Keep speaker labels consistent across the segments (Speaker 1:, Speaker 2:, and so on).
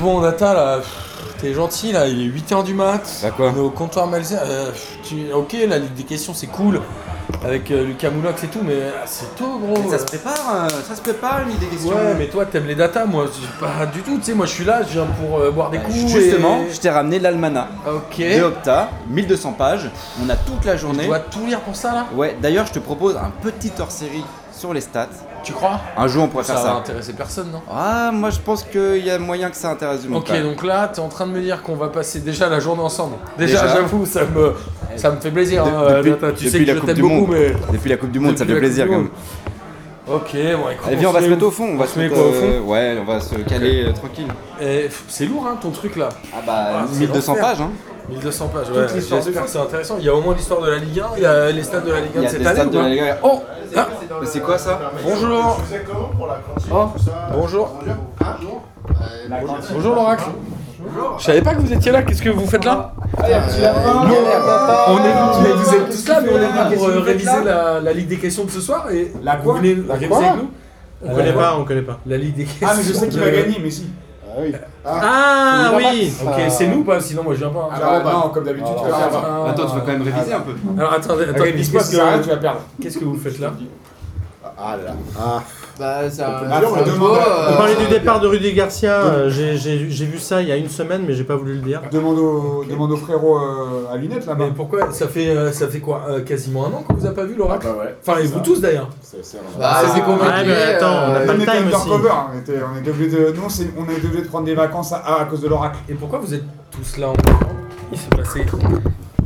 Speaker 1: Bon, Nata, là, pff, t'es gentil, là, il est 8h du mat.
Speaker 2: Bah quoi
Speaker 1: On est au comptoir Malzer. Euh, pff, tu- ok, la Ligue des questions, c'est cool. Avec euh, Lucas Moulox et tout, mais ah, c'est tôt, gros.
Speaker 2: Ça se prépare, euh, ça se prépare une idée question.
Speaker 1: Ouais, mais toi, t'aimes les datas, moi, c'est pas du tout. Tu sais, moi, je suis là, je viens pour euh, boire des coups. et-
Speaker 2: Bah, Justement, je t'ai ramené l'almanach
Speaker 1: Ok.
Speaker 2: de Opta, 1200 pages. On a toute la
Speaker 1: Je
Speaker 2: journée.
Speaker 1: dois tout lire pour ça, là
Speaker 2: Ouais, d'ailleurs, je te propose un petit hors-série sur les stats.
Speaker 1: Tu crois
Speaker 2: Un jour, on pourrait
Speaker 1: Ça
Speaker 2: faire
Speaker 1: va
Speaker 2: ça.
Speaker 1: intéresser personne, non
Speaker 2: Ah, moi, je pense qu'il y a moyen que ça intéresse du monde.
Speaker 1: Ok,
Speaker 2: quand même.
Speaker 1: donc là, t'es en train de me dire qu'on va passer déjà la journée ensemble. Déjà,
Speaker 2: Déjà.
Speaker 1: j'avoue, ça me, ça me fait plaisir.
Speaker 2: De-
Speaker 1: hein, euh,
Speaker 2: depuis-
Speaker 1: Nata, tu sais
Speaker 2: depuis
Speaker 1: que
Speaker 2: la
Speaker 1: je
Speaker 2: Coupe
Speaker 1: t'aime
Speaker 2: du
Speaker 1: beaucoup,
Speaker 2: Monde.
Speaker 1: mais.
Speaker 2: Depuis la Coupe du Monde, ça
Speaker 1: Depuis
Speaker 2: fait
Speaker 1: la
Speaker 2: plaisir
Speaker 1: Coupe
Speaker 2: quand
Speaker 1: du
Speaker 2: même.
Speaker 1: Monde. Ok, bon, écoute.
Speaker 2: Allez, viens, on va se mettre au fond. On va se
Speaker 1: met
Speaker 2: mettre
Speaker 1: quoi, au fond
Speaker 2: euh, Ouais, on va se caler euh, tranquille.
Speaker 1: Eh, pff, C'est lourd, hein, ton truc là.
Speaker 2: Ah bah,
Speaker 1: Ah, c'est
Speaker 2: 1200
Speaker 1: l'enfer.
Speaker 2: pages, hein.
Speaker 1: 1200 pages, ouais.
Speaker 2: l'histoire
Speaker 1: J'espère que c'est intéressant. Il y a au moins l'histoire de la Ligue 1, il y a les stats de la Ligue
Speaker 2: Il
Speaker 1: 1
Speaker 2: y
Speaker 1: de
Speaker 2: a
Speaker 1: cette
Speaker 2: des
Speaker 1: année.
Speaker 2: stats
Speaker 1: ou
Speaker 2: de
Speaker 1: pas
Speaker 2: la Ligue.
Speaker 1: Oh ah,
Speaker 2: Mais c'est quoi ça
Speaker 1: Bonjour
Speaker 3: Vous êtes comment pour la cantine
Speaker 1: Oh,
Speaker 3: tout ça
Speaker 1: bonjour.
Speaker 3: Hein Euh, bonjour.
Speaker 1: Bonjour l'oracle Je savais pas que vous étiez là, qu'est-ce que vous faites là Euh,
Speaker 2: Non,
Speaker 1: On est mais vous êtes tous là, mais on est là pour euh, réviser la, la Ligue des questions de ce soir et la vous venez réviser avec nous Euh,
Speaker 4: On connaît pas, on connaît pas.
Speaker 1: La Ligue des questions.
Speaker 4: Ah, mais je sais qu'il
Speaker 1: de-
Speaker 4: va
Speaker 5: Euh,
Speaker 4: gagner, mais si.
Speaker 3: Ah oui.
Speaker 4: Ah oui
Speaker 1: Ok, c'est nous ou pas Sinon, moi je viens
Speaker 5: Ah, bah,
Speaker 1: pas. hein.
Speaker 4: Alors, non, comme d'habitude, tu vas perdre.
Speaker 1: Ah.
Speaker 2: Attends, tu vas quand même réviser un peu.
Speaker 1: Alors attendez, attendez,
Speaker 4: Révise
Speaker 1: dites-moi
Speaker 4: pas,
Speaker 1: ce
Speaker 4: si ça arrête,
Speaker 1: que-
Speaker 4: tu vas perdre.
Speaker 1: qu'est-ce que vous faites là
Speaker 3: Ah là là. Ah.
Speaker 6: Bah, c'est un.
Speaker 3: Ah, on
Speaker 6: c'est un
Speaker 3: demande-
Speaker 6: mot,
Speaker 4: On parlait du
Speaker 6: euh,
Speaker 4: départ de Rudy Garcia, euh, j'ai- j'ai j'ai vu ça il y a une semaine, mais j'ai pas voulu le dire.
Speaker 5: Demande au, demande au frérot euh, à lunettes là-bas.
Speaker 1: Mais pourquoi ça fait, euh, ça fait quoi euh, Quasiment un an qu'on vous a pas vu l'oracle
Speaker 3: Bah ouais.
Speaker 1: Enfin, et vous tous d'ailleurs.
Speaker 3: C'est c'est
Speaker 2: Ah,
Speaker 6: Bah,
Speaker 1: Ça, c'est compliqué,
Speaker 4: Ouais, mais attends, on a
Speaker 2: euh,
Speaker 5: On
Speaker 4: pas le
Speaker 5: était
Speaker 4: time aussi.
Speaker 5: undercover, on était, on était obligé de, nous on s'est- on est obligé de prendre des vacances à, à cause de l'oracle.
Speaker 1: Et pourquoi vous êtes tous là en Il s'est passé.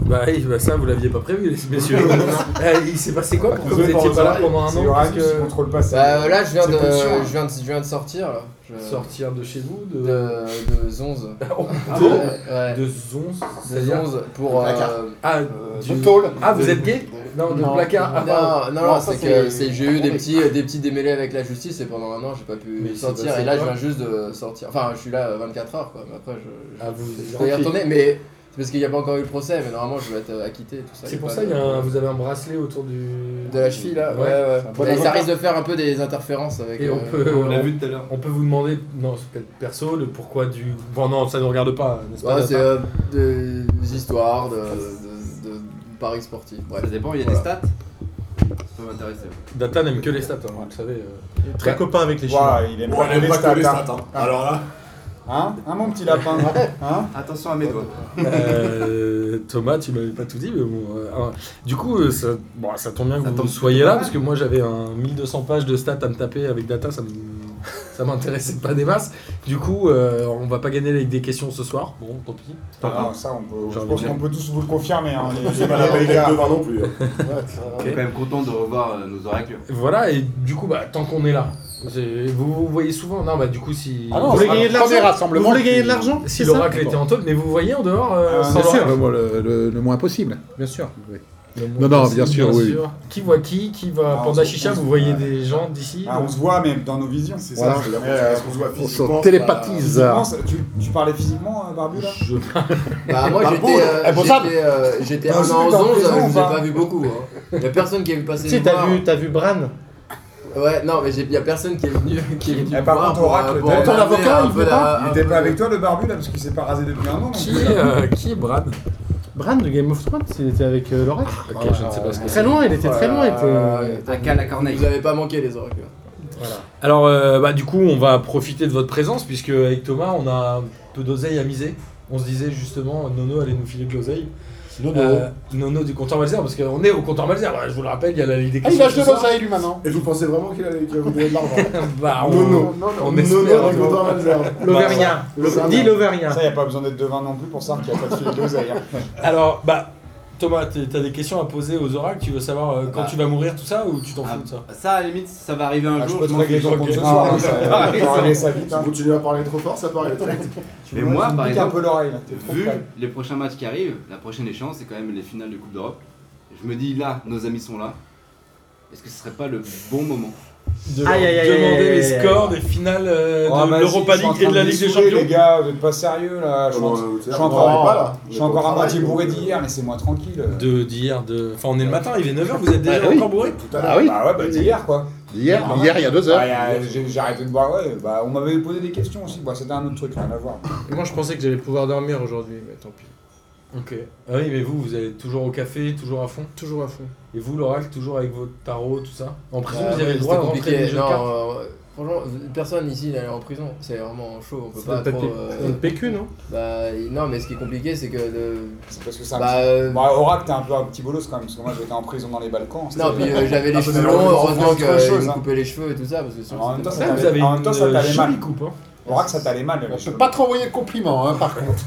Speaker 1: Bah, oui, bah ça, vous l'aviez pas prévu, les messieurs. Euh, il s'est passé quoi Pourquoi vous
Speaker 5: Désolé pour
Speaker 1: étiez
Speaker 5: le
Speaker 1: pas là
Speaker 5: travail,
Speaker 1: pendant un
Speaker 5: c'est
Speaker 1: an
Speaker 5: l'Uranus
Speaker 1: Parce
Speaker 5: qui
Speaker 1: que
Speaker 5: contrôle pas ça.
Speaker 6: Bah, euh, là, je viens,
Speaker 5: C'est
Speaker 6: de,
Speaker 5: pas sûr, hein.
Speaker 6: je, viens de, je viens de sortir là. Je-
Speaker 1: sortir de chez vous de.
Speaker 6: euh, De, de Zonze.
Speaker 1: Oh,
Speaker 6: ouais,
Speaker 1: de...
Speaker 6: ouais.
Speaker 1: de Zonz,
Speaker 6: De
Speaker 1: c'est-à-dire
Speaker 6: Zonze pour.
Speaker 3: Placard.
Speaker 6: euh,
Speaker 1: Ah,
Speaker 6: euh,
Speaker 1: du-
Speaker 3: tôle.
Speaker 1: ah, vous êtes gay Non, de
Speaker 6: Non.
Speaker 1: placard. Ah, pardon.
Speaker 6: non, non, non, c'est que c'est- j'ai eu des petits, des petits démêlés avec la justice et pendant un an j'ai pas pu
Speaker 1: Mais il s'est
Speaker 6: sortir.
Speaker 1: passé
Speaker 6: Et là je
Speaker 1: quoi
Speaker 6: viens juste de sortir. Enfin, je suis là euh, 24 heures quoi, mais après je, je,
Speaker 1: Ah, vous-
Speaker 6: je dois y retourner. Mais c'est parce qu'il n'y a pas encore eu le procès, mais normalement je vais être euh, acquitté et tout ça.
Speaker 1: C'est
Speaker 6: y a
Speaker 1: pour
Speaker 6: pas
Speaker 1: ça,
Speaker 6: de-
Speaker 1: il y a un- vous avez un bracelet autour du.
Speaker 6: De la cheville là, ouais,
Speaker 1: Ouais.
Speaker 6: ouais.
Speaker 1: bon
Speaker 6: Et ça
Speaker 1: avocat.
Speaker 6: risque de faire un peu des interférences avec.
Speaker 1: Et on
Speaker 6: euh,
Speaker 1: peut.
Speaker 2: On l'a
Speaker 1: on-
Speaker 2: vu tout à l'heure.
Speaker 1: On peut vous demander, non, c'est peut-être perso, le pourquoi du. Bon, non, ça ne regarde pas, n'est-ce pas
Speaker 6: Ouais, c'est
Speaker 1: Nathan
Speaker 6: euh, des histoires de, de, de paris sportifs. Bref.
Speaker 2: Ça dépend, il y a des stats. Ça peut m'intéresser.
Speaker 1: Data n'aime que les stats, hein, vous le savez. euh.
Speaker 4: Très copain avec les Chinois.
Speaker 5: Ouah, il aime
Speaker 3: On
Speaker 5: pas les
Speaker 3: n'aime pas
Speaker 5: stats.
Speaker 3: que les
Speaker 5: hein.
Speaker 3: stats. hein. Alors là.
Speaker 5: Hein, hein, mon petit lapin hein
Speaker 2: Attention à mes doigts.
Speaker 1: Euh, Thomas, tu m'avais pas tout dit, mais bon. euh, alors, du coup, euh, ça, bon, ça tombe bien que
Speaker 2: Ça
Speaker 1: vous
Speaker 2: tombe
Speaker 1: soyez
Speaker 2: plutôt
Speaker 1: là,
Speaker 2: pas
Speaker 1: parce que moi j'avais un 1200 pages de stats à me taper avec Data, ça me- Ça m'intéressait pas des masses. Du coup, euh, on va pas gagner avec des questions ce soir. Bon, tant pis. Tant
Speaker 5: Ah,
Speaker 1: pis.
Speaker 5: ça, on peut,
Speaker 1: J'ai
Speaker 5: je
Speaker 1: envie
Speaker 5: pense
Speaker 1: de
Speaker 5: qu'on peut tous vous le confirmer. Hein, les,
Speaker 3: J'ai pas la
Speaker 5: les
Speaker 3: belle
Speaker 5: gars.
Speaker 3: devant non plus. hein.
Speaker 2: On est quand même content de revoir euh, nos oracles.
Speaker 1: Voilà, et du coup, bah, tant qu'on est là. c'est- Vous, vous voyez souvent. Non, bah, du coup, si.
Speaker 4: Vous voulez gagner de
Speaker 7: Premier
Speaker 4: l'argent Vous
Speaker 7: rassemblement
Speaker 4: voulez
Speaker 7: depuis-
Speaker 4: gagner de l'argent
Speaker 1: si
Speaker 4: C'est ça
Speaker 1: l'oracle était en tôle, mais vous voyez en dehors euh,
Speaker 5: Euh,
Speaker 1: sans
Speaker 4: bien sûr.
Speaker 1: l'oracle.
Speaker 7: Ah, moi, le, le- le moins possible, bien sûr. Oui.
Speaker 1: Le monde
Speaker 7: Non, non,
Speaker 1: possible,
Speaker 7: bien sûr, oui, oui.
Speaker 1: Qui voit qui Qui va
Speaker 5: Ah, on
Speaker 1: Panda
Speaker 5: se-
Speaker 1: Chicha
Speaker 5: on se-
Speaker 1: Vous voyez
Speaker 5: ouais.
Speaker 1: des gens d'ici
Speaker 5: Ah, on se voit, mais dans nos visions.
Speaker 3: C'est
Speaker 7: Voilà.
Speaker 3: ça, c'est la
Speaker 5: Euh,
Speaker 3: qu'on se voit
Speaker 7: On
Speaker 3: physiquement.
Speaker 7: se télépathise.
Speaker 5: Tu penses- tu, Ah, tu parlais physiquement, euh, Barbu, là
Speaker 1: Je-
Speaker 6: Bah, moi
Speaker 3: Bah, bon,
Speaker 6: j'étais euh,
Speaker 7: eh, bon, ça-
Speaker 6: j'étais, euh, j'étais
Speaker 5: Bah,
Speaker 6: un
Speaker 5: je
Speaker 6: an
Speaker 5: suis
Speaker 6: aux
Speaker 5: dans
Speaker 6: 11,
Speaker 5: le présent,
Speaker 6: je
Speaker 5: ou
Speaker 6: vous ai
Speaker 5: pas
Speaker 6: pas vu beaucoup. Hein. Il y a personne qui est venu passer.
Speaker 4: Tu sais,
Speaker 6: me
Speaker 4: t'as
Speaker 6: voir.
Speaker 4: vu, t'as vu Bran
Speaker 6: Ouais, non, mais il y a personne qui est venu. Qui est venu
Speaker 5: Eh,
Speaker 6: me
Speaker 5: par
Speaker 6: voir
Speaker 5: contre,
Speaker 6: pour,
Speaker 5: Oracle,
Speaker 6: euh, pour
Speaker 5: t'as-
Speaker 6: entamer
Speaker 5: ton avocat,
Speaker 6: un
Speaker 5: il
Speaker 6: peu
Speaker 5: veut
Speaker 6: la-
Speaker 5: pas
Speaker 6: un
Speaker 5: Il était
Speaker 6: peu
Speaker 5: pas
Speaker 6: le-
Speaker 5: avec toi, le Barbu, là, parce qu'il s'est pas rasé depuis un an. non
Speaker 1: Qui, euh, qui est Brad
Speaker 4: Bran de Game of Thrones, il était avec euh, l'oracle.
Speaker 1: Ok, je ne sais
Speaker 7: Ah,
Speaker 1: pas ce que c'est.
Speaker 4: Très loin, il était très loin. il était, euh,
Speaker 2: T'as qu'à la
Speaker 6: Vous
Speaker 2: corneille.
Speaker 6: avez pas manqué les oracles.
Speaker 1: Alors, euh, bah, du coup, on va profiter de votre présence, puisque avec Thomas, on a un peu d'oseille à miser. On se disait justement, Nono allait nous filer de l'oseille.
Speaker 3: Non,
Speaker 1: Euh, Nono du comptoir Malzer, parce qu'on est au comptoir Malzer. Voilà, je vous le rappelle, il y a la Ligue des
Speaker 7: Ah, il
Speaker 1: questions.
Speaker 7: lâche de
Speaker 1: ce soir.
Speaker 7: l'oseille, lui, maintenant.
Speaker 3: Et vous pensez vraiment qu'il allait qu'il allait vous donner de l'argent
Speaker 1: Bah, on,
Speaker 3: Nono.
Speaker 1: on
Speaker 3: Non,
Speaker 1: espère.
Speaker 3: non, du comptoir Malzer.
Speaker 4: L'Auvergnat.
Speaker 3: ça,
Speaker 4: Dis
Speaker 3: non.
Speaker 4: l'Auvergnat.
Speaker 5: Ça, y a pas besoin d'être devin non plus pour savoir qu'il y a pas de filet d'oseille. hein.
Speaker 1: Alors, bah, Thomas, t'es- t'as des questions à poser aux oracles. Tu veux savoir euh, quand
Speaker 2: Bah.
Speaker 1: tu vas mourir, tout ça, ou tu t'en
Speaker 2: Ah,
Speaker 1: fous de ça
Speaker 2: Ça, à la limite, ça va arriver un
Speaker 5: Ah, Je
Speaker 2: jour.
Speaker 5: peux
Speaker 2: je
Speaker 5: te
Speaker 2: m'en Ah,
Speaker 5: régler
Speaker 2: fiche.
Speaker 5: ton compte ce
Speaker 2: Non,
Speaker 5: soir.
Speaker 2: non,
Speaker 5: hein, ça-
Speaker 2: non,
Speaker 5: Tu vas régler ça vite.
Speaker 3: Si vous
Speaker 5: hein.
Speaker 3: continuez à parler trop fort, ça peut arriver très vite.
Speaker 2: Mais moi,
Speaker 5: Tu me
Speaker 2: par
Speaker 5: piques un
Speaker 2: exemple,
Speaker 5: peu l'oreille, là. T'es trop
Speaker 2: Vu
Speaker 5: près.
Speaker 2: les prochains matchs qui arrivent, la prochaine échéance, c'est quand même les finales de Coupe d'Europe. Je me dis là, nos amis sont là. Est-ce que ce serait pas le bon moment
Speaker 4: de leur
Speaker 8: Aïe, aïe, aïe, aïe,
Speaker 4: demander
Speaker 8: aïe,
Speaker 4: les
Speaker 8: aïe,
Speaker 4: scores des finales euh,
Speaker 5: Ah,
Speaker 4: de
Speaker 5: vas-y,
Speaker 4: l'Europa
Speaker 5: je suis en
Speaker 4: League et de
Speaker 5: train
Speaker 4: la
Speaker 5: me
Speaker 4: Ligue des
Speaker 5: saouler, Les
Speaker 4: Champions.
Speaker 5: gars, vous êtes pas sérieux là. Je suis en-
Speaker 9: Je
Speaker 5: suis encore-
Speaker 9: là.
Speaker 5: je suis encore à moitié bourré d'hier, laissez-moi tranquille. euh.
Speaker 4: De d'hier, de. Enfin, on est le matin, il est 9h, vous êtes déjà
Speaker 7: Bah oui.
Speaker 4: encore bourré
Speaker 9: Tout à
Speaker 7: Ah
Speaker 9: l'heure.
Speaker 7: oui
Speaker 5: Bah ouais, bah d'hier quoi.
Speaker 7: Hier, hier, il y a deux
Speaker 5: Bah,
Speaker 7: heures.
Speaker 5: y a- J'ai j'ai arrêté de boire, ouais. Bah on m'avait posé des questions aussi. Bah c'était un autre truc, rien à voir.
Speaker 10: Moi, je pensais que j'allais pouvoir dormir aujourd'hui, mais tant pis.
Speaker 4: Ok. Ah oui, mais vous, vous allez toujours au café, toujours à fond.
Speaker 10: Toujours à fond.
Speaker 4: Et vous, l'oracle, toujours avec votre tarot, tout ça En prison, vous
Speaker 6: Ah,
Speaker 4: avez
Speaker 6: ouais,
Speaker 4: le droit de
Speaker 6: c'était
Speaker 4: rentrer des jeux de
Speaker 6: Non,
Speaker 4: cartes
Speaker 6: euh, franchement, personne ici il est allé en prison. C'est vraiment chaud. On peut
Speaker 8: C'est
Speaker 6: pas
Speaker 8: pas
Speaker 6: trop.
Speaker 8: pé-
Speaker 6: euh,
Speaker 8: Une PQ, non
Speaker 6: bah, non, mais ce qui est compliqué, c'est que. de-
Speaker 5: C'est parce que c'est un
Speaker 6: Bah,
Speaker 5: petit-
Speaker 6: euh,
Speaker 5: Bah Oracle, t'es un peu un petit bolos quand même, parce que moi j'étais en prison dans les Balkans.
Speaker 6: non,
Speaker 5: c'était-
Speaker 6: puis euh, j'avais les
Speaker 5: Ah,
Speaker 6: cheveux
Speaker 5: mais
Speaker 6: longs.
Speaker 5: on
Speaker 6: Heureusement euh,
Speaker 5: pense
Speaker 6: qu'ils
Speaker 5: autre chose,
Speaker 6: me
Speaker 5: hein.
Speaker 6: coupaient les cheveux et tout ça, parce que sinon,
Speaker 5: Alors, en même temps,
Speaker 6: c'était-
Speaker 4: Ça, Ah, vous
Speaker 5: t'avais-
Speaker 4: avez
Speaker 5: en même temps, ça
Speaker 4: une
Speaker 5: t'allait
Speaker 4: jolie
Speaker 5: mal.
Speaker 4: coupe, hein.
Speaker 5: Oracle, ça t'allait mal. les
Speaker 7: On peut
Speaker 5: cheveux.
Speaker 7: pas te renvoyer de compliments, hein, par contre.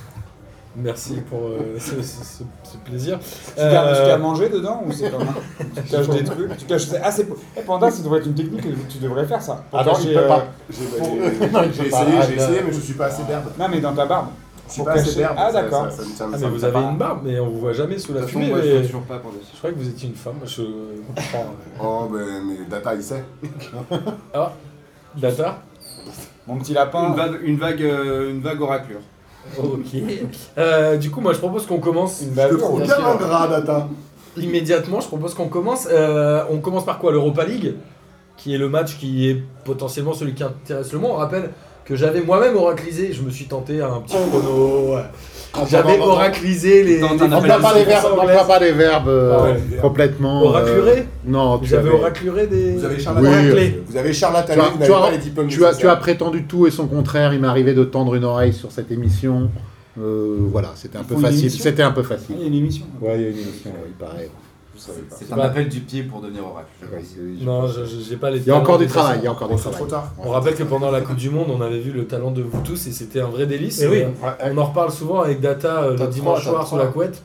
Speaker 4: Merci pour euh, ce, ce- ce- ce plaisir.
Speaker 5: Tu as
Speaker 4: Euh,
Speaker 5: mangé dedans ou c'est comment Tu caches des trucs, tu caches. Ah, c'est. Eh, Panda, ça devrait être une technique que tu devrais faire ça. Pour
Speaker 7: Ah non,
Speaker 5: cacher,
Speaker 7: il peut
Speaker 4: euh,
Speaker 7: pas.
Speaker 9: J'ai
Speaker 5: Pour-
Speaker 9: j'ai essayé, j'ai essayé, mais je suis pas assez d'herbe.
Speaker 5: Non, mais dans ta barbe.
Speaker 9: Je suis
Speaker 5: Pour
Speaker 9: pas assez
Speaker 5: cacher.
Speaker 9: d'herbe.
Speaker 5: Ah,
Speaker 9: ça-
Speaker 5: d'accord.
Speaker 9: ça- ça me- ça me-
Speaker 4: Ah,
Speaker 9: ça
Speaker 4: mais
Speaker 9: me
Speaker 4: vous
Speaker 9: fait
Speaker 4: avez
Speaker 9: pas.
Speaker 4: une barbe, mais on vous voit jamais sous
Speaker 1: De
Speaker 4: la
Speaker 1: toute façon,
Speaker 4: fumée.
Speaker 1: moi, je
Speaker 4: mais
Speaker 1: fais toujours pas pour dessus.
Speaker 4: Je crois que vous étiez une femme. Je comprends.
Speaker 9: Oh, ben, mais Data, il sait.
Speaker 4: Data
Speaker 5: Mon petit lapin.
Speaker 1: Une vague, une vague, euh, une vague oraclure.
Speaker 4: Ok. Euh, du coup, moi, je propose qu'on commence
Speaker 5: Une
Speaker 9: Je te
Speaker 5: bavure.
Speaker 9: trouve
Speaker 6: bien
Speaker 9: bien
Speaker 6: sûr.
Speaker 9: ingrat, Data.
Speaker 4: immédiatement. Je propose qu'on commence. Euh, on commence par quoi L'Europa League, qui est le match qui est potentiellement celui qui intéresse le moins. On rappelle que j'avais moi-même oraclisé. Je me suis tenté à un petit chrono. ouais. J'avais
Speaker 9: Attends, attends,
Speaker 4: oraclisé les.
Speaker 1: Tente
Speaker 4: les
Speaker 1: un
Speaker 7: On
Speaker 1: appel
Speaker 7: n'a pas,
Speaker 1: de
Speaker 7: les verbes- on n'a pas les verbes euh,
Speaker 4: Ouais.
Speaker 7: complètement. euh,
Speaker 4: Oracluré
Speaker 7: Non, tu
Speaker 4: J'avais
Speaker 7: avais-
Speaker 4: oracluré des.
Speaker 9: Vous avez
Speaker 7: Oui.
Speaker 9: charlatané. Vous avez charlatané,
Speaker 7: Tu as-
Speaker 9: vous n'avez
Speaker 7: tu as-
Speaker 9: pas les diplômes
Speaker 7: Tu as, tu as
Speaker 9: nécessaires.
Speaker 7: prétendu tout et son contraire. Il m'est arrivé de tendre une oreille sur cette émission. Euh, voilà, c'était un
Speaker 5: Ils
Speaker 7: peu
Speaker 5: font une
Speaker 7: facile.
Speaker 5: émission
Speaker 7: C'était un peu
Speaker 5: Il
Speaker 7: facile.
Speaker 5: y a une émission.
Speaker 7: Ouais, il y a une émission, ouais, il paraît. Je savais pas.
Speaker 1: C'est
Speaker 4: C'est
Speaker 1: un
Speaker 4: pas-
Speaker 1: appel du pied pour devenir oracle.
Speaker 7: Ouais, c'est-
Speaker 4: Non, je- je- j'ai pas les.
Speaker 7: Il y a encore
Speaker 4: talents
Speaker 7: du
Speaker 4: de
Speaker 7: travail.
Speaker 4: façon.
Speaker 7: Il y a encore
Speaker 9: On
Speaker 7: du
Speaker 9: sera trop
Speaker 7: travail.
Speaker 9: tard.
Speaker 4: On rappelle que pendant la Coupe du Monde, on avait vu le talent de vous tous et c'était un vrai délice.
Speaker 8: Eh oui.
Speaker 4: Euh, On en reparle souvent avec Data euh, le
Speaker 6: Top
Speaker 4: dimanche
Speaker 6: trois,
Speaker 4: soir
Speaker 6: top
Speaker 4: sous la
Speaker 6: trois.
Speaker 4: couette.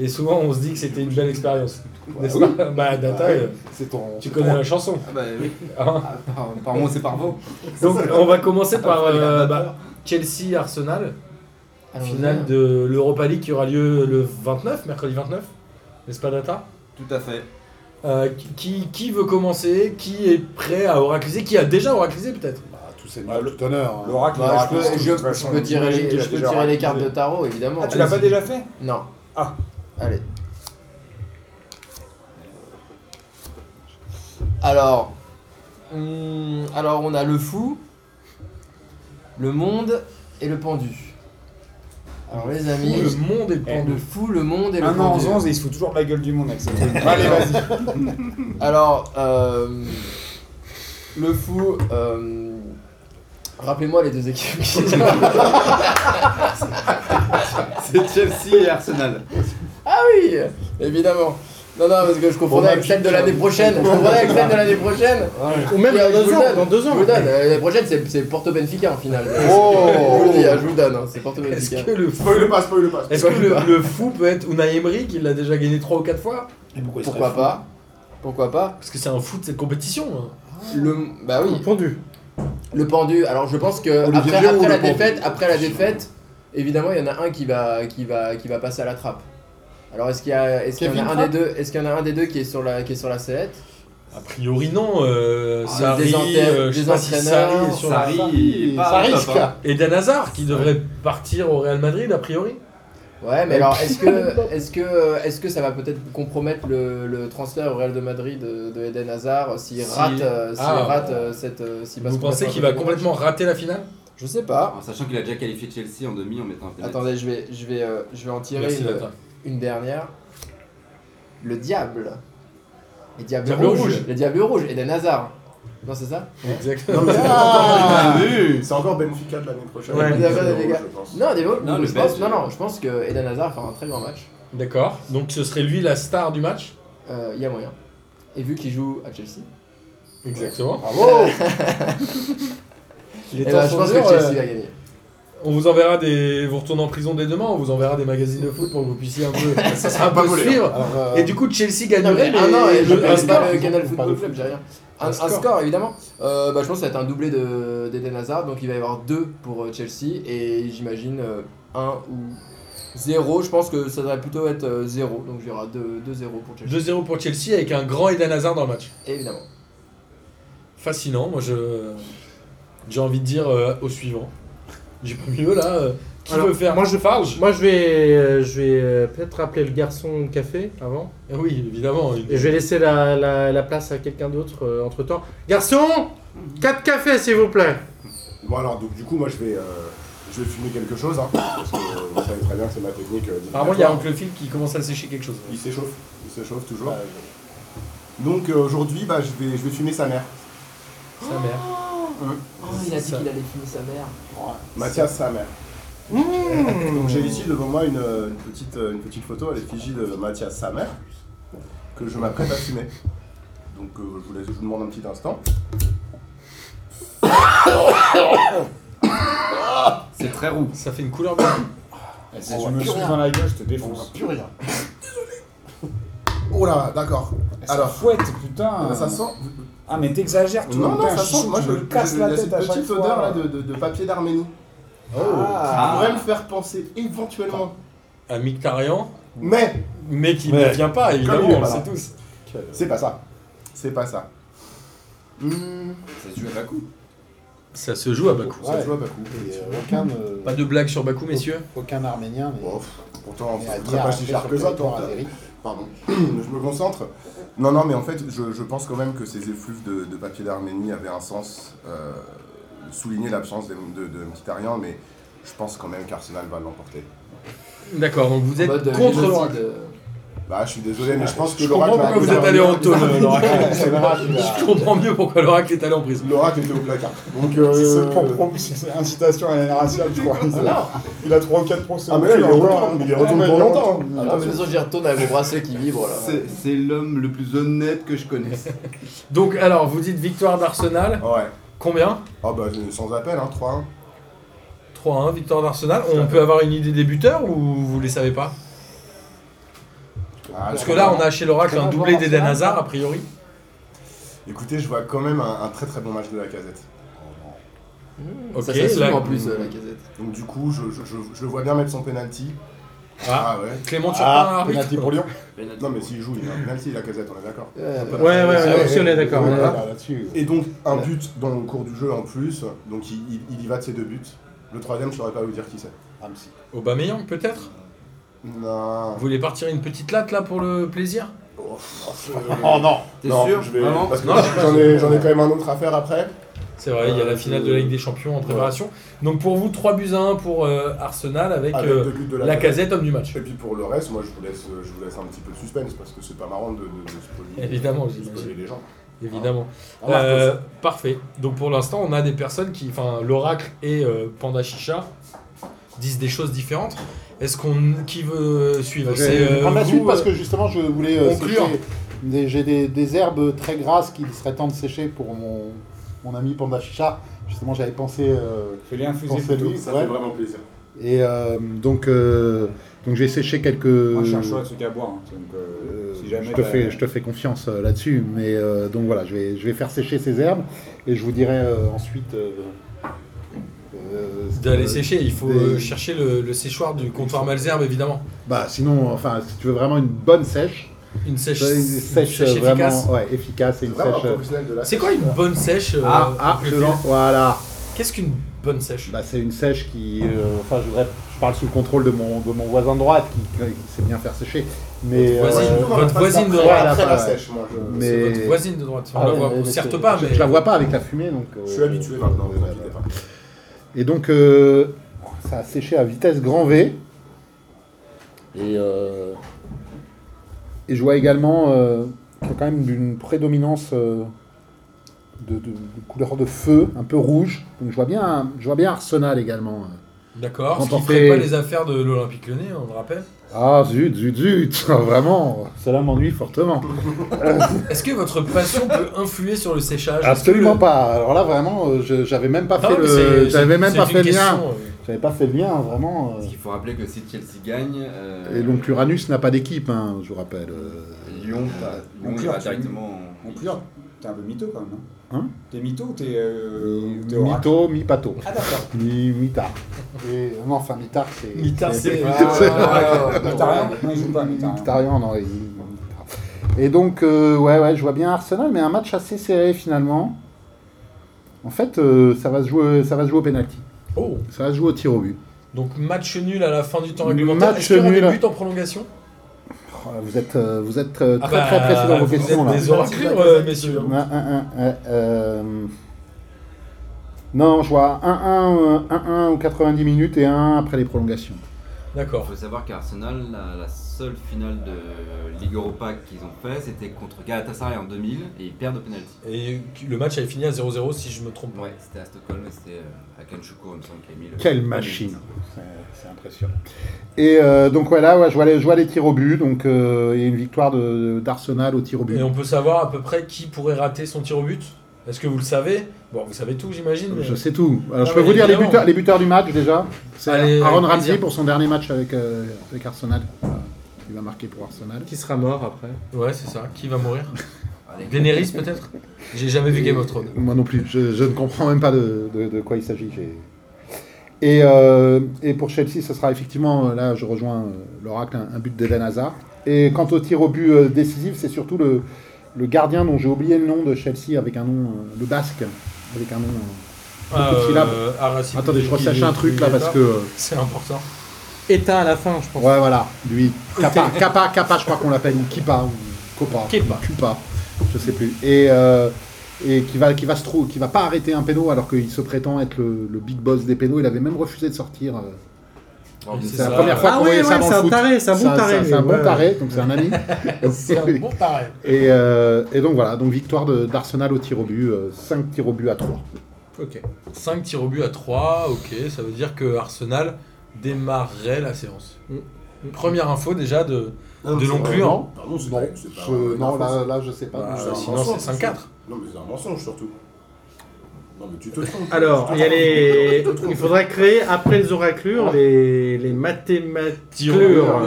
Speaker 4: Et souvent, on se dit que c'était une belle expérience. N'est-ce
Speaker 7: oui.
Speaker 4: pas Bah, Data,
Speaker 7: Ah oui.
Speaker 4: euh,
Speaker 7: C'est ton.
Speaker 4: tu connais la chanson.
Speaker 1: Ah bah oui.
Speaker 4: hein
Speaker 1: Ah, par, par moi, c'est par vous.
Speaker 4: Donc, on va commencer par
Speaker 1: Après, les
Speaker 4: euh,
Speaker 1: gardes
Speaker 4: bah, Chelsea-Arsenal,
Speaker 6: Allons-y.
Speaker 4: finale de l'Europa League qui aura lieu le 29, mercredi 29. N'est-ce pas, Data
Speaker 1: Tout à fait.
Speaker 4: Euh, qui, qui veut commencer Qui est prêt à oracliser Qui a déjà oraclisé, peut-être
Speaker 9: Ah, Tout c'est tout honneur. hein.
Speaker 5: L'oracle,
Speaker 6: Bah,
Speaker 5: l'oracle,
Speaker 6: je
Speaker 5: de
Speaker 6: peux, je-
Speaker 5: toute
Speaker 6: je
Speaker 5: façon,
Speaker 6: peux
Speaker 5: on
Speaker 6: tirer,
Speaker 5: imagine qu'il
Speaker 6: les,
Speaker 5: a
Speaker 6: je peux
Speaker 5: déjà Ah,
Speaker 6: tirer les
Speaker 5: raconté.
Speaker 6: cartes de tarot, évidemment.
Speaker 5: Ah, tu l'as pas
Speaker 6: Vas-y.
Speaker 5: déjà fait
Speaker 6: Non.
Speaker 5: Ah.
Speaker 6: Allez. Alors. hum, alors, on a le fou, le monde et le pendu. Alors, les amis. Eh,
Speaker 4: Le monde est pendu.
Speaker 6: Le fou, le monde et le
Speaker 5: Un an en
Speaker 6: pendu.
Speaker 5: 11 et il se fout toujours de la gueule du monde avec ses trucs. Allez, vas-y.
Speaker 6: Alors, euh, le fou. euh, Rappelez-moi les deux équipes.
Speaker 1: C'est Chelsea et Arsenal.
Speaker 6: ah oui, évidemment. Non, non, parce que je confondais avec celle de l'année prochaine. Je confondais avec celle de l'année prochaine.
Speaker 8: Ou même
Speaker 6: Et,
Speaker 8: dans
Speaker 6: euh, je
Speaker 8: deux
Speaker 6: vous
Speaker 8: ans.
Speaker 6: donne,
Speaker 8: Dans deux
Speaker 6: Je
Speaker 8: ans.
Speaker 6: vous donne. Euh, L'année prochaine, c'est c'est Porto Benfica en finale.
Speaker 9: Oh.
Speaker 6: je vous le dis, hein, je vous le donne. hein, C'est Porto
Speaker 4: Est-ce
Speaker 6: Benfica.
Speaker 4: que le fou,
Speaker 9: Spoil le pas, spoil le pas.
Speaker 4: est-ce que le- le fou peut être Unai Emery qui l'a déjà gagné 3 ou 4 fois
Speaker 6: Pourquoi pas Pourquoi pas
Speaker 4: Parce que c'est un fou de cette compétition. hein.
Speaker 6: Le bah oui.
Speaker 8: Pendu.
Speaker 6: Le pendu. Alors je pense que
Speaker 9: Olivier
Speaker 6: après,
Speaker 9: Giroud,
Speaker 6: après la
Speaker 9: le pendu.
Speaker 6: défaite, après la défaite, évidemment il y en a un qui va qui va qui va passer à la trappe. Alors est-ce qu'il y a est-ce qu'il y en a un des deux est-ce qu'il y en a un des deux qui est sur la qui est sur la sellette
Speaker 4: A priori, non. Euh,
Speaker 6: Ah,
Speaker 4: Sarri,
Speaker 6: des entraîneurs,
Speaker 4: euh, je sais
Speaker 6: des
Speaker 4: pas si
Speaker 6: entraîneurs,
Speaker 4: Sarri est sur la-
Speaker 1: Sarri,
Speaker 7: Ça risque.
Speaker 4: Et Dan Hazard qui devrait partir au Real Madrid, a priori.
Speaker 6: Ouais, mais alors est-ce que est-ce que est-ce que ça va peut-être compromettre le, le transfert au Real de Madrid de, de Eden Hazard s'il
Speaker 4: Si-
Speaker 6: rate euh, s'il
Speaker 4: Ah.
Speaker 6: rate euh, cette euh, s'il passe
Speaker 4: Vous pensez
Speaker 6: complètement
Speaker 4: qu'il va
Speaker 6: à côté du match
Speaker 4: complètement rater la finale
Speaker 6: Je sais pas.
Speaker 1: En sachant qu'il a déjà qualifié Chelsea en demi, on mettait un pénalty.
Speaker 6: Attendez, je vais, je vais, euh, je vais en tirer
Speaker 4: Merci,
Speaker 6: une,
Speaker 4: Data.
Speaker 6: une dernière. Le diable. Les diables
Speaker 4: Diable
Speaker 6: rouges.
Speaker 4: rouge.
Speaker 6: Les diables rouges. Et des Hazard. Non, c'est ça
Speaker 4: Exactement.
Speaker 9: Non, mais c'est
Speaker 7: Ah
Speaker 9: encore-
Speaker 1: Vu
Speaker 9: C'est encore Benfica de l'année prochaine.
Speaker 4: Ouais.
Speaker 9: C'est
Speaker 6: D'accord,
Speaker 9: drôle,
Speaker 6: les gars.
Speaker 9: je pense.
Speaker 6: Non, des mots-
Speaker 1: Non, le
Speaker 6: je pense,
Speaker 1: Belge.
Speaker 6: non, non, je pense que Eden Hazard fera un très grand match.
Speaker 4: D'accord. Donc ce serait lui la star du match.
Speaker 6: Euh, Il y a moyen. Et vu qu'il joue à Chelsea,
Speaker 4: Exactement.
Speaker 9: Bravo
Speaker 4: Les
Speaker 6: eh
Speaker 4: temps
Speaker 6: ben, je
Speaker 4: sont
Speaker 6: pense que
Speaker 4: durs,
Speaker 6: Chelsea
Speaker 4: euh,
Speaker 6: va gagner.
Speaker 4: On vous enverra des. Vous retournez en prison dès demain. On vous enverra des magazines de foot pour que vous puissiez un peu,
Speaker 9: Ça
Speaker 4: un
Speaker 9: sera pas
Speaker 4: peu
Speaker 9: volé.
Speaker 4: suivre.
Speaker 6: Alors, euh,
Speaker 4: Et du coup, Chelsea
Speaker 6: non, mais
Speaker 4: gagnerait.
Speaker 6: un an,
Speaker 4: mais
Speaker 6: et je
Speaker 4: le- un
Speaker 6: ne
Speaker 4: star-
Speaker 6: pas le Canal
Speaker 4: Pardon.
Speaker 6: Football Club, j'ai rien. Un,
Speaker 4: Un
Speaker 6: un
Speaker 4: score.
Speaker 6: score. évidemment. Euh, bah, je pense que ça va être un doublé de- d'Eden Hazard, donc il va y avoir deux pour euh, Chelsea et j'imagine euh, un ou zéro. Je pense que ça devrait plutôt être euh, zéro, donc il y aura 2-0 pour Chelsea.
Speaker 4: 2-0 pour Chelsea avec un grand Eden Hazard dans le match.
Speaker 6: Évidemment.
Speaker 4: fascinant. Moi, je j'ai envie de dire euh, au suivant. J'ai pas mieux là. euh, qui
Speaker 8: Alors,
Speaker 4: veut faire
Speaker 8: moi, je-
Speaker 4: Farge
Speaker 8: Moi, je vais, euh, je vais euh, peut-être rappeler le garçon au café avant.
Speaker 4: Ah Oui, évidemment. une-
Speaker 8: Et je vais laisser la, la- la place à quelqu'un d'autre entre temps. Garçon 4 cafés, s'il vous plaît
Speaker 9: Bon alors donc du coup moi je vais euh, je vais fumer quelque chose hein, parce que euh, vous savez très bien que c'est ma technique. euh,
Speaker 4: Apparemment, il y a
Speaker 9: divinatoire.
Speaker 4: oncle Phil qui commence à sécher quelque chose.
Speaker 9: Il s'échauffe, il s'échauffe toujours. Donc euh, aujourd'hui bah je vais je vais fumer sa mère.
Speaker 4: Sa mère.
Speaker 6: Oh, il a dit
Speaker 4: C'est ça.
Speaker 6: qu'il allait fumer sa mère.
Speaker 9: Mathias sa mère. Donc j'ai ici devant moi une, euh, une petite euh, une petite photo à l'effigie de Mathias sa mère que je m'apprête à fumer. Donc euh, je vous laisse je vous demande un petit instant.
Speaker 1: C'est très roux.
Speaker 4: Ça fait une couleur bien.
Speaker 5: Si tu me suis dans la gueule, je te défonce.
Speaker 9: plus rien. Désolé. Oh là d'accord.
Speaker 5: Alors,
Speaker 9: Alors.
Speaker 5: fouette, putain.
Speaker 9: Ça sent
Speaker 5: Ah, mais t'exagères, tout
Speaker 9: Non, non,
Speaker 5: putain,
Speaker 9: ça sent.
Speaker 5: chou,
Speaker 9: Moi,
Speaker 5: tu
Speaker 9: je,
Speaker 5: me casses
Speaker 9: je-
Speaker 5: la
Speaker 9: il y a
Speaker 5: tête
Speaker 9: cette
Speaker 5: à chaque
Speaker 9: petite
Speaker 5: fois.
Speaker 9: odeur là de, de- de papier d'Arménie. Oh.
Speaker 5: Ah.
Speaker 9: Qui pourrait me faire penser éventuellement.
Speaker 4: Un Mictarian,
Speaker 9: Mais
Speaker 4: mais qui
Speaker 9: Ouais.
Speaker 4: ne vient pas, évidemment,
Speaker 9: il est
Speaker 4: on le
Speaker 9: pas
Speaker 4: sait
Speaker 9: là.
Speaker 4: tous.
Speaker 9: c'est pas ça. C'est pas ça. Mmh.
Speaker 1: Ça se joue à pas coup.
Speaker 4: Ça se joue à Bakou.
Speaker 9: Ça se joue à Bakou.
Speaker 7: Et,
Speaker 9: Et,
Speaker 7: euh,
Speaker 9: euh,
Speaker 7: aucun, euh,
Speaker 4: Pas de blague sur Bakou, messieurs
Speaker 7: aucun Arménien. Mais...
Speaker 9: bon, pourtant,
Speaker 7: mais
Speaker 9: c'est
Speaker 7: a
Speaker 9: très pas si
Speaker 7: dit
Speaker 9: cher
Speaker 7: sur
Speaker 9: que
Speaker 7: le
Speaker 9: ça,
Speaker 7: territoire
Speaker 9: toi.
Speaker 7: azéri.
Speaker 9: Pardon, je me concentre. Non, non, mais en fait, je, je pense quand même que ces effluves de, de papier d'Arménie avaient un sens. euh, souligner l'absence de, de, de Mkhitaryan, mais je pense quand même qu'Arsenal va l'emporter.
Speaker 4: D'accord, donc vous
Speaker 6: En
Speaker 4: êtes
Speaker 6: mode, euh,
Speaker 4: contre
Speaker 6: génocide,
Speaker 4: l'oracle.
Speaker 6: euh,
Speaker 9: Bah, je suis désolé, mais je pense que
Speaker 4: Je comprends
Speaker 9: l'oracle a-
Speaker 4: pourquoi vous êtes allé en taule, euh, l'oracle.
Speaker 7: C'est vrai, tu vas-
Speaker 4: Je comprends mieux pourquoi l'oracle est allé en prison.
Speaker 9: L'oracle était au placard. Donc,
Speaker 5: C'est
Speaker 9: euh,
Speaker 5: pour prom- c'est incitation à la haine raciale, je crois. Il a 3 ou 4 procès.
Speaker 9: Ah,
Speaker 5: au
Speaker 9: mais là,
Speaker 5: cul
Speaker 9: il est
Speaker 5: encore,
Speaker 9: retourné,
Speaker 5: hein.
Speaker 9: mais il est retourné
Speaker 5: Ah,
Speaker 9: pour
Speaker 5: mais
Speaker 9: longtemps.
Speaker 5: il est
Speaker 6: Alors, de toute façon, j'y retourne avec mon bracelet qui vibre là.
Speaker 1: C'est c'est l'homme le plus honnête que je connaisse.
Speaker 4: Donc, alors, vous dites victoire d'Arsenal.
Speaker 9: Ouais.
Speaker 4: Combien
Speaker 9: Ah bah sans appel, hein, 3-1.
Speaker 4: 3-1, victoire d'Arsenal.
Speaker 7: euh,
Speaker 4: On peut avoir une idée des buteurs ou vous les savez pas
Speaker 9: Ah,
Speaker 4: Parce que là, on a chez l'oracle un doublé d'Eden Hazard, a priori.
Speaker 9: Écoutez, je vois quand même un, un très très bon match de la casette.
Speaker 4: Ok,
Speaker 6: ça s'assume
Speaker 4: là-
Speaker 6: en plus euh, la casette.
Speaker 9: Donc du coup, je, je, je, je le vois bien mettre son penalty.
Speaker 4: Ah,
Speaker 9: ouais.
Speaker 4: Clément Turpin,
Speaker 7: Ah,
Speaker 4: arbitre.
Speaker 7: penalty pour Lyon.
Speaker 9: Non mais s'il joue, il a un penalty la casette, on est d'accord.
Speaker 6: Ouais,
Speaker 7: Euh,
Speaker 8: Ouais, ouais, ouais, aussi, on est d'accord.
Speaker 9: ouais, ouais.
Speaker 7: Là-dessus.
Speaker 9: Et donc un but dans le cours du jeu en plus, donc il, il- il y va de ses deux buts. Le troisième, je saurais pas vous dire qui c'est.
Speaker 7: Ramsey.
Speaker 4: Aubameyang, peut-être
Speaker 9: Non.
Speaker 4: Vous voulez partir une petite latte, là, pour le plaisir
Speaker 9: hein.
Speaker 7: Oh non
Speaker 1: T'es
Speaker 9: Non,
Speaker 1: sûr
Speaker 9: je vais-
Speaker 1: Vraiment
Speaker 9: Parce que
Speaker 4: Non,
Speaker 9: j'en ai, j'en ai quand même un autre à faire après.
Speaker 4: C'est vrai, il y a
Speaker 9: Euh,
Speaker 4: la finale de la Ligue des Champions en préparation. Donc pour vous, 3 buts à 1 pour euh, Arsenal avec,
Speaker 9: Avec
Speaker 4: euh,
Speaker 9: deux buts de la,
Speaker 4: la casette homme du match.
Speaker 9: Et puis pour le reste, moi je vous laisse, je vous laisse un petit peu de suspense parce que c'est pas marrant de, de, de spoiler-
Speaker 4: Évidemment,
Speaker 9: de
Speaker 4: j'imagine.
Speaker 9: spoiler les gens.
Speaker 4: Évidemment.
Speaker 9: Remarque,
Speaker 4: Euh, parfait. Donc pour l'instant, on a des personnes qui, enfin, l'oracle et euh, Panda Chicha disent des choses différentes. Est-ce qu'on qui veut suivre
Speaker 7: Je
Speaker 4: C'est,
Speaker 7: vais
Speaker 4: euh,
Speaker 7: prendre la
Speaker 4: vous,
Speaker 7: suite parce
Speaker 4: euh,
Speaker 7: que justement je voulais euh,
Speaker 4: conclure.
Speaker 7: sécher des- J'ai des, des herbes très grasses qu'il serait temps de sécher pour mon, mon ami Panda Chicha. Justement j'avais pensé euh,
Speaker 5: Fais-les infuser
Speaker 7: penser à
Speaker 5: plutôt.
Speaker 7: lui.
Speaker 9: Ça
Speaker 7: ouais.
Speaker 9: fait vraiment plaisir.
Speaker 7: Et euh, donc, euh, donc j'ai séché quelques.
Speaker 5: Moi, je suis un choix de ce qu'à boire. hein, Donc, euh,
Speaker 7: Euh,
Speaker 5: si jamais
Speaker 7: je, te
Speaker 5: t'as-
Speaker 7: fais, je te fais confiance euh, là-dessus, mais euh, donc voilà, je vais, je vais faire sécher ces herbes et je vous dirai euh, ensuite. euh, euh, ce
Speaker 4: D'aller
Speaker 7: que-
Speaker 4: sécher, il faut
Speaker 7: des-
Speaker 4: euh, chercher le, le séchoir du comptoir Malzerbe, évidemment.
Speaker 7: Bah, sinon, enfin, si tu veux vraiment une bonne sèche,
Speaker 4: Une sèche,
Speaker 7: une
Speaker 4: une
Speaker 7: sèche,
Speaker 4: sèche
Speaker 7: euh, vraiment
Speaker 4: efficace.
Speaker 7: ouais, efficace et
Speaker 9: C'est
Speaker 7: une
Speaker 9: vraiment un
Speaker 7: sèche. euh,
Speaker 9: professionnel de la
Speaker 4: C'est quoi une bonne sèche euh,
Speaker 7: Ah, ah,
Speaker 4: Oncle
Speaker 7: je
Speaker 4: Phil
Speaker 7: l'en- voilà.
Speaker 4: Qu'est-ce qu'une bonne sèche
Speaker 7: Bah, c'est une sèche qui, euh, enfin, je, voudrais- je parle sous le contrôle de mon, de mon voisin de droite qui, qui sait bien faire sécher, mais.
Speaker 4: Votre voisine.
Speaker 7: euh,
Speaker 4: Votre voisine de
Speaker 7: droite.
Speaker 9: Après la
Speaker 7: Voilà,
Speaker 9: sèche, moi je.
Speaker 7: mais-
Speaker 4: C'est votre voisine de droite. On
Speaker 7: Ah
Speaker 4: la
Speaker 7: ouais,
Speaker 4: voit,
Speaker 7: ouais,
Speaker 4: on
Speaker 7: mais
Speaker 4: s'y
Speaker 7: c'est-
Speaker 4: retourne pas,
Speaker 7: je,
Speaker 4: mais
Speaker 7: je la vois pas avec la fumée, donc. euh,
Speaker 9: Je suis habitué maintenant, vous inquiétez pas.
Speaker 7: Et donc, euh, ça a séché à vitesse grand V. Et, euh, et je vois également euh, qu'il y a quand même une prédominance euh, de, de- de couleur de feu, un peu rouge. Donc je vois bien, je vois bien Arsenal également.
Speaker 4: D'accord,
Speaker 7: Quand
Speaker 4: ce qui
Speaker 7: on
Speaker 4: ferait
Speaker 7: fait-
Speaker 4: pas les affaires de l'Olympique Lyonnais, hein, on le rappelle.
Speaker 7: Ah zut, zut, zut, vraiment, cela m'ennuie fortement.
Speaker 4: Est-ce que votre passion peut influer sur le séchage
Speaker 7: Absolument
Speaker 4: Est-ce
Speaker 7: pas. Alors là, vraiment, euh, je- j'avais même pas
Speaker 4: que le-
Speaker 7: fait
Speaker 4: Non, mais c'est-
Speaker 7: le,
Speaker 4: c'est-
Speaker 7: j'avais même
Speaker 4: c'est
Speaker 7: pas
Speaker 4: une
Speaker 7: fait le lien.
Speaker 4: question, euh,
Speaker 7: J'avais pas fait le lien, vraiment. euh.
Speaker 1: Parce qu'il faut rappeler que si Chelsea gagne, euh,
Speaker 7: Et donc Uranus n'a pas d'équipe, hein, je vous rappelle. euh.
Speaker 1: Lyon,
Speaker 5: Euh,
Speaker 1: Lyon
Speaker 5: donc,
Speaker 1: ira
Speaker 5: tu-
Speaker 1: directement. en-
Speaker 5: En plus, t'es un peu mytho quand même.
Speaker 7: Hein
Speaker 5: T'es mytho ou t'es. Euh, ou t'es oracle
Speaker 7: Mito, mi pato,
Speaker 5: Ah, d'accord.
Speaker 7: mi mitard. Et euh, non, enfin mitard c'est.
Speaker 4: Mitard, c'est- Ah,
Speaker 5: Mais Bah, t'as rien Non, il joue pas, mais t'as rien.
Speaker 7: Mictarian, non. il- Et donc euh, ouais ouais, je vois bien Arsenal, mais un match assez serré finalement. En fait, euh, ça, va se jouer, ça va se jouer au penalty.
Speaker 4: Oh
Speaker 7: Ça va se jouer au tir au but.
Speaker 4: Donc match nul à la fin du temps réglementaire.
Speaker 7: Match
Speaker 4: Est-ce qu'il y aura des
Speaker 7: nul.
Speaker 4: buts en prolongation
Speaker 7: Oh, vous êtes, euh, vous êtes euh,
Speaker 4: Ah
Speaker 7: très
Speaker 4: bah,
Speaker 7: très pressés dans vos
Speaker 4: vous
Speaker 7: questions
Speaker 4: êtes
Speaker 7: là.
Speaker 4: des oracles, euh, messieurs.
Speaker 7: Un, un, un, ouais, euh, Non, je vois 1-1 euh, 1-1 aux 90 minutes et 1 après les prolongations.
Speaker 4: D'accord.
Speaker 2: Il faut savoir qu'Arsenal, la, la seule finale de Ligue Europa qu'ils ont fait, c'était contre Galatasaray en 2000 et ils perdent au penalty.
Speaker 4: Et le match avait fini à 0-0 si je me trompe pas.
Speaker 2: Ouais, c'était à Stockholm et c'était euh, à Kenchuko, il me semble qu'il a mis le-
Speaker 7: Quelle
Speaker 2: le
Speaker 7: machine.
Speaker 2: but.
Speaker 7: C'est- C'est impressionnant. Et euh, donc voilà, ouais, je, vois les, je vois les tirs au but. Donc euh, il y a une victoire de- d'Arsenal au tir au but.
Speaker 4: Et on peut savoir à peu près qui pourrait rater son tir au but Est-ce que vous le savez Bon, vous savez tout, j'imagine. mais-
Speaker 7: Je sais tout. Alors,
Speaker 4: Ah
Speaker 7: je peux
Speaker 4: ouais,
Speaker 7: vous dire les
Speaker 4: évidemment.
Speaker 7: buteurs, les buteurs du match déjà. C'est
Speaker 4: Allez,
Speaker 7: Aaron
Speaker 4: avec plaisir.
Speaker 7: Ramsey pour son dernier match avec, euh, avec Arsenal. Euh, Il va marquer pour Arsenal.
Speaker 10: Qui sera mort après
Speaker 4: Ouais, c'est ça. Qui va mourir
Speaker 2: Allez.
Speaker 4: Daenerys, peut-être J'ai jamais vu Game of Thrones.
Speaker 7: Moi non plus, je, je ne comprends même pas de, de- de quoi il s'agit. j'ai- Et, euh, et pour Chelsea, ce sera effectivement, euh, là je rejoins euh, l'oracle, un, un but d'Eden Hazard. Et quant au tir au but euh, décisif, c'est surtout le, le gardien dont j'ai oublié le nom de Chelsea avec un nom, euh, le basque, avec un nom. euh.
Speaker 4: Ah,
Speaker 7: Beaucoup de syllabes.
Speaker 4: Aracide,
Speaker 7: Attendez, je
Speaker 4: qui-
Speaker 7: recherche un truc
Speaker 4: qui
Speaker 7: là
Speaker 4: est
Speaker 7: parce
Speaker 4: pas.
Speaker 7: que. euh,
Speaker 4: C'est important.
Speaker 10: Éteint à la fin, je pense.
Speaker 7: Ouais, voilà, lui. Kappa, Kappa, Kappa, je crois qu'on l'appelle, ou Kippa, ou Copa,
Speaker 4: Kippa.
Speaker 7: Kupa, je sais plus. Et, euh, et qui va, qui va se trou- qui va pas arrêter un péno alors qu'il se prétend être le, le big boss des pénaux. Il avait même refusé de sortir. euh.
Speaker 4: C'est
Speaker 7: C'est
Speaker 4: ça.
Speaker 7: la première fois
Speaker 10: Ah
Speaker 7: qu'on voyait
Speaker 10: ouais,
Speaker 7: ça
Speaker 10: ouais,
Speaker 7: dans
Speaker 10: c'est
Speaker 7: le
Speaker 10: un
Speaker 7: foot.
Speaker 10: taré, c'est un bon taré,
Speaker 7: C'est un
Speaker 10: lui,
Speaker 7: bon
Speaker 10: ouais.
Speaker 7: taré, donc c'est un ami.
Speaker 4: C'est un bon pareil.
Speaker 7: et, euh, et donc voilà, donc victoire de- d'Arsenal au tir au but, 5 tirs au but à 3.
Speaker 10: Ok.
Speaker 4: 5 tirs au but à 3, ok, ça veut dire que Arsenal démarrerait la séance.
Speaker 1: Mm.
Speaker 4: Première info déjà de. De non plus, hein.
Speaker 9: Ah non, c'est vrai, c'est pas
Speaker 7: Je-
Speaker 9: une
Speaker 7: non,
Speaker 9: info,
Speaker 7: là, là, je sais pas.
Speaker 9: Bah,
Speaker 7: Je-
Speaker 9: un
Speaker 4: sinon,
Speaker 9: mensonge,
Speaker 4: c'est 5-4.
Speaker 9: surtout. Non, mais c'est un mensonge surtout. Non, mais tu te trompes.
Speaker 8: Alors, il y a les. Il faudra créer après les oraclures les, les mathématiques.
Speaker 4: Tireur.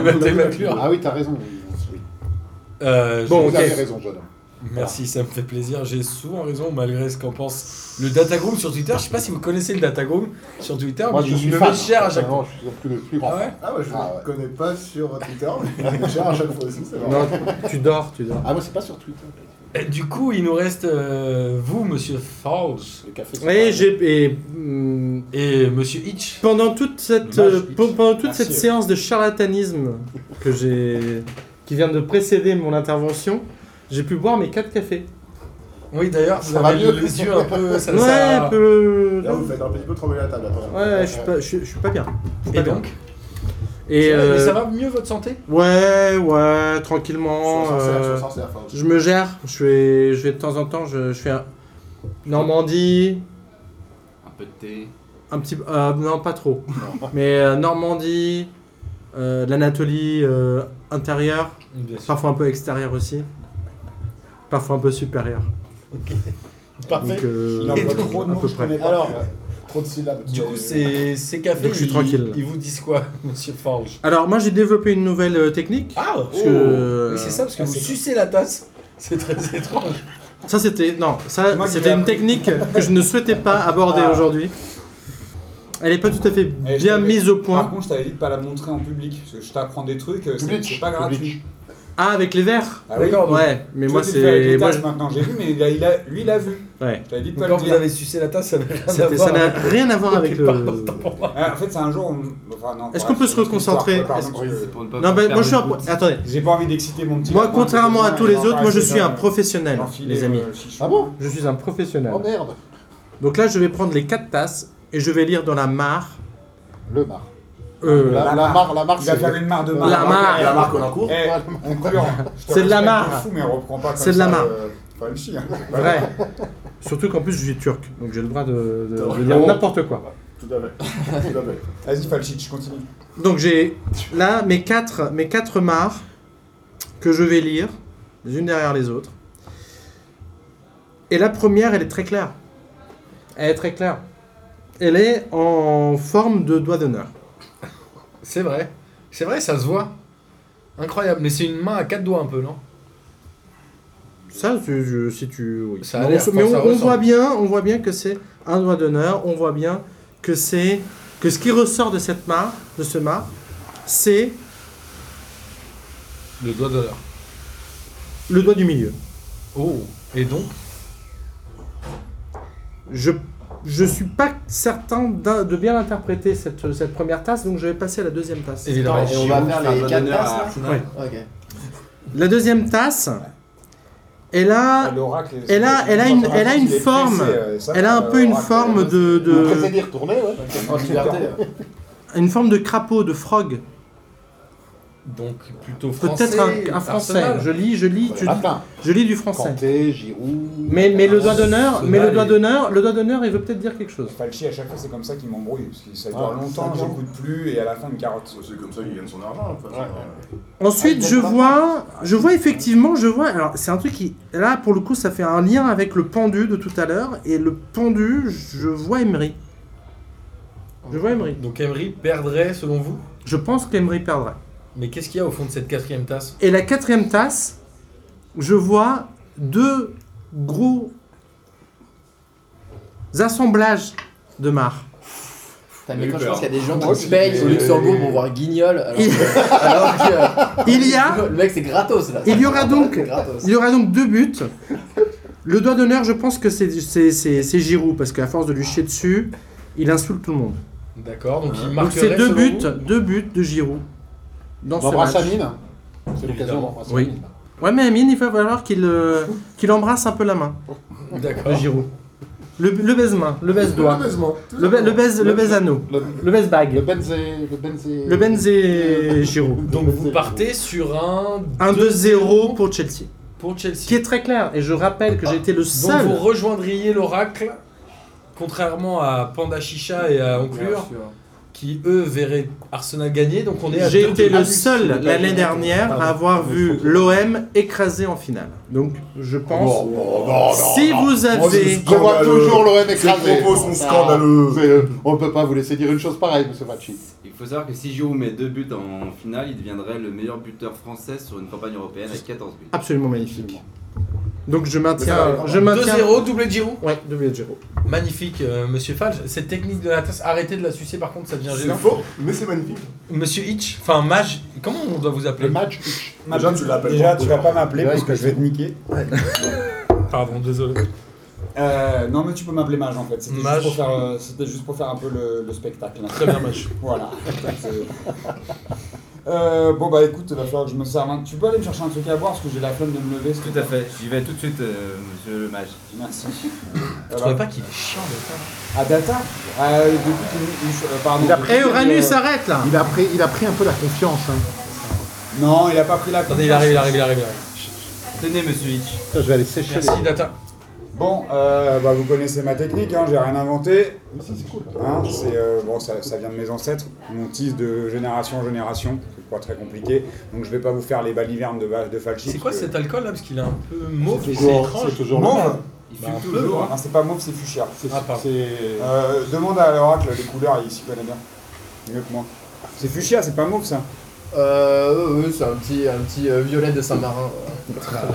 Speaker 7: ah oui, t'as raison. Oui.
Speaker 4: Euh, je-
Speaker 8: Bon,
Speaker 7: Vous
Speaker 8: ok.
Speaker 7: avez raison, John.
Speaker 4: Merci, ça me fait plaisir. J'ai souvent raison malgré ce qu'en pense le Datagroom sur Twitter. Je sais pas si vous connaissez le Datagroom sur Twitter, mais il me met cher à chaque fois.
Speaker 7: Vraiment, je suis plus le plus grand
Speaker 4: Ah ouais
Speaker 9: Ah ouais, je ne
Speaker 7: Ah ouais.
Speaker 9: connais pas sur Twitter, mais je gère à chaque fois aussi, c'est vrai.
Speaker 10: Non, tu dors, tu dors.
Speaker 7: Ah, moi, c'est pas sur Twitter.
Speaker 4: Et du coup, il nous reste euh, vous, monsieur Fowles,
Speaker 7: Le café. c'est
Speaker 10: Et
Speaker 7: pareil.
Speaker 10: j'ai. et, hum,
Speaker 4: et monsieur Hitch.
Speaker 10: Pendant toute cette,
Speaker 4: Dommage,
Speaker 10: euh,
Speaker 4: Hitch.
Speaker 10: pe- pendant toute
Speaker 4: Merci.
Speaker 10: cette séance de charlatanisme que j'ai, qui vient de précéder mon intervention, j'ai pu boire mes 4 cafés.
Speaker 4: Oui, d'ailleurs, vous
Speaker 7: Ça va
Speaker 4: avez
Speaker 7: mieux.
Speaker 4: les yeux un peu. Ça,
Speaker 10: ouais,
Speaker 4: ça-
Speaker 10: un peu.
Speaker 9: Là, vous faites un petit peu trembler la table, attention.
Speaker 10: Ouais, je suis pas, Euh, je, suis- je suis pas bien. Je suis
Speaker 4: Et
Speaker 10: pas bien.
Speaker 4: donc
Speaker 10: Et
Speaker 4: ça,
Speaker 10: euh,
Speaker 4: mais ça va mieux votre santé
Speaker 10: Ouais, ouais, tranquillement.
Speaker 9: Sois sincère,
Speaker 10: euh,
Speaker 9: sois sincère, enfin,
Speaker 10: je me gère. Je fais, je vais de temps en temps, je, je fais un Normandie,
Speaker 2: Un peu de thé.
Speaker 10: un petit, euh, non pas trop, mais euh, Normandie, euh, de l'Anatolie euh, intérieure,
Speaker 4: Bien sûr.
Speaker 10: parfois un peu extérieure aussi, parfois un peu supérieure.
Speaker 4: Parfait.
Speaker 10: Donc, euh,
Speaker 5: Il en
Speaker 4: Et
Speaker 5: voit
Speaker 4: donc,
Speaker 5: trop de
Speaker 10: à
Speaker 5: noms,
Speaker 10: peu
Speaker 5: je
Speaker 10: près.
Speaker 5: connais pas.
Speaker 4: Alors,
Speaker 9: Trop de syllabes.
Speaker 4: Du coup, ces, ces cafés,
Speaker 10: Donc, je suis
Speaker 4: ils,
Speaker 10: tranquille.
Speaker 4: ils vous disent quoi, monsieur Forge
Speaker 10: Alors moi j'ai développé une nouvelle euh, technique. Euh,
Speaker 4: Ah
Speaker 10: Parce que-
Speaker 4: Oui, c'est ça, parce que vous sucez la tasse. C'est très étrange.
Speaker 10: Ça c'était non, ça
Speaker 5: C'est moi qui l'ai
Speaker 10: c'était une
Speaker 5: appris.
Speaker 10: technique que je ne souhaitais pas aborder
Speaker 5: Ah.
Speaker 10: aujourd'hui. Elle est pas tout à fait
Speaker 5: Eh, je
Speaker 10: bien
Speaker 5: t'avais-
Speaker 10: mise au
Speaker 5: Par
Speaker 10: point.
Speaker 5: contre, je t'avais dit de pas la montrer en public, parce que je t'apprends des trucs, euh, c'est
Speaker 7: Public.
Speaker 5: c'est pas gratuit.
Speaker 10: Ah avec les verres.
Speaker 5: Ah oui.
Speaker 4: D'accord, donc-
Speaker 10: Ouais, mais
Speaker 5: Toi,
Speaker 10: moi
Speaker 5: tu le fais avec les
Speaker 10: c'est moi,
Speaker 5: tasses maintenant, j'ai vu, mais il a- il a- lui, il a vu.
Speaker 10: Ouais.
Speaker 5: Je t'avais dit de
Speaker 4: Donc,
Speaker 5: pas
Speaker 4: Quand
Speaker 5: le
Speaker 4: vous
Speaker 5: dire.
Speaker 4: avez sucé la tasse, ça n'a rien à
Speaker 10: C'était- ça
Speaker 4: voir.
Speaker 10: n'a rien à voir avec le.
Speaker 5: Ah, En fait, c'est un jour. on- enfin, non,
Speaker 10: Est-ce
Speaker 5: bref,
Speaker 10: qu'on
Speaker 5: c'est
Speaker 10: peut se
Speaker 5: une histoire,
Speaker 10: reconcentrer
Speaker 5: ouais, pardon,
Speaker 10: Est-ce
Speaker 5: je-
Speaker 2: C'est pour ne pas
Speaker 10: Non,
Speaker 2: faire
Speaker 10: ben, moi je suis un.
Speaker 2: le foot.
Speaker 10: Attendez.
Speaker 5: J'ai pas envie d'exciter mon petit.
Speaker 10: Moi,
Speaker 5: lapin,
Speaker 10: contrairement à
Speaker 5: c'est
Speaker 10: tous
Speaker 5: bon,
Speaker 10: les
Speaker 5: il
Speaker 10: autres, moi je
Speaker 5: embrasse
Speaker 10: suis un
Speaker 5: gens,
Speaker 10: professionnel,
Speaker 5: enfile,
Speaker 10: les amis.
Speaker 5: euh, chichou.
Speaker 7: Ah bon
Speaker 10: Je suis un professionnel.
Speaker 7: Oh merde
Speaker 10: Donc là, je vais prendre les 4 tasses et je vais lire dans la mare.
Speaker 7: Le mar.
Speaker 10: euh,
Speaker 7: la, la mare, la mare,
Speaker 5: Il va
Speaker 7: c'est.
Speaker 5: faire une mare de
Speaker 7: La
Speaker 5: mare.
Speaker 10: mare.
Speaker 9: La marque Olincourt
Speaker 5: Eh, concurrent, je te
Speaker 10: C'est de la
Speaker 5: respecte
Speaker 10: mare.
Speaker 5: de Fou, mais reprends pas comme
Speaker 10: C'est de la
Speaker 5: ça,
Speaker 10: mare.
Speaker 5: euh, Frenchy, hein.
Speaker 10: vrai. Surtout qu'en plus, je suis turc, donc j'ai le droit de, de- de
Speaker 4: oh.
Speaker 9: T'aurais-
Speaker 10: dire n'importe quoi.
Speaker 9: Tout à fait. Tout à fait.
Speaker 5: Vas-y, Falchich, je continue.
Speaker 10: Donc j'ai là mes 4 mes quatre mares que je vais lire, les unes derrière les autres. Et la première, elle est très claire. Elle est très claire. Elle est en forme de doigt d'honneur.
Speaker 4: C'est vrai. C'est vrai, ça se voit. Incroyable. Mais c'est une main à quatre doigts un peu, non
Speaker 10: Ça, tu- je- si tu. oui.
Speaker 4: Ça a
Speaker 10: Mais on
Speaker 4: l'air,
Speaker 10: se-
Speaker 4: enfin,
Speaker 10: mais on,
Speaker 4: ça
Speaker 10: on
Speaker 4: ressemble.
Speaker 10: voit bien, on voit bien que c'est un doigt d'honneur. On voit bien que c'est que ce qui ressort de cette mare, de ce mât, c'est
Speaker 4: Le doigt d'honneur.
Speaker 10: le doigt du milieu.
Speaker 4: Oh. Et donc
Speaker 10: Je je suis pas certain d'in- de bien interpréter cette, cette première tasse, donc je vais passer à la deuxième tasse.
Speaker 4: Évidemment.
Speaker 6: Et on va faire les quatre
Speaker 2: honneur
Speaker 6: tasses,
Speaker 2: à
Speaker 6: là
Speaker 2: Arsenal.
Speaker 6: Ok.
Speaker 10: La deuxième tasse, elle
Speaker 5: Ah,
Speaker 10: a,
Speaker 5: l'oracle,
Speaker 10: elle a- elle a une- elle a une
Speaker 5: il est
Speaker 10: forme.
Speaker 5: pressé, euh, ça,
Speaker 10: elle a un
Speaker 5: euh,
Speaker 10: peu une
Speaker 5: l'oracle,
Speaker 10: forme
Speaker 5: euh,
Speaker 7: Vous
Speaker 10: de, de-
Speaker 7: préférez retourner, ouais.
Speaker 6: En liberté.
Speaker 10: une forme de crapaud, de frog.
Speaker 4: Donc plutôt français.
Speaker 10: Peut-être un, un français.
Speaker 4: Arsenal.
Speaker 10: Je lis, je lis, je, lis-
Speaker 7: Ah, Enfin,
Speaker 10: je lis du français.
Speaker 7: Kanté, Giroud.
Speaker 10: Mais, mais le doigt
Speaker 4: Arsenal
Speaker 10: d'honneur, mais le
Speaker 4: et-
Speaker 10: doigt d'honneur, le doigt d'honneur, il veut peut-être dire quelque chose.
Speaker 5: Falchi, à chaque fois, c'est comme ça qu'il m'embrouille. Parce que ça
Speaker 7: Ah,
Speaker 5: dure longtemps,
Speaker 7: ça dure.
Speaker 5: j'écoute plus, et à la fin, une carotte.
Speaker 9: C'est comme ça qu'il gagne son argent, en fait.
Speaker 10: Ensuite, je vois, je vois effectivement, je vois. Alors, c'est un truc qui, là, pour le coup, ça fait un lien avec le pendu de tout à l'heure. Et le pendu, je vois Emery. Je vois Emery.
Speaker 4: Donc Emery perdrait selon vous
Speaker 10: Je pense qu'Emery perdrait.
Speaker 4: Mais qu'est-ce qu'il y a au fond de cette quatrième tasse
Speaker 10: Et la quatrième tasse, je vois deux gros assemblages de marre.
Speaker 6: Putain,
Speaker 4: J'ai
Speaker 6: mais
Speaker 4: eu
Speaker 6: quand je
Speaker 4: peur.
Speaker 6: pense qu'il y a des gens
Speaker 5: Moi,
Speaker 6: qui
Speaker 5: c'est-
Speaker 6: payent au Luxembourg pour voir Guignol, alors que- alors que.
Speaker 10: Il y a-
Speaker 6: Le mec, c'est gratos là.
Speaker 10: Il y aura donc-
Speaker 6: C'est gratos.
Speaker 10: Il y aura donc deux buts. Le doigt d'honneur, je pense que c'est c'est- c'est- c'est Giroud, parce qu'à force de lui chier dessus, il insulte tout le monde.
Speaker 4: D'accord, donc il
Speaker 10: Euh, Donc
Speaker 4: marquerait
Speaker 10: c'est deux
Speaker 4: selon
Speaker 10: buts,
Speaker 4: vous
Speaker 10: deux buts de Giroud. Dans
Speaker 7: On
Speaker 10: ce
Speaker 7: embrasse
Speaker 10: match.
Speaker 7: Amine. C'est l'occasion
Speaker 4: Évidemment.
Speaker 7: d'embrasser
Speaker 10: Oui.
Speaker 7: Amine.
Speaker 10: Ouais, mais Amine, il va falloir qu'il euh, qu'il embrasse un peu la main de
Speaker 4: D'accord.
Speaker 10: Giroud. Le, le baise-main, le baise-doigt, le, ba- le baise- le baise-anneau,
Speaker 7: Le,
Speaker 10: le baise-bague.
Speaker 7: le Benzé. Le Benzé.
Speaker 10: Le Benz et Giroud.
Speaker 4: Donc vous partez sur un
Speaker 10: Un 2-0 pour Chelsea.
Speaker 4: pour
Speaker 10: Qui
Speaker 4: Chelsea.
Speaker 10: est très clair. Et je rappelle que j'ai été le
Speaker 4: Donc
Speaker 10: seul.
Speaker 4: vous rejoindriez l'oracle, contrairement à Panda Chicha et à Onclure, qui eux verraient Arsenal gagner. Donc on est à
Speaker 10: J'ai
Speaker 4: deux
Speaker 10: été
Speaker 4: buts.
Speaker 10: le seul l'année dernière à avoir vu l'OM écrasé en finale. Donc je pense.
Speaker 9: Oh,
Speaker 10: Si vous avez.
Speaker 7: Je vois toujours l'OM écrasé.
Speaker 9: Ces propos sont scandaleux.
Speaker 7: Mais, euh, on ne peut pas vous laisser dire une chose pareille, monsieur Facci.
Speaker 2: Il faut savoir que si Giroud met deux buts en finale, il deviendrait le meilleur buteur français sur une campagne européenne avec 14 buts.
Speaker 10: Absolument magnifique. Donc je maintiens. Je maintiens.
Speaker 4: 2-0, doublé de Giroud.
Speaker 10: Ouais, doublé de Giroud.
Speaker 4: Magnifique, euh, monsieur Falch. Cette technique de la tasse, arrêtez de la sucer par contre, ça devient
Speaker 9: C'est
Speaker 4: gênant.
Speaker 9: faux, mais c'est magnifique.
Speaker 4: Monsieur Hitch, enfin Mage, comment on doit vous
Speaker 7: Le
Speaker 4: appeler
Speaker 7: match.
Speaker 9: Déjà, tu l'appelles
Speaker 5: Déjà,
Speaker 9: pas.
Speaker 5: tu vas pas m'appeler
Speaker 7: Ouais,
Speaker 5: parce
Speaker 7: il
Speaker 5: que je vais te niquer.
Speaker 4: Pardon, désolé.
Speaker 5: Euh, non, mais tu peux m'appeler Mage en fait. C'était juste,
Speaker 4: Mage.
Speaker 5: pour faire, euh, c'était juste pour faire un peu le, le spectacle.
Speaker 4: Très bien, Mage.
Speaker 5: Voilà. Euh, bon bah écoute, il va falloir que je me serve. un- Tu peux aller me chercher un truc à boire parce que j'ai la flemme de me lever.
Speaker 2: Tout à fait, j'y vais tout de suite, euh, monsieur le mage.
Speaker 5: Merci.
Speaker 4: Je trouvais pas qu'il est chiant de ça.
Speaker 5: À Data euh, depuis qu'il- il- euh, pardon.
Speaker 7: Il a
Speaker 5: depuis
Speaker 10: Et
Speaker 5: qu'il-
Speaker 10: Uranus,
Speaker 5: euh,
Speaker 10: arrête là
Speaker 7: Il a, pris, il a pris un peu la confiance. hein.
Speaker 5: Non, il a pas pris la
Speaker 4: Attendez, il arrive, il arrive, il arrive. il arrive.
Speaker 2: Tenez, monsieur Hitch.
Speaker 7: Putain, Je vais aller sécher les...
Speaker 4: Merci, Data.
Speaker 5: Bon, euh, bah, vous connaissez ma technique, hein, j'ai rien inventé.
Speaker 7: Mais ça, c'est cool.
Speaker 5: Hein, c'est, euh, bon, ça, ça vient de mes ancêtres. On tisse de génération en génération. C'est pas très compliqué. Donc je vais pas vous faire les balivernes de, va- de Falchi.
Speaker 4: C'est quoi
Speaker 5: parce que-
Speaker 4: cet alcool là Parce qu'il est un peu mauve, c'est
Speaker 7: Toujours- C'est
Speaker 4: étrange.
Speaker 7: toujours le
Speaker 5: Mauve
Speaker 7: même.
Speaker 2: Il
Speaker 4: Bah,
Speaker 2: fume
Speaker 4: un peu,
Speaker 2: toujours.
Speaker 5: Ah, C'est pas mauve, c'est fuchsia.
Speaker 7: hein. C'est-
Speaker 4: Ah, pardon.
Speaker 7: c'est-
Speaker 5: Euh, demande à l'oracle, les couleurs, il s'y connaît bien. Mieux que moi. C'est fuchsia, c'est pas mauve ça.
Speaker 6: Euh, ouais, ouais, c'est un petit, un petit euh, violet de Saint-Marin. voilà.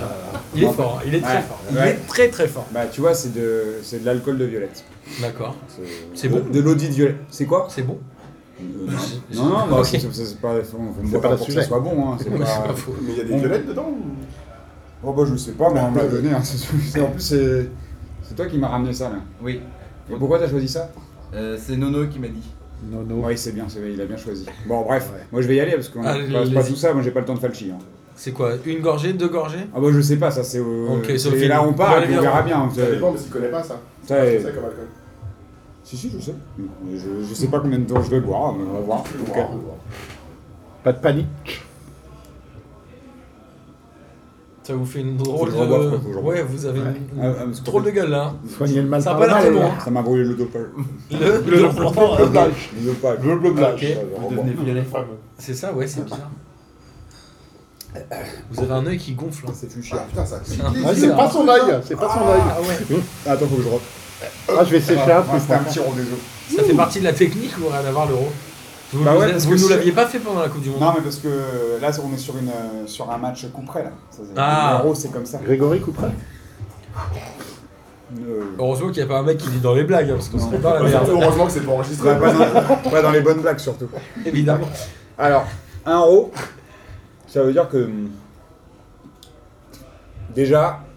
Speaker 4: Il est fort, hein, il est très
Speaker 5: Ouais.
Speaker 4: fort. Il
Speaker 5: Ouais.
Speaker 4: est très très fort.
Speaker 5: Bah tu vois, c'est de, c'est de l'alcool de violette.
Speaker 4: D'accord.
Speaker 5: C'est
Speaker 4: C'est
Speaker 5: de-
Speaker 4: bon
Speaker 5: De l'audit violet. C'est quoi
Speaker 4: C'est bon
Speaker 5: Non, non, bah,
Speaker 4: Ok.
Speaker 5: c'est- c'est c'est pas. On on me
Speaker 7: Euh, C'est
Speaker 5: boit
Speaker 7: pas
Speaker 5: pas
Speaker 7: le
Speaker 5: pour que
Speaker 7: sujet.
Speaker 5: ça soit bon. Hein, c'est
Speaker 4: Mais
Speaker 5: pas-
Speaker 4: c'est pas faux.
Speaker 9: Mais il y a des
Speaker 5: On-
Speaker 9: violettes dedans ou-
Speaker 5: Oh bah je sais pas, mais on me l'a donné. Hein, c'est- c'est- en plus, c'est c'est toi qui m'as ramené ça là.
Speaker 2: Oui,
Speaker 5: Et pourquoi t'as choisi ça
Speaker 2: Euh, c'est Nono qui m'a dit.
Speaker 7: Non, non.
Speaker 5: Oui, c'est bien, c'est bien, il a bien choisi. Bon, bref, moi je vais y aller parce qu'on
Speaker 4: Ah,
Speaker 5: c'est pas, c'est
Speaker 4: les-
Speaker 5: pas tout ça, moi j'ai pas le temps de falchi. Hein.
Speaker 4: C'est quoi Une gorgée, deux gorgées
Speaker 5: Ah bah je sais pas, ça c'est. au-
Speaker 4: Ok,
Speaker 5: c'est-
Speaker 4: ça fait-
Speaker 5: là on
Speaker 4: Bon,
Speaker 5: part, et
Speaker 4: allez,
Speaker 5: puis on
Speaker 4: viens.
Speaker 5: verra bien. vous
Speaker 9: Ça
Speaker 5: savez.
Speaker 9: dépend parce qu'il connaît pas ça.
Speaker 5: Ça,
Speaker 9: C'est
Speaker 5: et-
Speaker 9: ça comme alcool.
Speaker 5: Si, si, je sais. Mais Je, je sais pas combien de temps je vais boire, mais on va voir.
Speaker 9: Tu le
Speaker 5: Ok.
Speaker 9: bois, on le boit.
Speaker 7: Pas de panique.
Speaker 4: Ça vous fait une
Speaker 5: Faut
Speaker 4: drôle
Speaker 5: que je revoie,
Speaker 4: de.
Speaker 5: faut que je revoie.
Speaker 4: Ouais, vous avez une
Speaker 5: Ah, ah, mais c'est
Speaker 4: une drôle de
Speaker 5: pas-
Speaker 4: gueule là. hein.
Speaker 7: Soignez le mal
Speaker 4: Ça
Speaker 7: par
Speaker 4: va
Speaker 7: le
Speaker 4: pas l'air
Speaker 7: mal.
Speaker 4: très bon. hein.
Speaker 5: Ça m'a brûlé le dopage.
Speaker 4: Le.
Speaker 7: Le blage.
Speaker 5: Le dopage.
Speaker 7: Le blage.
Speaker 4: Ok.
Speaker 2: Vous devenez violet.
Speaker 4: C'est ça, ouais, c'est bizarre. Vous avez un œil qui gonfle. hein.
Speaker 5: C'est
Speaker 9: Ah
Speaker 5: fuchsia.
Speaker 9: putain, ça pique
Speaker 4: Ah,
Speaker 9: les
Speaker 7: Ah,
Speaker 9: yeux,
Speaker 7: c'est
Speaker 9: hein.
Speaker 7: pas son œil. C'est pas son œil.
Speaker 4: Ah ouais
Speaker 5: Attends, faut que je rentre.
Speaker 7: Ah, je vais sécher un
Speaker 5: Ah,
Speaker 7: peu.
Speaker 5: C'était un petit rendez-vous.
Speaker 4: Ça fait partie de la technique ou rien à voir l'euro Vous,
Speaker 5: Bah
Speaker 4: nous-
Speaker 5: ouais, parce
Speaker 4: vous
Speaker 5: que
Speaker 4: nous
Speaker 5: si-
Speaker 4: l'aviez pas fait pendant la Coupe du Monde
Speaker 5: Non, mais parce que là, on est sur, une, euh, sur un match coup près là. Ça, c'est-
Speaker 4: Ah.
Speaker 5: L'euro, c'est comme ça.
Speaker 7: Grégory Couperin
Speaker 5: Euh,
Speaker 4: Heureusement qu'il n'y a pas un mec qui dit dans les blagues, hein, parce qu'on serait dans la merde.
Speaker 9: Heureusement que c'est pas enregistré.
Speaker 5: Pas dans, pas dans les bonnes blagues surtout.
Speaker 4: Évidemment.
Speaker 5: Alors, un euro, hum, ça veut dire que. Déjà, je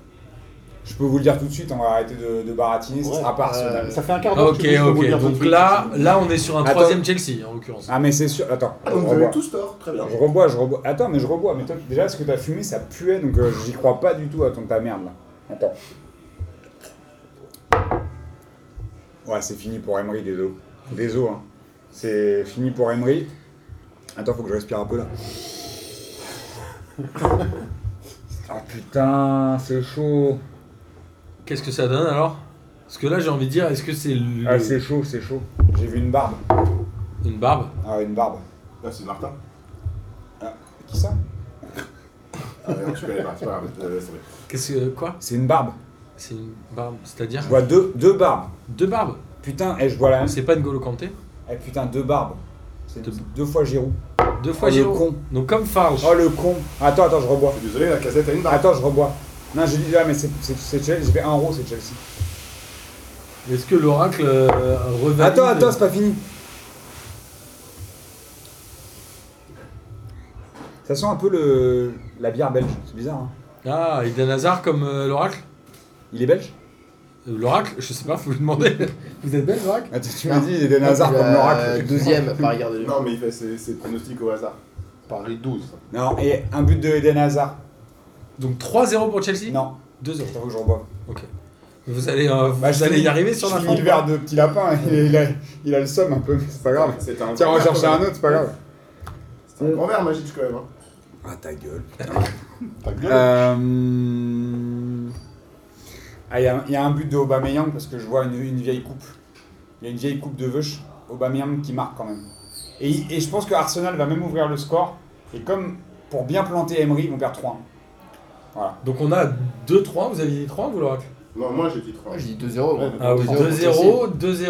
Speaker 5: Je peux vous le dire tout de suite, on va arrêter de, de baratiner, ça
Speaker 7: Ouais.
Speaker 5: sera pas
Speaker 4: Euh,
Speaker 5: Arsenal.
Speaker 7: Ça fait un quart d'heure
Speaker 4: Ok,
Speaker 7: que je vous
Speaker 4: ok.
Speaker 7: dire
Speaker 4: Donc là, là, on est sur un
Speaker 5: Attends.
Speaker 4: troisième Chelsea en l'occurrence.
Speaker 5: Ah mais c'est sûr, attends,
Speaker 9: Ah,
Speaker 5: je
Speaker 9: donc vous
Speaker 5: rebois.
Speaker 9: avez tous tort, très bien.
Speaker 5: Je rebois, je rebois. Attends, mais je rebois, mais toi, déjà, ce que t'as fumé, ça puait, donc euh, j'y crois pas du tout à ton ta merde, là. Attends. Ouais, c'est fini pour Emery, désolé. Désolé, hein. C'est fini pour Emery. Attends, faut que je respire un peu, là. Ah putain, c'est chaud.
Speaker 4: Qu'est-ce que ça donne alors Parce que là, j'ai envie de dire, est-ce que c'est le-
Speaker 5: Ah, c'est chaud, c'est chaud. J'ai vu une barbe.
Speaker 4: une barbe
Speaker 5: Ah, une barbe.
Speaker 9: Là, c'est Martin.
Speaker 5: Qui ça
Speaker 9: Ah, ouais, non, tu connais pas, c'est pas grave. euh, laisse tomber.
Speaker 4: Qu'est-ce que quoi
Speaker 5: C'est une barbe.
Speaker 4: C'est une barbe, c'est-à-dire
Speaker 5: Je vois deux, deux barbes.
Speaker 4: deux barbes.
Speaker 5: Putain, et je vois la même.
Speaker 4: Ah, C'est pas N'Golo Kanté.
Speaker 5: Eh putain, deux barbes. C'est
Speaker 4: Deux-
Speaker 5: deux fois Giroud.
Speaker 4: Deux fois
Speaker 5: Oh, le
Speaker 4: Giroud.
Speaker 5: con.
Speaker 4: Donc comme Farge.
Speaker 5: Oh le con Attends, attends, je rebois.
Speaker 9: Je suis désolé, la casette a une barre.
Speaker 5: Attends, je rebois. Non, j'ai dit, ah, mais c'est c'est- c'est Chelsea, j'ai fait un euro, c'est Chelsea.
Speaker 4: Est-ce que l'oracle euh, revalide
Speaker 5: Attends, attends, c'est pas fini. Ça sent un peu le la bière belge, c'est bizarre. Hein.
Speaker 4: Ah, Eden Hazard comme euh, l'oracle
Speaker 5: Il est belge
Speaker 4: Euh, L'oracle, je sais pas, faut lui demander. Vous êtes belle, l'oracle
Speaker 5: Attends, tu me dis, il est des Hazard comme l'oracle.
Speaker 6: Deuxième, par regard de lui.
Speaker 9: Non, mais il fait ses, ses pronostics au hasard. Paris 12.
Speaker 5: Non, et un but de Eden Hazard.
Speaker 4: Donc 3-0 pour Chelsea
Speaker 5: Non,
Speaker 4: 2-0.
Speaker 5: attends faut que je rebois.
Speaker 4: Vous allez, euh, vous
Speaker 5: Bah, je
Speaker 4: allez
Speaker 5: finis-
Speaker 4: y arriver sur
Speaker 5: je
Speaker 4: la
Speaker 5: finis
Speaker 4: fin.
Speaker 5: le verre de petit lapin, il, est- il a, il a le somme un peu, mais c'est pas grave.
Speaker 9: C'est un
Speaker 5: Tiens, on va
Speaker 9: grand verre,
Speaker 5: chercher un
Speaker 9: quand même.
Speaker 5: autre, c'est pas grave.
Speaker 9: C'est un grand verre magique quand même. Hein.
Speaker 5: Ah ta gueule.
Speaker 9: Ta gueule.
Speaker 5: Euh... Ah, il y, a- il y a un but de Aubameyang parce que je vois une, une vieille coupe. Il y a une vieille coupe de Veuch. Aubameyang qui marque quand même. Et, il- et je pense que Arsenal va même ouvrir le score. Et comme pour bien planter Emery, on perd 3 Voilà.
Speaker 4: Donc on a 2-3, vous aviez dit 3 vous l'oracle
Speaker 9: Non, moi j'ai dit 3.
Speaker 6: Moi, j'ai dit 2-0. moi.
Speaker 9: Ouais,
Speaker 4: Ah oui,
Speaker 6: 2-0 pour Chelsea.
Speaker 4: 2-0, 2-0,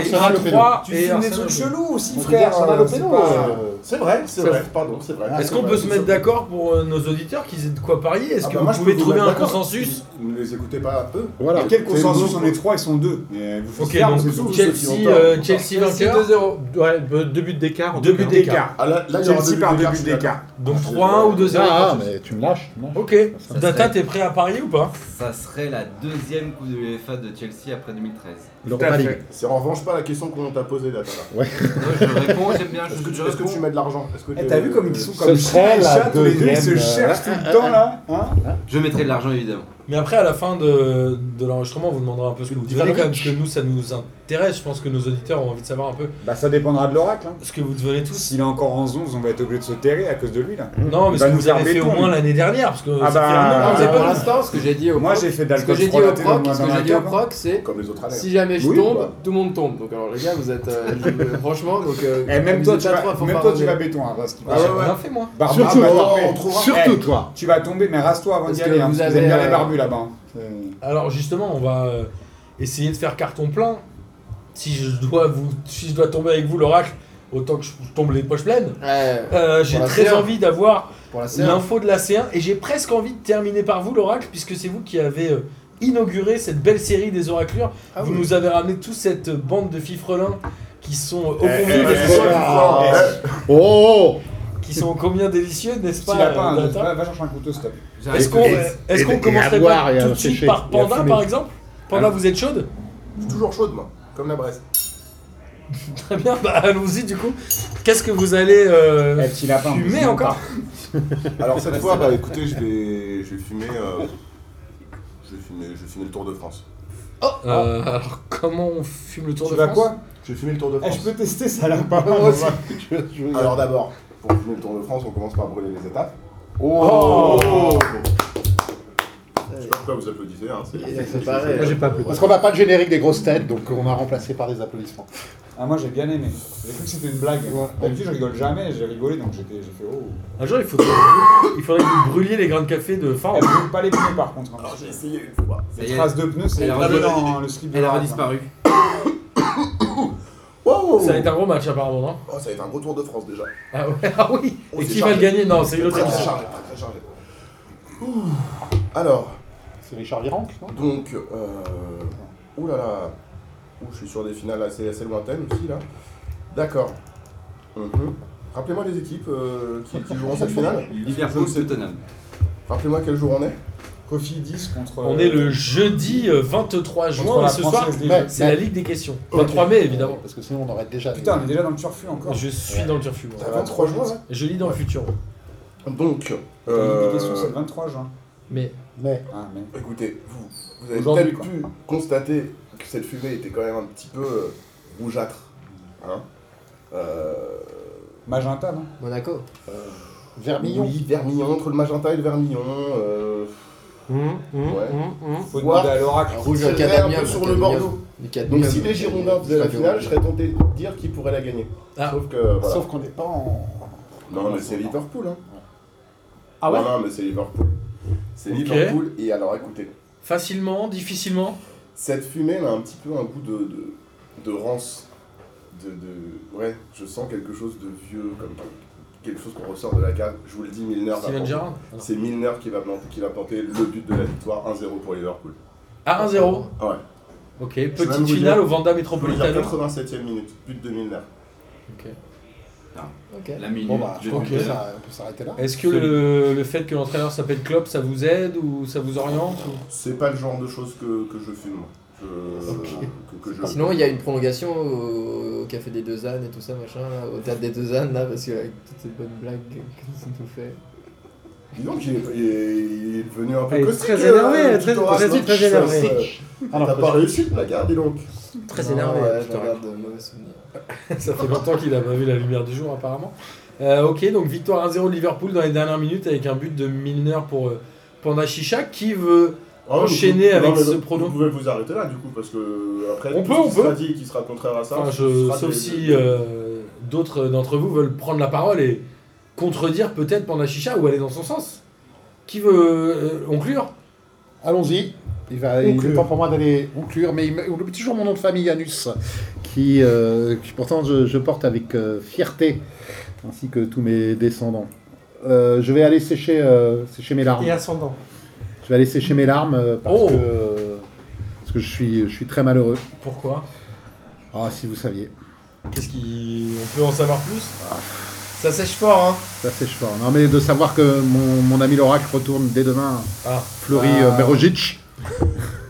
Speaker 4: 3-1 et 1-3
Speaker 5: Tu
Speaker 4: et
Speaker 5: filmes des
Speaker 4: Arsenal.
Speaker 5: trucs chelous aussi,
Speaker 9: On dit
Speaker 5: frère.
Speaker 9: Arsenal
Speaker 5: euh,
Speaker 9: au
Speaker 5: c'est
Speaker 9: péno,
Speaker 5: pas-
Speaker 9: euh, C'est vrai, c'est vrai, pardon, c'est
Speaker 5: Ah,
Speaker 9: vrai.
Speaker 4: Est-ce qu'on peut se mettre d'accord pour euh, nos auditeurs qu'ils aient de quoi parier
Speaker 5: Ah
Speaker 4: Est-ce
Speaker 5: bah
Speaker 4: que vous pouvez trouver un consensus
Speaker 9: Ne les écoutez pas eux.
Speaker 7: Voilà.
Speaker 5: Mais quel consensus
Speaker 9: bon.
Speaker 5: On est 3 ils sont 2. Mais vous faites
Speaker 4: Ok,
Speaker 5: faire, parce que
Speaker 4: donc
Speaker 9: tous ceux qui
Speaker 4: Chelsea,
Speaker 9: ont tort.
Speaker 4: euh, Chelsea vainqueur,
Speaker 10: 2-0. Ouais, bah, deux buts d'écart. en
Speaker 4: Deux
Speaker 10: tout cas.
Speaker 4: buts
Speaker 5: d'écart.
Speaker 9: Ah, là, là, il y aura
Speaker 5: Chelsea par deux
Speaker 9: d'écart,
Speaker 5: buts
Speaker 9: je suis d'accord.
Speaker 5: d'écart.
Speaker 4: donc
Speaker 9: Ah, c'est
Speaker 4: 3-1 ou
Speaker 9: vrai.
Speaker 4: 2-0.
Speaker 7: Ah, mais tu me lâches. tu me lâches.
Speaker 4: Ok,
Speaker 7: Ça
Speaker 4: Data, t'es prêt à parier ou pas
Speaker 2: Ça serait la deuxième Coupe de l'UEFA de Chelsea après 2013.
Speaker 7: L'Europa League.
Speaker 9: C'est en revanche pas la question qu'on t'a posée là. Tata.
Speaker 2: Moi, je réponds, j'aime bien, je,
Speaker 9: Est-ce que,
Speaker 2: je
Speaker 9: tu- est-ce que tu
Speaker 2: réponds.
Speaker 9: mets de l'argent Est-ce que
Speaker 5: Eh,
Speaker 9: t'es-
Speaker 5: T'as vu comme ils sont
Speaker 7: Ce
Speaker 5: comme
Speaker 7: serait
Speaker 5: chien et
Speaker 7: la
Speaker 5: chat, tous les deux, ils se
Speaker 7: deuxième, euh,
Speaker 5: cherchent tout le temps là. hein
Speaker 2: Je mettrai de l'argent évidemment.
Speaker 4: Mais après, à la fin de, de l'enregistrement, on vous demandera un peu ce que vous
Speaker 7: Tu
Speaker 4: devenez
Speaker 7: vas
Speaker 4: quand même, parce que nous, ça nous intéresse. Je pense que nos auditeurs ont envie de savoir un peu
Speaker 5: Bah ça dépendra de l'oracle. hein.
Speaker 4: ce que vous devenez tous.
Speaker 5: S'il est encore en 11, on va être obligé de se terrer à cause de lui là.
Speaker 4: Non, mais
Speaker 5: Il
Speaker 4: ce
Speaker 5: va
Speaker 4: que
Speaker 5: nous
Speaker 4: vous
Speaker 5: faire
Speaker 4: avez fait
Speaker 5: béton,
Speaker 4: au moins
Speaker 5: lui.
Speaker 4: l'année dernière, parce que
Speaker 5: Ah
Speaker 4: ça fait
Speaker 5: bah,
Speaker 4: un an
Speaker 6: Non,
Speaker 4: que
Speaker 6: c'est
Speaker 4: vous avez
Speaker 6: pour
Speaker 4: pas-
Speaker 6: l'instant ce que j'ai dit au
Speaker 5: Moi
Speaker 6: proc.
Speaker 5: j'ai fait
Speaker 6: Ce que
Speaker 5: d'alcool
Speaker 6: j'ai dit au
Speaker 5: frelaté dans
Speaker 6: proc,
Speaker 5: ma-
Speaker 6: ce que
Speaker 5: dans ma
Speaker 6: j'ai dit au
Speaker 5: cave.
Speaker 6: proc, c'est
Speaker 9: Comme les autres années.
Speaker 6: si jamais je
Speaker 5: Oui,
Speaker 6: tombe,
Speaker 5: bah.
Speaker 6: tout le monde tombe. Donc alors les gars, vous êtes euh, je- franchement donc. euh,
Speaker 5: Eh, même
Speaker 6: vous
Speaker 5: toi,
Speaker 6: êtes
Speaker 5: tu
Speaker 6: à
Speaker 5: vas,
Speaker 6: trois, faut
Speaker 5: même
Speaker 6: pas
Speaker 5: toi tu
Speaker 6: rager.
Speaker 5: vas béton hein, parce qu'il
Speaker 4: Ah, j'ai rien fait, moi.
Speaker 5: Barbara
Speaker 7: Surtout,
Speaker 5: va
Speaker 7: toi.
Speaker 5: tomber.
Speaker 7: Surtout
Speaker 5: Eh,
Speaker 7: toi.
Speaker 5: Tu vas tomber, mais rase-toi avant
Speaker 6: Parce
Speaker 5: d'y
Speaker 6: que
Speaker 5: aller. hein,
Speaker 6: vous
Speaker 5: parce que vous aimez
Speaker 6: avez,
Speaker 5: bien les
Speaker 6: euh,
Speaker 5: barbus là-bas. hein.
Speaker 4: Alors justement, on va euh, essayer de faire carton plein. Si je dois vous, si je dois tomber avec vous l'oracle, autant que je tombe les poches pleines.
Speaker 6: Ouais,
Speaker 4: Euh, j'ai
Speaker 6: Pour la
Speaker 4: très
Speaker 6: C1.
Speaker 4: envie d'avoir
Speaker 6: pour la séance.
Speaker 4: l'info de la C1 et j'ai presque envie de terminer par vous l'oracle puisque c'est vous qui avez euh, inauguré cette belle série des oraclures.
Speaker 5: Ah
Speaker 4: vous nous avez ramené toute cette euh, bande de fifrelins qui sont euh, au
Speaker 5: Eh,
Speaker 4: combien
Speaker 5: eh,
Speaker 4: délicieux,
Speaker 5: eh,
Speaker 7: Ah.
Speaker 5: eh,
Speaker 7: Oh
Speaker 4: qui sont au combien délicieux, n'est-ce
Speaker 5: Petit
Speaker 4: pas
Speaker 5: lapin,
Speaker 4: euh,
Speaker 5: euh,
Speaker 4: Data
Speaker 5: va va chercher un couteau, s'il te plaît.
Speaker 4: Est-ce qu'on euh,
Speaker 7: Et-
Speaker 4: est-ce qu'on
Speaker 7: et- et à
Speaker 4: commencerait
Speaker 7: boire
Speaker 4: pas
Speaker 7: et à
Speaker 4: tout de suite
Speaker 7: sécher
Speaker 4: par
Speaker 7: et à
Speaker 4: Panda
Speaker 7: fumer.
Speaker 4: par exemple
Speaker 7: Hein
Speaker 4: Panda, vous êtes chaude
Speaker 9: Je suis toujours chaude moi, comme la Bresse.
Speaker 4: Très bien, bah allons-y du coup. Qu'est-ce que vous allez euh,
Speaker 5: Eh, petit lapin, on
Speaker 4: fumer
Speaker 5: peut
Speaker 4: encore
Speaker 9: Alors cette fois, bah écoutez, je vais, je vais fumer, euh, je vais fumer, je vais fumer le Tour de France.
Speaker 4: Euh, Alors comment on fume le Tour
Speaker 5: Tu
Speaker 4: de
Speaker 5: vas
Speaker 4: France
Speaker 5: quoi
Speaker 9: Je vais fumer le Tour de
Speaker 5: Eh,
Speaker 9: France.
Speaker 5: Je peux tester ça lapin.
Speaker 9: Alors d'abord, pour fumer le Tour de France, on commence par brûler les étapes.
Speaker 7: Oh,
Speaker 9: Je sais pas pourquoi vous applaudissez, hein. c'est-
Speaker 6: Et c'est pareil.
Speaker 8: Moi j'ai pas appelé.
Speaker 7: Parce qu'on n'a pas de générique des grosses têtes, donc on a remplacé par des applaudissements.
Speaker 5: Ah, moi j'ai bien aimé. J'ai cru que c'était une blague. D'habitude, je rigole jamais, j'ai rigolé donc j'étais- j'ai fait oh.
Speaker 4: Un jour il faudrait, il faudrait que vous brûliez les grains de café de
Speaker 5: Eh,
Speaker 4: Farm.
Speaker 5: brûle pas les pneus par contre. hein.
Speaker 9: Alors j'ai essayé une fois.
Speaker 2: Ça y
Speaker 5: Les
Speaker 2: est,
Speaker 5: traces de pneus, c'est
Speaker 2: Elle a
Speaker 5: gravé
Speaker 2: redis-
Speaker 5: dans le slip de
Speaker 2: elle a
Speaker 5: la race, là.
Speaker 2: redisparu.
Speaker 9: Wow
Speaker 4: Ça va être un gros match apparemment, non
Speaker 9: Oh, ça va être un gros Tour de France déjà.
Speaker 4: ah, ouais, ah oui
Speaker 9: On
Speaker 4: Et
Speaker 9: s'est
Speaker 4: qui va le
Speaker 9: chargé.
Speaker 4: gagner Non, c'est une autre
Speaker 9: Très
Speaker 4: émission.
Speaker 9: chargé, très, très chargé. Ouh. Alors,
Speaker 7: C'est Richard Virenque, non
Speaker 9: donc, euh... Ouh là là. Ouh, je suis sur des finales assez, assez lointaines aussi là. D'accord. Mhm. Rappelez-moi les équipes euh, qui, qui joueront cette finale.
Speaker 2: Liverpool, Tottenham.
Speaker 9: Rappelez-moi quel jour on est.
Speaker 5: Kofi 10 contre.
Speaker 4: On
Speaker 5: euh,
Speaker 4: est le jeudi euh, 23
Speaker 5: contre
Speaker 4: juin
Speaker 5: la
Speaker 4: et ce soir,
Speaker 5: Française des
Speaker 7: ouais.
Speaker 5: Jeux.
Speaker 4: c'est la Ligue des questions. 23 mai, évidemment.
Speaker 7: Parce que sinon, on aurait déjà.
Speaker 5: Putain, on est déjà dans le turfu encore.
Speaker 4: Je suis dans le turfu. moi.
Speaker 9: T'as 23 jours, là
Speaker 4: Je lis dans le futur.
Speaker 9: Donc,
Speaker 5: Les
Speaker 9: euh,
Speaker 5: questions, c'est le 23 juin.
Speaker 4: Mais
Speaker 7: Mais
Speaker 5: Ah, mais.
Speaker 9: écoutez, vous, vous avez
Speaker 5: Aujourd'hui,
Speaker 9: peut-être
Speaker 5: quoi.
Speaker 9: pu constater que cette fumée était quand même un petit peu euh, rougeâtre. Hein Euh,
Speaker 5: Magenta, non
Speaker 6: Monaco.
Speaker 7: Vermillon.
Speaker 9: Oui, vermillon, entre le magenta et le vermillon. euh,
Speaker 10: Hum, hum,
Speaker 9: Ouais.
Speaker 10: hum, hum.
Speaker 5: Faut
Speaker 9: Voir.
Speaker 5: demander à l'oracle.
Speaker 9: un
Speaker 6: rouge
Speaker 9: petit
Speaker 6: à
Speaker 9: vert
Speaker 6: Cadamia,
Speaker 9: un peu
Speaker 6: à
Speaker 9: sur le
Speaker 6: Cadamia.
Speaker 9: Bordeaux.
Speaker 6: Les quatre
Speaker 9: Donc
Speaker 6: mille,
Speaker 9: si
Speaker 6: euh,
Speaker 9: les Girondins faisaient la finale, je serais tenté de dire qu'ils pourraient la gagner.
Speaker 4: Ah.
Speaker 9: Sauf que voilà.
Speaker 7: Sauf qu'on n'est pas en.
Speaker 9: Non, mais c'est Liverpool. Hein.
Speaker 4: Ah ouais
Speaker 9: Non, non, mais c'est Liverpool. C'est
Speaker 4: Ok.
Speaker 9: Liverpool. Et alors, écoutez,
Speaker 4: facilement, difficilement.
Speaker 9: cette fumée elle a un petit peu un goût de, de, de rance. De, de- Ouais, je sens quelque chose de vieux, comme quelque chose qu'on ressort de la cave. Je vous le dis, Milner va
Speaker 4: Steven
Speaker 9: planter.
Speaker 4: Gerrard
Speaker 9: C'est Milner qui va, planter, qui va planter le but de la victoire 1-0 pour Liverpool.
Speaker 4: Ah, 1-0.
Speaker 9: Ah ouais.
Speaker 4: Ok,
Speaker 9: vais même
Speaker 4: petite
Speaker 9: vous dire-
Speaker 4: finale au Vanda
Speaker 9: On peut le dire
Speaker 4: Metropolitano.
Speaker 9: 87ème minute, but de Milner.
Speaker 6: Ok.
Speaker 2: La minute.
Speaker 7: Bon, bah, je
Speaker 2: de
Speaker 7: pense que
Speaker 2: Müller.
Speaker 7: ça- on peut s'arrêter là.
Speaker 4: Est-ce que le, le fait que l'entraîneur s'appelle Klopp, ça vous aide ou ça vous oriente ou-
Speaker 9: C'est pas le genre de choses que, que je fume, moi. Je- que, que je...
Speaker 6: Sinon, il y a une prolongation au, au Café des Deux Ânes et tout ça, machin, là, au Théâtre des Deux Ânes, là, parce que avec toutes ces bonnes blagues que ça nous fait.
Speaker 9: Dis donc, il est, il est- il est devenu un peu
Speaker 10: Elle est
Speaker 9: caustique,
Speaker 10: très
Speaker 9: euh,
Speaker 10: énervée,
Speaker 9: le
Speaker 10: elle est
Speaker 9: petit
Speaker 10: très-
Speaker 9: Horace,
Speaker 10: très-
Speaker 9: hein.
Speaker 10: très
Speaker 9: Ça,
Speaker 10: énervée.
Speaker 9: ça- T'as
Speaker 7: Alors,
Speaker 9: pas réussi de la garder, donc.
Speaker 10: Très
Speaker 6: Non,
Speaker 10: énervé.
Speaker 6: ouais, je
Speaker 10: putain.
Speaker 6: regarde de mauvais souvenirs.
Speaker 4: Ça fait longtemps qu'il n'a pas vu la lumière du jour, apparemment. Euh, ok, donc victoire 1-0 de Liverpool dans les dernières minutes avec un but de Milner pour euh, Panda Chicha qui veut.
Speaker 9: Ah, mais
Speaker 4: Enchaîner
Speaker 9: vous-
Speaker 4: avec
Speaker 9: mais
Speaker 4: ce
Speaker 9: vous-
Speaker 4: prono.
Speaker 9: Vous pouvez vous arrêter là, du coup, parce que après,
Speaker 4: On
Speaker 9: tout
Speaker 4: peut,
Speaker 9: ce
Speaker 4: on
Speaker 9: qui
Speaker 4: peut.
Speaker 9: sera dit et qui sera contraire à ça.
Speaker 4: Enfin,
Speaker 9: ce
Speaker 4: je,
Speaker 9: sera
Speaker 4: sauf
Speaker 9: des-
Speaker 4: si
Speaker 9: des-
Speaker 4: euh, d'autres d'entre vous veulent prendre la parole et contredire peut-être Panda Chicha ou aller dans son sens. Qui veut euh, conclure
Speaker 7: Allons-y. Il, va, il
Speaker 4: Conclure.
Speaker 7: est temps pour moi d'aller conclure, mais il me- on oublie toujours mon nom de famille, Anus, qui, euh, qui pourtant je, je porte avec euh, fierté, ainsi que tous mes descendants. Euh, je vais aller sécher, euh, sécher mes larmes.
Speaker 10: Et ascendant.
Speaker 7: Je vais aller sécher mes larmes euh, parce,
Speaker 4: Oh.
Speaker 7: que, euh, parce que je suis, je suis très malheureux.
Speaker 4: Pourquoi
Speaker 7: Ah, si vous saviez.
Speaker 4: Qu'est-ce qui. On peut en savoir plus Ça sèche fort, hein
Speaker 7: Ça sèche fort. Non, mais de savoir que mon, mon ami l'oracle retourne dès demain,
Speaker 4: Ah.
Speaker 7: Fleury
Speaker 5: Ah.
Speaker 7: euh, Berogic.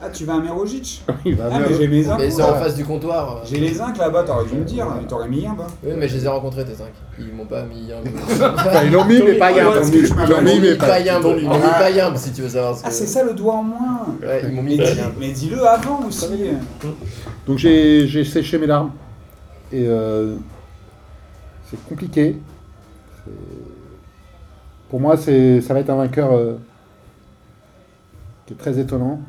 Speaker 5: Ah, tu vas à Merojic
Speaker 7: Il va
Speaker 5: Ah,
Speaker 7: bien.
Speaker 5: mais j'ai mes
Speaker 6: Mais
Speaker 5: incles.
Speaker 6: c'est en face du comptoir. euh.
Speaker 5: J'ai les incles là-bas, t'aurais dû me dire, mais t'aurais mis un, bah.
Speaker 6: Oui, mais je les ai rencontrés, tes cinq. Ils m'ont pas mis un.
Speaker 7: Enfin, ils l'ont mis, mais pas hier.
Speaker 5: Ah, parce que je
Speaker 7: Ils l'ont
Speaker 5: m'appelle
Speaker 7: mis, mais
Speaker 6: mis
Speaker 7: pas
Speaker 6: païen, bon, ils m'ont mis
Speaker 5: Ah.
Speaker 6: païen, si tu veux savoir ce que.
Speaker 5: Ah, c'est ça le doigt en moins
Speaker 6: Ouais, ils m'ont
Speaker 5: Mais
Speaker 6: mis
Speaker 5: dis-
Speaker 6: païen.
Speaker 5: mais dis-le avant aussi
Speaker 7: Donc j'ai j'ai séché mes larmes. Et euh, c'est compliqué. C'est- Pour moi, c'est- ça va être un vainqueur euh, qui est très étonnant.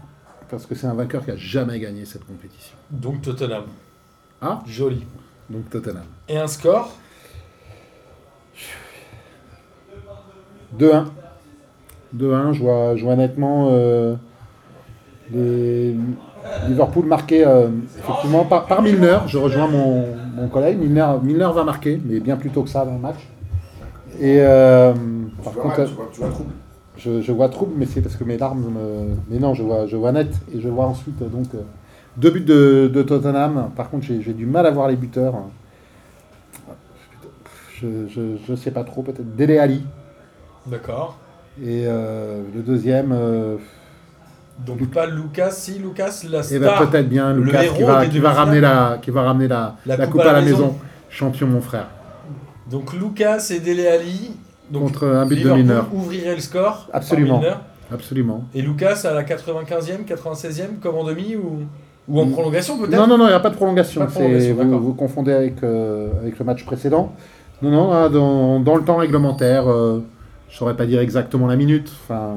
Speaker 7: Parce que c'est un vainqueur qui a jamais gagné cette compétition.
Speaker 4: Donc Tottenham.
Speaker 7: Ah.
Speaker 4: Joli.
Speaker 7: Donc Tottenham.
Speaker 4: Et un score
Speaker 7: 2-1. 2-1, je vois, je vois nettement euh, les- Liverpool marqué euh, effectivement par, par Milner. Je rejoins mon, mon collègue. Milner, Milner va marquer, mais bien plus tôt que ça dans le match. Et euh,
Speaker 9: Tu
Speaker 7: par
Speaker 9: vois
Speaker 7: contre,
Speaker 9: mal, tu vois, tu vois trouble.
Speaker 7: je, je vois trouble, mais c'est parce que mes larmes me- Mais non, je vois, je vois net et je vois ensuite euh, donc euh, deux buts de, de Tottenham. Par contre, j'ai j'ai du mal à voir les buteurs. Je, je, je sais pas trop, peut-être Dele Ali.
Speaker 4: D'accord.
Speaker 7: Et euh, le deuxième, euh,
Speaker 4: Donc pas Lucas, si Lucas, la
Speaker 7: eh ben,
Speaker 4: star.
Speaker 7: peut-être bien
Speaker 4: le
Speaker 7: Lucas
Speaker 4: héros
Speaker 7: qui va,
Speaker 4: des
Speaker 7: qui va
Speaker 4: demi-finales.
Speaker 7: ramener la, qui va ramener la, la coupe, à la maison. Champion, mon frère.
Speaker 4: Donc Lucas et Dele Ali. Donc,
Speaker 7: Contre un but de
Speaker 4: Liverpool
Speaker 7: mineur.
Speaker 4: ouvrirait le score. par
Speaker 7: Absolument.
Speaker 4: Milner.
Speaker 7: Absolument.
Speaker 4: Et Lucas à la 95e, 96e, comme en demi ou, ou en
Speaker 7: Mm.
Speaker 4: prolongation peut-être
Speaker 7: Non, non, non, il n'y a pas de prolongation.
Speaker 4: Pas de
Speaker 7: C'est-
Speaker 4: prolongation,
Speaker 7: vous,
Speaker 4: d'accord.
Speaker 7: vous confondez avec, euh, avec le match précédent. Non, non, là, dans, dans le temps réglementaire, euh, je ne saurais pas dire exactement la minute. Enfin,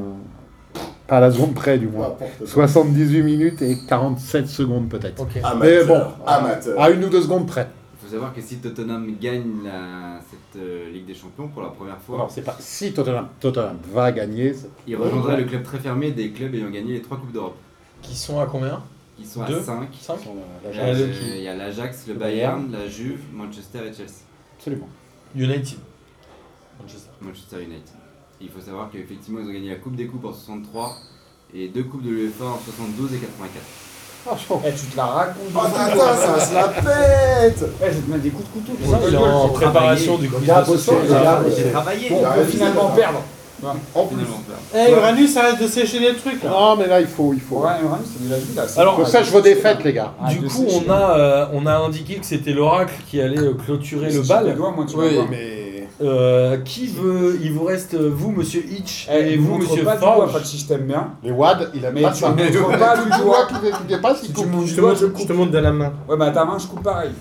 Speaker 7: pas à la seconde près, du moins.
Speaker 9: N'importe quoi.
Speaker 7: 78 minutes et 47 secondes, peut-être.
Speaker 4: Ok.
Speaker 9: Amateur.
Speaker 7: Mais bon.
Speaker 9: Amateur.
Speaker 7: À une ou deux secondes près.
Speaker 2: Il faut savoir que si Tottenham gagne la- cette euh, Ligue des Champions pour la première fois,
Speaker 7: Alors, c'est pas si Tottenham, Tottenham va gagner. c'est-
Speaker 2: il rejoindrait le club très fermé des clubs ayant gagné les trois Coupes d'Europe.
Speaker 4: Qui sont à combien
Speaker 2: Ils sont à
Speaker 4: Deux.
Speaker 2: 5.
Speaker 4: 5
Speaker 2: Euh,
Speaker 4: L'Ajax.
Speaker 2: Il y a l'Ajax, le Bayern, la Juve, Manchester et Chelsea.
Speaker 7: Absolument.
Speaker 4: United. Manchester.
Speaker 2: Manchester United. Il faut savoir qu'effectivement, ils ont gagné la Coupe des Coupes en 63 et deux Coupes de l'UEFA en 72 et 84.
Speaker 5: Eh, tu te la racontes
Speaker 9: Oh, putain, ça se la pète
Speaker 5: Eh, je vais te mettre des coups de couteau
Speaker 4: Il est en préparation du quiz de ce soir.
Speaker 9: bosser, il a-
Speaker 2: J'ai travaillé
Speaker 9: Bon.
Speaker 5: On peut finalement perdre
Speaker 9: En plus,
Speaker 2: finalement.
Speaker 10: Eh, Uranus, arrête de sécher les trucs là.
Speaker 7: Non, mais là, il faut. Il faut,
Speaker 5: Ouais, Uranus, c'est de la vie là. c'est-
Speaker 4: Alors,
Speaker 7: faut que ça, je vos défaites, les gars.
Speaker 5: Ah,
Speaker 4: du
Speaker 5: je
Speaker 4: coup,
Speaker 5: sais, je
Speaker 4: on a, euh, on a indiqué que c'était l'oracle qui allait euh, clôturer
Speaker 5: Si
Speaker 4: le
Speaker 5: je te
Speaker 4: bal.
Speaker 5: dois, moi, tu
Speaker 6: Oui,
Speaker 5: vas voir.
Speaker 9: mais.
Speaker 4: Euh, qui veut Il vous reste euh, vous, Monsieur Hitch,
Speaker 5: Eh,
Speaker 4: et vous, Monsieur
Speaker 5: pas
Speaker 4: Forge.
Speaker 5: si je t'aime bien.
Speaker 7: Les WAD, il aime
Speaker 5: Mais
Speaker 7: pas
Speaker 5: tu
Speaker 7: ça.
Speaker 5: me
Speaker 7: Tu
Speaker 5: montres pas le
Speaker 7: vois
Speaker 5: doigt.
Speaker 7: qu'il est- qu'il est pas, il
Speaker 5: Si tu
Speaker 7: coupe.
Speaker 5: me montres
Speaker 10: Je
Speaker 5: le
Speaker 10: te,
Speaker 5: doigt,
Speaker 10: montre,
Speaker 5: je
Speaker 10: je te
Speaker 5: coupe.
Speaker 10: montre de la main.
Speaker 5: Ouais, mais à ta main, je coupe pareil.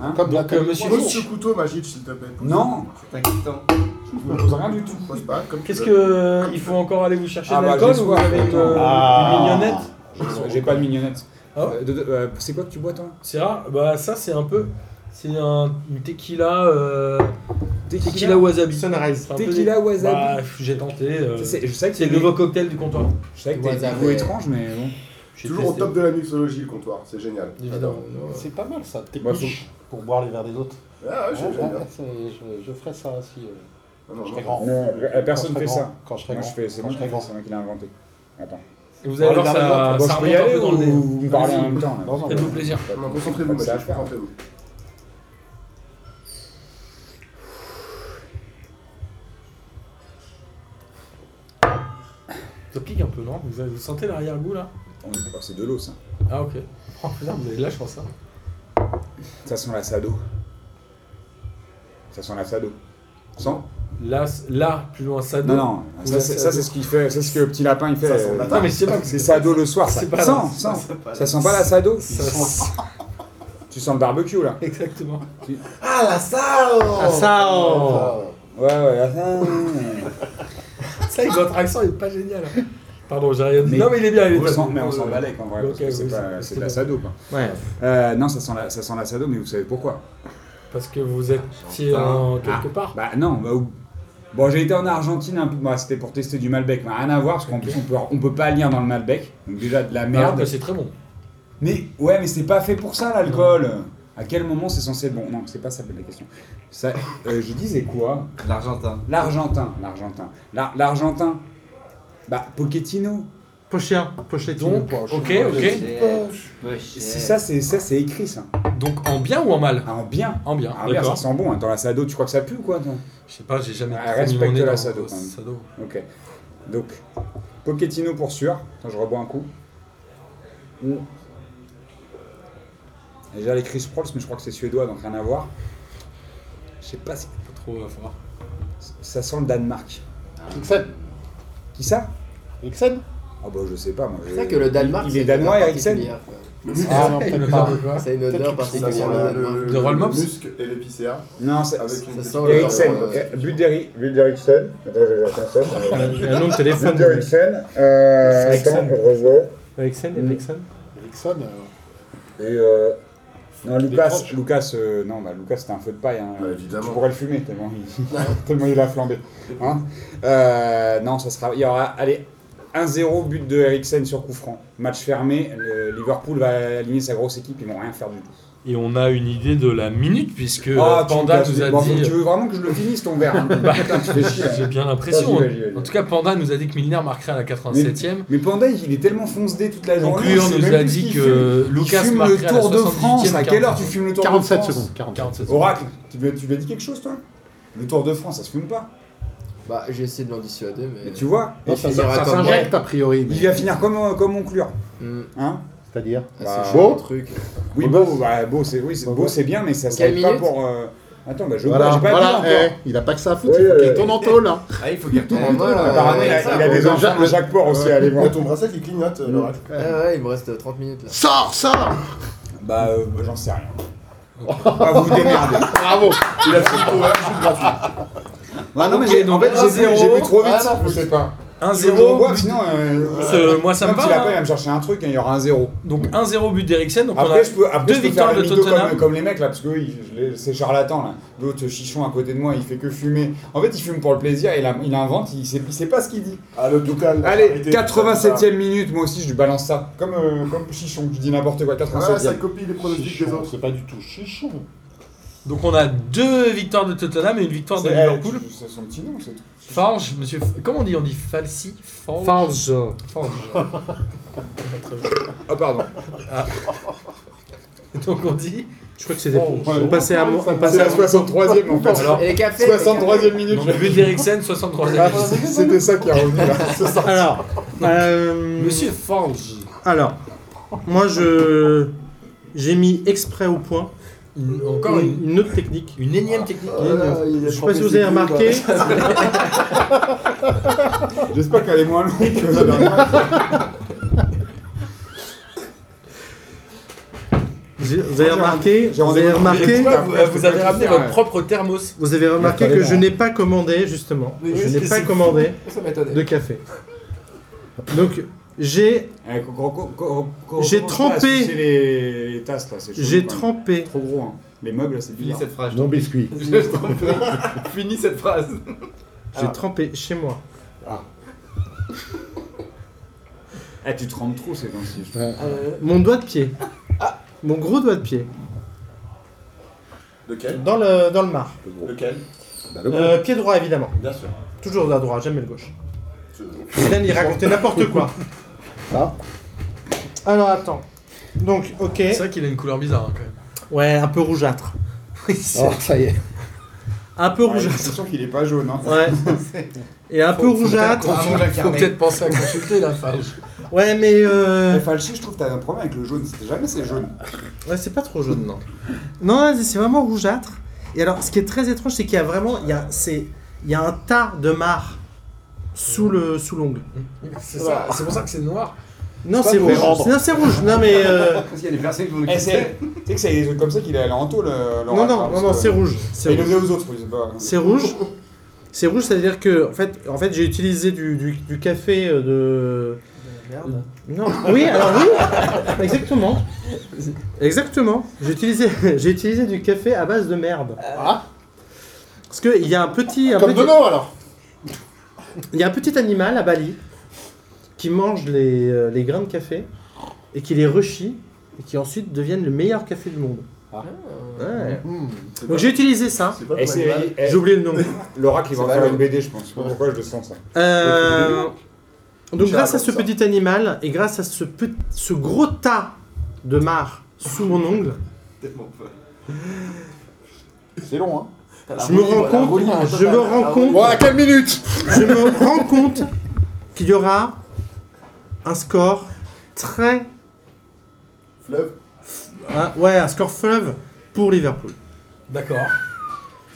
Speaker 5: Hein
Speaker 7: Comme
Speaker 4: Donc, euh, Monsieur
Speaker 9: Pose
Speaker 4: Hitch,
Speaker 9: ce couteau, Magic, s'il te plaît. Pose-
Speaker 5: Non,
Speaker 2: C'est inquiétant.
Speaker 5: je ne pose rien du tout.
Speaker 9: Pose pas, comme tu
Speaker 4: qu'est-ce
Speaker 9: veux.
Speaker 4: que il faut encore aller vous chercher
Speaker 5: Ah,
Speaker 4: de
Speaker 5: bah,
Speaker 4: l'alcool
Speaker 5: j'ai
Speaker 4: ou vous
Speaker 5: soif,
Speaker 4: avez une,
Speaker 5: attends.
Speaker 4: euh, une
Speaker 7: Ah.
Speaker 4: mignonnette
Speaker 5: J'ai pas de mignonnette.
Speaker 4: Ah ouais
Speaker 5: Euh, de- de- euh, c'est quoi que tu bois, toi
Speaker 4: C'est rare. Bah ça, c'est un peu. C'est un, une tequila. euh, tequila, wasabi.
Speaker 10: Sunrise.
Speaker 4: C'est un peu des-
Speaker 5: Tequila wasabi.
Speaker 4: Bah, j'ai tenté. euh,
Speaker 5: Ça,
Speaker 4: c'est
Speaker 5: c'est- je sais que
Speaker 4: le nouveau cocktail du comptoir.
Speaker 5: Je sais que t'es des
Speaker 6: Wasabi.
Speaker 5: goûts étranges, mais bon.
Speaker 4: J'ai
Speaker 9: Toujours au
Speaker 4: testé.
Speaker 9: top de la mixologie, le comptoir, c'est génial.
Speaker 4: Évidemment.
Speaker 9: J'adore.
Speaker 7: C'est pas mal ça,
Speaker 5: Moi,
Speaker 7: technique. Pour boire les verres des autres.
Speaker 9: Ah, ouais,
Speaker 7: Ouais,
Speaker 9: j'aime
Speaker 7: ouais,
Speaker 9: bien.
Speaker 7: c'est- je, je ferais ça aussi. euh,
Speaker 9: Ah,
Speaker 7: quand
Speaker 9: non,
Speaker 7: je
Speaker 9: non.
Speaker 7: serais grand.
Speaker 5: Non, euh, personne
Speaker 7: Quand je serais
Speaker 5: fait
Speaker 7: grand.
Speaker 5: ça.
Speaker 7: Quand je serais
Speaker 5: Moi,
Speaker 7: grand.
Speaker 5: je fais, c'est
Speaker 7: Quand
Speaker 5: bon,
Speaker 7: je serais grand.
Speaker 5: c'est moi qui l'ai inventé. Attends.
Speaker 4: Et vous allez voir, ça,
Speaker 5: Bon,
Speaker 4: ça
Speaker 5: je peux
Speaker 4: remonte
Speaker 5: y
Speaker 4: un
Speaker 5: aller
Speaker 4: peu dans
Speaker 5: ou
Speaker 4: le nez.
Speaker 5: vous parlez en même temps là
Speaker 7: Non, non,
Speaker 4: Faites-vous plaisir.
Speaker 9: Vraiment, Concentrez-vous,
Speaker 5: Comme ça,
Speaker 9: Magic,
Speaker 5: je fais.
Speaker 9: concentrez-vous.
Speaker 4: Ça pique un peu, non vous, avez- vous sentez l'arrière-goût là
Speaker 5: On est- oh, C'est de l'eau, ça.
Speaker 4: Ah, ok. Oh putain, vous avez de la chance, hein.
Speaker 5: Ça sent la sado. Ça sent la sado. Sent
Speaker 4: Là, c- là plus loin, ça
Speaker 5: Non, non.
Speaker 4: Ou la
Speaker 5: Ah, Ça, c'est ça,
Speaker 4: sado.
Speaker 5: c'est ce qu'il fait. Ça, c'est ce que le petit lapin il fait.
Speaker 9: Ça sent
Speaker 5: euh,
Speaker 9: la
Speaker 4: Non, mais je sais pas.
Speaker 5: C'est sado le soir. Ça
Speaker 4: C'est pas
Speaker 5: sent,
Speaker 4: la-
Speaker 5: sent. Ça sent pas la sado.
Speaker 4: Ça sent-
Speaker 5: Tu sens le barbecue là.
Speaker 4: Exactement.
Speaker 9: Ah, la salle
Speaker 10: Ah, ça, oh.
Speaker 5: Ouais, ouais. la sado.
Speaker 4: C'est vrai que votre accent est pas génial. hein. Pardon, j'ai rien dit. Non, mais il est bien, il est
Speaker 5: On
Speaker 4: bien.
Speaker 5: s'en- mais on s'en balèque en vrai,
Speaker 4: Ok,
Speaker 5: parce que c'est
Speaker 4: oui,
Speaker 5: pas-
Speaker 4: c'est-
Speaker 5: c'est de la sado. Quoi.
Speaker 10: Ouais.
Speaker 5: Euh, non, ça sent, la, ça sent la sado, mais vous savez pourquoi
Speaker 4: Parce que vous étiez en quelque part.
Speaker 5: Bah non, bah, ou- bon, j'ai été en Argentine un peu, bah, c'était pour tester du Malbec, mais rien à voir, parce qu'en plus on peut, on peut pas lire dans le Malbec, donc déjà de la
Speaker 4: Alors
Speaker 5: merde.
Speaker 4: que Ah, c'est très bon.
Speaker 5: mais ouais, mais c'est pas fait pour ça l'alcool À quel moment c'est censé être bon Non, c'est pas ça la question. Ça, euh, je disais quoi
Speaker 2: L'Argentin.
Speaker 5: L'Argentin, l'Argentin, l'Ar- l'Argentin. Bah, Pochettino.
Speaker 10: Pochien. Pochettino.
Speaker 4: Donc, ok, ok.
Speaker 5: C'est Ça, c'est ça, c'est écrit ça.
Speaker 4: Donc en bien ou en mal
Speaker 5: Ah, en bien.
Speaker 4: En bien,
Speaker 5: Ah, merde, ça
Speaker 4: d'accord.
Speaker 5: sent bon. hein. Dans la sado, tu crois que ça pue ou quoi toi
Speaker 4: Je sais pas, j'ai jamais
Speaker 5: Ah,
Speaker 4: trop mis
Speaker 5: respecte
Speaker 4: mon nez
Speaker 5: la
Speaker 4: dans-
Speaker 5: Sado, quand même.
Speaker 4: Sado.
Speaker 5: Ok. Donc, Pochettino pour sûr. Attends, je rebois un coup. Mm. Déjà les Chris Prols, mais je crois que c'est suédois, donc rien à voir. Je sais pas si...
Speaker 4: Pas trop euh, fort.
Speaker 5: Ça sent le Danemark.
Speaker 7: Eriksen
Speaker 5: Qui ça
Speaker 7: Eriksen
Speaker 5: Ah bah je sais pas, moi. je-
Speaker 6: C'est vrai que le Danemark.
Speaker 5: Il
Speaker 6: c'est
Speaker 5: est
Speaker 6: une
Speaker 5: danois,
Speaker 6: odeur
Speaker 5: Eriksen
Speaker 6: particulière, quoi.
Speaker 7: Ah non, peut-être pas.
Speaker 6: C'est une odeur
Speaker 9: Ça sent
Speaker 6: particulière. le
Speaker 9: la-
Speaker 6: Danemark.
Speaker 9: le,
Speaker 4: De
Speaker 9: le
Speaker 4: Rollmops
Speaker 9: musc et l'épicéa.
Speaker 5: Non, c'est...
Speaker 9: Avec une
Speaker 6: Ça sent
Speaker 9: petite-
Speaker 6: le-
Speaker 5: Eriksen.
Speaker 6: Euh,
Speaker 5: Eh, Bud Eri- Bud Eriksen. Attends, je- j'attends ça, ça va.
Speaker 10: Il y a un nom de téléphone.
Speaker 5: Bud Eriksen. Euh,
Speaker 10: Eriksen.
Speaker 5: attends, je revois.
Speaker 10: Eriksen, Eriksen.
Speaker 7: Eriksen, euh,
Speaker 5: Et euh... Non, Lucas,
Speaker 7: proches.
Speaker 5: Lucas, euh, non, bah, Lucas, c'était un feu de paille. Hein.
Speaker 9: Bah, évidemment.
Speaker 5: Tu pourrais le fumer tellement il, tellement il a flambé. Hein Euh, non, ça sera. Il y aura, allez, 1-0 but de Eriksen sur coup franc. Match fermé. le Liverpool va aligner sa grosse équipe. Ils vont rien faire du tout.
Speaker 4: Et on a une idée de la minute puisque euh,
Speaker 5: Ah, tu me
Speaker 4: Panda
Speaker 5: casses
Speaker 4: nous
Speaker 5: les-
Speaker 4: a
Speaker 5: bon, faut-
Speaker 4: dit. Bah,
Speaker 5: Tu veux vraiment que je le finisse ton verre hein Putain, tu fais chier.
Speaker 4: J'ai
Speaker 5: hein.
Speaker 4: bien l'impression.
Speaker 5: Vas-y, vas-y, vas-y.
Speaker 4: En tout cas, Panda nous a dit que Milner marquerait à la 87ème.
Speaker 5: Mais Panda, il est tellement foncedé toute la
Speaker 4: Donc
Speaker 5: journée.
Speaker 4: Lure
Speaker 5: on sait
Speaker 4: nous
Speaker 5: même
Speaker 4: a
Speaker 5: plus
Speaker 4: dit
Speaker 5: qui
Speaker 4: que
Speaker 5: fume.
Speaker 4: Lucas
Speaker 5: Il fume
Speaker 4: marquerait
Speaker 5: le
Speaker 4: à la
Speaker 5: Tour de
Speaker 4: 78e,
Speaker 5: France. À quelle heure tu fumes le Tour de France
Speaker 7: 47 secondes. 47.
Speaker 4: 47 secondes.
Speaker 5: Oracle, tu lui, as- tu lui as dit quelque chose, toi Le Tour de France, ça se fume pas.
Speaker 6: Bah, j'ai essayé de l'en dissuader, mais.
Speaker 5: Mais tu vois,
Speaker 7: Non,
Speaker 6: Il
Speaker 7: ça
Speaker 6: finira
Speaker 7: ça
Speaker 6: comme
Speaker 7: s'injecte a priori.
Speaker 5: il
Speaker 7: mais-
Speaker 5: va finir comme, euh, comme Monclure.
Speaker 6: Hmm,
Speaker 5: Hein
Speaker 7: C'est-à-dire
Speaker 6: ah, c'est
Speaker 5: Bah,
Speaker 6: chaud,
Speaker 7: beau.
Speaker 6: le truc.
Speaker 5: oui,
Speaker 7: Beau
Speaker 5: beau,
Speaker 7: gosse.
Speaker 5: bah, beau, c'est oui, c'est
Speaker 7: Beau
Speaker 5: beau,
Speaker 7: gosse.
Speaker 5: c'est bien, mais ça
Speaker 6: Quelle
Speaker 5: s'arrête pas
Speaker 6: minute
Speaker 5: pour. euh, Attends, bah, je
Speaker 7: Voilà,
Speaker 5: j'ai pas
Speaker 7: voilà,
Speaker 5: bu encore.
Speaker 7: eh, il a pas que ça à
Speaker 5: Ouais,
Speaker 7: foutre, il faut qu'il
Speaker 5: ouais.
Speaker 7: tourne en tôle. hein.
Speaker 2: Ah, il faut qu'il retourne.
Speaker 6: Ah, moi, euh,
Speaker 5: Apparemment, il a, il a des
Speaker 7: Ouais,
Speaker 5: enfants
Speaker 7: Jacques-
Speaker 5: de Jacques Port aussi à aller
Speaker 9: Il y
Speaker 5: voir.
Speaker 9: a ton bracelet qui clignote, euh, l'oracle.
Speaker 6: Ouais, ouais, il me reste 30 minutes là.
Speaker 7: Sors, sors
Speaker 5: Bah, euh, bah, j'en sais rien. Ah, vous vous démerdez.
Speaker 7: Bravo
Speaker 9: Il a fait le
Speaker 5: Ah non, mais j'ai en fait, j'ai bu- j'ai bu trop vite.
Speaker 7: Ah non, je sais pas.
Speaker 4: 1-0.
Speaker 5: Ouais, sinon, euh,
Speaker 4: Ce- moi, ça me
Speaker 5: Quand
Speaker 4: va,
Speaker 5: il a
Speaker 4: hein.
Speaker 5: pas, il va me chercher un truc et il y aura un zéro.
Speaker 4: Donc 1-0 but d'Eriksen. Donc on
Speaker 5: Après,
Speaker 4: a
Speaker 5: je peux, après,
Speaker 4: deux
Speaker 5: je peux
Speaker 4: victoires
Speaker 5: faire la
Speaker 4: de
Speaker 5: mytho
Speaker 4: Tottenham.
Speaker 5: Comme, comme les mecs là, parce que eux, ils- je les- c'est charlatan là. L'autre chichon à côté de moi, il fait que fumer. En fait, il fume pour le plaisir et il, a- il invente, il sait, il sait pas ce qu'il dit.
Speaker 9: Ah, le Ducal.
Speaker 5: Allez,
Speaker 9: arrêtez.
Speaker 5: 87ème minute, moi aussi je lui balance ça. Comme, euh, comme chichon, je dis n'importe quoi,
Speaker 9: Ah,
Speaker 5: 87ème.
Speaker 9: ça copie les pronostics des
Speaker 7: Chichon,
Speaker 9: autres.
Speaker 7: C'est pas du tout chichon.
Speaker 4: Donc on a deux victoires de Tottenham et une victoire de
Speaker 5: C'est- eh,
Speaker 4: Liverpool.
Speaker 5: tu- C'est son petit nom, c'est tout.
Speaker 4: Forge, monsieur. Comment on dit On dit Falsi Forge
Speaker 10: Farge.
Speaker 4: Forge.
Speaker 5: Oh, pardon.
Speaker 4: Donc on dit
Speaker 10: Je crois que c'est des
Speaker 8: Oh,
Speaker 10: on
Speaker 8: ouais.
Speaker 10: passait à mo- on
Speaker 8: C'est
Speaker 10: passait
Speaker 8: la
Speaker 10: à
Speaker 8: 63ème en fait.
Speaker 4: Alors,
Speaker 6: Et les cafés les cafés.
Speaker 8: 63ème minute.
Speaker 4: donc le but d'Eriksen, 63 e
Speaker 8: Ah, C'était ça qui est revenu là. C'est ça.
Speaker 10: Alors, euh,
Speaker 4: Monsieur Fange.
Speaker 10: Alors, moi je j'ai mis exprès au point
Speaker 4: Une- Encore une,
Speaker 10: une, une autre technique.
Speaker 4: une énième technique.
Speaker 10: Une- je sais pas si vous avez remarqué.
Speaker 5: J'espère qu'elle est moins longue que la dernière.
Speaker 10: j'ai- Vous avez remarqué. Vous avez remarqué.
Speaker 4: Pourquoi vous, vous avez ramené votre propre thermos.
Speaker 10: Vous avez remarqué que je n'ai pas commandé justement.
Speaker 6: Oui,
Speaker 10: Je
Speaker 6: oui,
Speaker 10: n'ai
Speaker 6: c'est-
Speaker 10: pas
Speaker 6: c'est
Speaker 10: commandé
Speaker 6: Ça m'étonnait.
Speaker 10: de café. Donc j'ai
Speaker 5: Eh, co- co- co- co- co-
Speaker 10: J'ai
Speaker 5: commence pas à
Speaker 10: trempé.
Speaker 5: sucer les, les tasses là, c'est chaud,
Speaker 10: j'ai
Speaker 5: quand même.
Speaker 10: trempé.
Speaker 5: Trop gros, hein. Les meubles, c'est
Speaker 2: Finis
Speaker 5: bizarre.
Speaker 2: cette phrase. je t'en
Speaker 7: Non biscuit.
Speaker 2: prie. Finis cette phrase.
Speaker 10: J'ai trempé chez moi.
Speaker 5: Eh, tu trempes trop ces temps-ci. je-
Speaker 10: Euh, Mon doigt de pied. Mon gros doigt de pied.
Speaker 9: Lequel
Speaker 10: Dans le dans le mar.
Speaker 9: Lequel
Speaker 7: Bah, le
Speaker 10: Euh, pied droit évidemment.
Speaker 9: Bien sûr.
Speaker 10: Toujours à droite, jamais le gauche.
Speaker 9: Je-
Speaker 10: Hélène, il racontait n'importe quoi. Ah.
Speaker 7: Ça.
Speaker 10: Alors attends. Donc, ok.
Speaker 4: C'est vrai qu'il a une couleur bizarre hein, quand même.
Speaker 10: Ouais, un peu rougeâtre. Ah.
Speaker 7: Oh, ça y est.
Speaker 10: Un peu
Speaker 5: Ah,
Speaker 10: rougeâtre.
Speaker 5: C'est sûr qu'il est pas jaune, hein.
Speaker 10: Ouais. Et un peu rougeâtre.
Speaker 4: Faut peut-être penser à consulter la Fange.
Speaker 10: Ouais, mais euh...
Speaker 5: Mais Falchi, je trouve que t'as un problème avec le jaune. C'était jamais c'est jaune.
Speaker 10: ouais, c'est pas trop jaune non. Non, c'est- c'est vraiment rougeâtre. Et alors, ce qui est très étrange, c'est qu'il y a vraiment, il y a, c'est, il y a un tas de marre sous le, sous l'ongle.
Speaker 4: C'est ça, c'est pour ça que c'est noir.
Speaker 10: Non,
Speaker 7: pas
Speaker 10: c'est
Speaker 7: de
Speaker 10: rouge.
Speaker 7: rendre.
Speaker 10: Non, c'est rouge. Non, mais euh...
Speaker 2: Parce qu'il y a des personnes qui vont
Speaker 5: Eh,
Speaker 2: l'expliquer.
Speaker 5: c'est- Tu sais que c'est des trucs comme ça qu'il est allé en taux, le.
Speaker 10: non, non, non, non, c'est rouge. C'est
Speaker 5: Il le
Speaker 10: rouge.
Speaker 5: faisait aux autres, je sais pas. hein.
Speaker 10: C'est rouge. C'est rouge, c'est-à-dire que en fait, en fait j'ai utilisé du, du, du café euh, de.
Speaker 6: Merde.
Speaker 10: Non. Ah Oui, alors oui Exactement. Exactement. J'ai utilisé, j'ai utilisé du café à base de merde.
Speaker 7: Ah.
Speaker 10: Parce qu'il y a un petit. un
Speaker 7: Comme
Speaker 10: petit-
Speaker 7: de l'eau alors.
Speaker 10: il y a un petit animal à Bali qui mange les, euh, les grains de café et qui les rechie et qui ensuite deviennent le meilleur café du monde. Ouais.
Speaker 9: C'est pas-
Speaker 10: Donc j'ai utilisé ça.
Speaker 9: c'est pas
Speaker 5: Eh,
Speaker 9: ton animal.
Speaker 5: c'est. eh,
Speaker 10: J'ai oublié le nom.
Speaker 5: L'oracle, il va
Speaker 9: C'est
Speaker 5: en
Speaker 9: pas
Speaker 5: faire
Speaker 9: le-
Speaker 5: une BD, je pense. Je sais pas Pourquoi je le sens ça
Speaker 10: Euh, donc
Speaker 9: Je
Speaker 10: grâce à
Speaker 9: raconte
Speaker 10: ce
Speaker 9: ça.
Speaker 10: petit animal et grâce à ce, pe- ce gros tas de marre sous mon ongle,
Speaker 2: Tellement pas.
Speaker 5: C'est long, hein.
Speaker 6: Ah,
Speaker 10: je me rends compte, je me rends compte,
Speaker 7: Voilà, quelle minute
Speaker 10: je me rends compte qu'il y aura un score très,
Speaker 9: Fleuve.
Speaker 10: un- ouais, un score fleuve pour Liverpool.
Speaker 4: D'accord.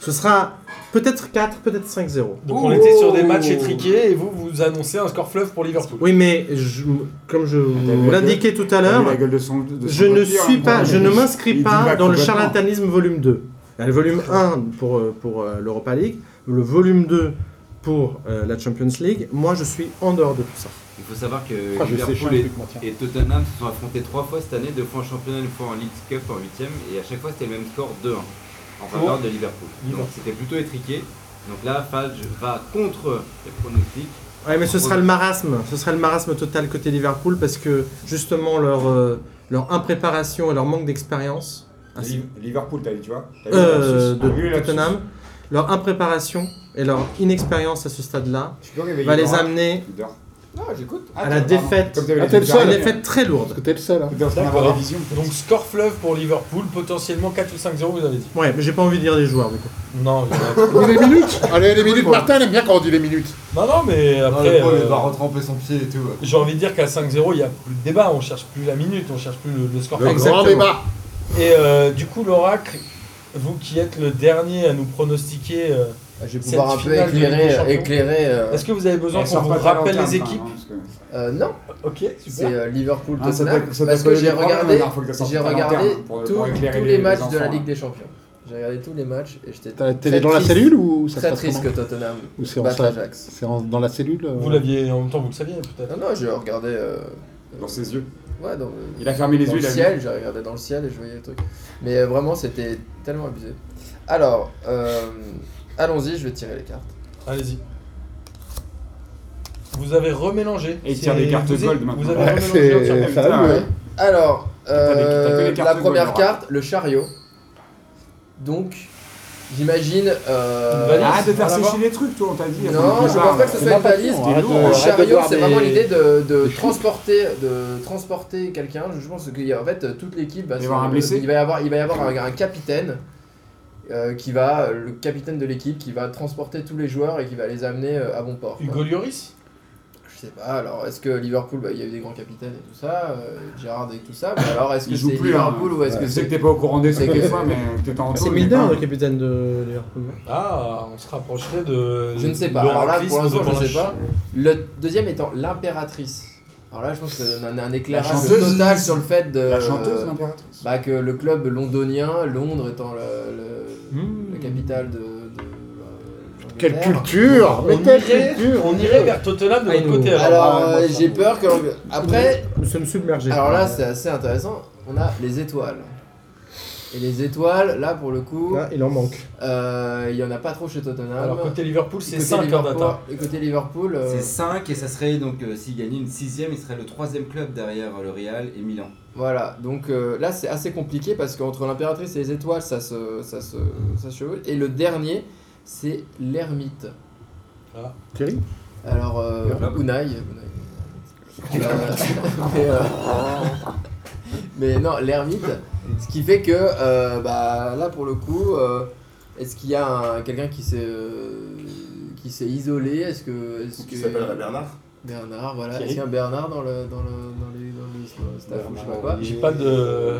Speaker 10: Ce sera peut-être 4, peut-être 5-0.
Speaker 4: Donc on était sur des matchs étriqués et vous vous annoncez un score fleuve pour Liverpool.
Speaker 10: Oui, mais je- comme je
Speaker 5: T'as vu
Speaker 10: vous
Speaker 5: la
Speaker 10: l'indiquais tout à
Speaker 5: T'as
Speaker 10: l'heure,
Speaker 5: vu la gueule de son- de son
Speaker 10: je ne
Speaker 5: vampire,
Speaker 10: suis
Speaker 5: hein,
Speaker 10: pas,
Speaker 5: quand
Speaker 10: je
Speaker 5: même.
Speaker 10: ne m'inscris
Speaker 5: il
Speaker 10: pas
Speaker 5: divague
Speaker 10: dans le
Speaker 5: complètement.
Speaker 10: charlatanisme volume 2. Il y a Le volume 1 pour, euh, pour euh, l'Europa League, le volume 2 pour euh, la Champions League. Moi, je suis en dehors de tout ça.
Speaker 2: Il faut savoir que
Speaker 7: Ah, je sais, je
Speaker 2: Liverpool
Speaker 7: sais,
Speaker 2: et,
Speaker 7: moi, tiens.
Speaker 2: et Tottenham se sont affrontés trois fois cette année, deux fois en championnat, une fois en League Cup en huitième, et à chaque fois c'était le même score 2-1 en faveur de Liverpool. Donc c'était plutôt étriqué. Donc là, Fage va contre les pronostics.
Speaker 10: Ouais, mais ce sera le marasme. Ce sera le marasme total côté Liverpool parce que justement leur, euh, leur impréparation et leur manque d'expérience ainsi-
Speaker 5: Li- Liverpool, t'as dit, tu vois. T'as vu
Speaker 10: euh,
Speaker 5: la sauce. T'as vu
Speaker 10: de
Speaker 5: la
Speaker 10: Tottenham,
Speaker 5: sauce.
Speaker 10: leur impréparation et leur inexpérience à ce stade-là
Speaker 5: Je suis pas réveillé,
Speaker 10: va les
Speaker 5: Laura.
Speaker 10: amener
Speaker 5: Il dort.
Speaker 6: Non, j'écoute.
Speaker 5: Ah,
Speaker 10: à la
Speaker 5: pardon.
Speaker 10: défaite,
Speaker 5: Comme t'avais
Speaker 7: Ah,
Speaker 5: les
Speaker 7: t'es
Speaker 5: deux
Speaker 7: le seul.
Speaker 10: à une
Speaker 5: dernières.
Speaker 10: défaite très lourde.
Speaker 7: Parce que t'es le seul. hein.
Speaker 5: T'es en train
Speaker 4: D'accord.
Speaker 5: d'avoir la vision.
Speaker 4: Donc score fleuve pour Liverpool, potentiellement 4 ou 5-0 vous avez dit.
Speaker 10: Ouais, mais j'ai pas envie de dire les joueurs du coup.
Speaker 4: Non, il y en a-
Speaker 7: Ou les minutes Allez, les minutes, Martin, il aime bien quand on dit les minutes.
Speaker 4: non, non, mais
Speaker 2: Non,
Speaker 4: après,
Speaker 2: le pro,
Speaker 4: euh,
Speaker 2: il va retremper son pied et tout. ouais.
Speaker 4: j'ai envie de dire qu'à 5-0 il n'y a plus de débat, on cherche plus la minute, on cherche plus le, le score.
Speaker 7: Le
Speaker 10: Exactement.
Speaker 7: grand débat.
Speaker 4: Et euh, du coup l'oracle, vous qui êtes le dernier à nous pronostiquer, euh,
Speaker 6: Ah, Je vais
Speaker 4: Cette
Speaker 6: pouvoir un peu
Speaker 4: finale de Ligue des Champions.
Speaker 6: éclairer. éclairer euh,
Speaker 4: est-ce que vous avez besoin
Speaker 5: Elle
Speaker 4: qu'on
Speaker 5: sort
Speaker 4: vous
Speaker 5: pas très
Speaker 4: rappelle
Speaker 5: longtemps,
Speaker 4: les
Speaker 5: enfin,
Speaker 4: équipes
Speaker 5: hein, parce que-
Speaker 6: euh, non,
Speaker 5: hein.
Speaker 4: Ok,
Speaker 6: c'est euh,
Speaker 4: super.
Speaker 6: Liverpool
Speaker 5: Ah, ça
Speaker 6: Tottenham
Speaker 5: doit- ça doit
Speaker 6: parce que
Speaker 5: causer
Speaker 6: j'ai
Speaker 5: des problèmes,
Speaker 6: regardé,
Speaker 5: alors, faut le sortir
Speaker 6: j'ai
Speaker 5: par l'interne,
Speaker 6: regardé
Speaker 5: pour- pour
Speaker 6: tous,
Speaker 5: éclairer
Speaker 6: tous
Speaker 5: les-
Speaker 6: les
Speaker 5: les
Speaker 6: matchs de la
Speaker 5: enfants,
Speaker 6: Ligue
Speaker 5: hein.
Speaker 6: des Champions. J'ai regardé tous les matchs et j'étais
Speaker 7: T'as- T'es
Speaker 6: très
Speaker 7: dans la
Speaker 6: triste.
Speaker 7: cellule ou ça se
Speaker 6: très
Speaker 7: passe
Speaker 6: triste que
Speaker 7: comment
Speaker 6: Tottenham
Speaker 7: Ou c'est en
Speaker 6: batte
Speaker 7: salle
Speaker 6: l'Ajax.
Speaker 7: C'est en- dans la cellule euh,
Speaker 4: Vous l'aviez en même temps, vous le saviez peut-être.
Speaker 6: Non, non, j'ai regardé. euh,
Speaker 5: Dans ses yeux.
Speaker 6: ouais, dans,
Speaker 5: Il a fermé les
Speaker 6: dans
Speaker 5: yeux,
Speaker 6: le
Speaker 5: il a vu.
Speaker 6: ciel, j'ai regardé dans le ciel et je voyais le truc. Mais euh, vraiment, c'était tellement abusé. Alors, euh, allons-y, je vais tirer les cartes.
Speaker 4: Allez-y. Vous avez remélangé.
Speaker 5: Et il
Speaker 4: C'est-
Speaker 5: tire des cartes
Speaker 4: vous avez-
Speaker 5: gold
Speaker 4: Vous
Speaker 5: maintenant.
Speaker 4: avez
Speaker 5: Ouais,
Speaker 4: remélangé.
Speaker 7: c'est-
Speaker 4: entièrement.
Speaker 7: Ça va
Speaker 5: Putain,
Speaker 7: mieux.
Speaker 5: ouais.
Speaker 6: Alors,
Speaker 5: T'as des- t'as que
Speaker 6: euh,
Speaker 5: les cartes
Speaker 6: la
Speaker 5: de
Speaker 6: première
Speaker 5: Gaulle,
Speaker 6: carte, le chariot. Donc, J'imagine. euh,
Speaker 4: Une valise.
Speaker 5: Arrête Ah, de
Speaker 4: Rien à
Speaker 5: faire sécher
Speaker 4: voir.
Speaker 5: les trucs, toi, on t'a dit.
Speaker 6: Non, je pense pas
Speaker 5: Ah,
Speaker 6: que ce
Speaker 7: C'est
Speaker 6: soit une
Speaker 7: pas
Speaker 5: hein.
Speaker 6: valise.
Speaker 7: con, arrête de-
Speaker 6: Le
Speaker 7: arrête de
Speaker 6: chariot,
Speaker 7: voir
Speaker 6: c'est
Speaker 7: des-
Speaker 6: vraiment l'idée de, de
Speaker 7: des chutes.
Speaker 6: transporter, de transporter quelqu'un. Je pense qu'il y a en fait toute l'équipe. va
Speaker 5: Il va y
Speaker 6: se-
Speaker 5: avoir un blessé.
Speaker 6: Il va y avoir, il va y avoir un, un capitaine euh, qui va, le capitaine de l'équipe, qui va transporter tous les joueurs et qui va les amener euh, à bon port. quoi.
Speaker 4: Hugo Lloris
Speaker 6: Je sais pas. Alors, est-ce que Liverpool, bah, il y a eu des grands capitaines et tout ça, euh, Gérard et tout ça. Mais alors, est-ce que
Speaker 5: Il joue
Speaker 6: c'est
Speaker 5: plus, hein.
Speaker 6: Liverpool ou est-ce que
Speaker 5: Je sais que
Speaker 6: c'est
Speaker 5: t'es pas au courant des
Speaker 6: C'est
Speaker 5: trucs des
Speaker 6: que-
Speaker 5: fois, mais t'es en
Speaker 10: C'est
Speaker 5: tôle,
Speaker 10: Milner,
Speaker 5: mais-
Speaker 10: le capitaine de Liverpool.
Speaker 4: Ah, on se rapprocherait de.
Speaker 6: Je ne sais pas.
Speaker 4: de
Speaker 6: Alors là,
Speaker 4: l'oraclisme
Speaker 6: pour l'instant,
Speaker 4: de
Speaker 6: je ne sais
Speaker 4: Blanche.
Speaker 6: pas. Le deuxième étant l'impératrice. Alors là, je pense qu'on a un éclairage
Speaker 5: chanteuse.
Speaker 6: total sur le fait de.
Speaker 5: La chanteuse, l'impératrice.
Speaker 6: bah, que le club londonien, Londres étant le, le- la capitale de. de- de-
Speaker 7: Quelle
Speaker 6: l'Angleterre.
Speaker 7: culture Mais
Speaker 4: On
Speaker 7: quelle
Speaker 4: irait,
Speaker 7: culture
Speaker 4: on irait vers Tottenham de
Speaker 10: Ah,
Speaker 4: l'autre
Speaker 10: nous.
Speaker 4: côté. alors.
Speaker 6: Alors,
Speaker 7: Ah,
Speaker 6: euh,
Speaker 7: moi, ça
Speaker 6: j'ai
Speaker 7: me-
Speaker 6: peur que. l'Ang- Après,
Speaker 10: Nous sommes submergés.
Speaker 6: alors là, c'est assez intéressant. On a les étoiles. Et les étoiles, là, pour le coup,
Speaker 7: Ah,
Speaker 10: Là, il en manque.
Speaker 6: euh, il y en a pas trop chez Tottenham.
Speaker 4: Alors, côté Liverpool, c'est hein,
Speaker 6: Ah, Côté
Speaker 4: 5 heures
Speaker 6: Liverpool-
Speaker 4: d'attente.
Speaker 6: et Côté Liverpool, euh,
Speaker 2: C'est 5 et ça serait donc euh, s'il gagnait une sixième, il serait le troisième club derrière euh, le Real et Milan.
Speaker 6: Voilà, donc euh, là c'est assez compliqué parce qu'entre l'impératrice et les étoiles ça se, ça se, ça se chevauche. Et le dernier c'est l'ermite.
Speaker 7: Thierry
Speaker 6: Alors, euh, Unai. Unai. Euh, mais, euh, mais non, l'ermite. Ce qui fait que euh, bah, là pour le coup, euh, est-ce qu'il y a un- quelqu'un qui s'est euh, qui s'est isolé Est-ce que. Est-ce que-
Speaker 9: Qui s'appellerait Bernard
Speaker 6: Bernard, voilà.
Speaker 4: Thierry.
Speaker 6: Est-ce qu'il y a un Bernard dans le, dans le, dans les, dans le staff ou je sais pas quoi
Speaker 4: J'ai pas de.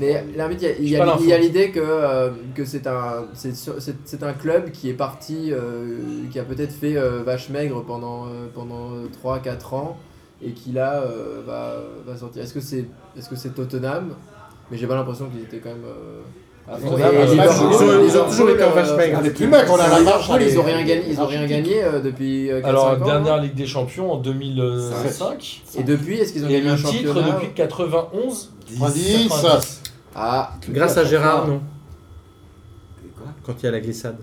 Speaker 6: Mais l'arbitre, il y a- il y
Speaker 4: J'ai pas
Speaker 6: a-
Speaker 4: l'info.
Speaker 6: il y a l'idée que, euh, que c'est un, c'est sur- c'est- c'est un club qui est parti, euh, qui a peut-être fait euh, vache maigre pendant, euh, pendant 3-4 ans et qui là euh, va, va sortir. Est-ce que c'est est -ce c'est Tottenham Mais j'ai pas l'impression qu'ils étaient quand même. euh, à fond.
Speaker 4: Tottenham,
Speaker 6: Et
Speaker 4: euh,
Speaker 6: Liverpool,
Speaker 4: ils ont-
Speaker 7: ils ont toujours été en vache
Speaker 6: euh,
Speaker 5: Ah,
Speaker 7: maigre.
Speaker 6: Liverpool,
Speaker 7: Les plus mecs, on a la marche, allez.
Speaker 6: Ils ont rien gagné, ils ont rien gagné euh, depuis euh, 4-5
Speaker 4: Alors,
Speaker 6: ans.
Speaker 4: dernière Ligue des Champions en 2005.
Speaker 6: Et depuis, est-ce qu'ils ont
Speaker 4: Et
Speaker 6: gagné un
Speaker 4: le
Speaker 6: championnat
Speaker 4: titre depuis 91.
Speaker 7: 10
Speaker 4: 90.
Speaker 6: Ah,
Speaker 10: Grâce à Gérard, non.
Speaker 2: quoi
Speaker 10: Quand il y a la glissade.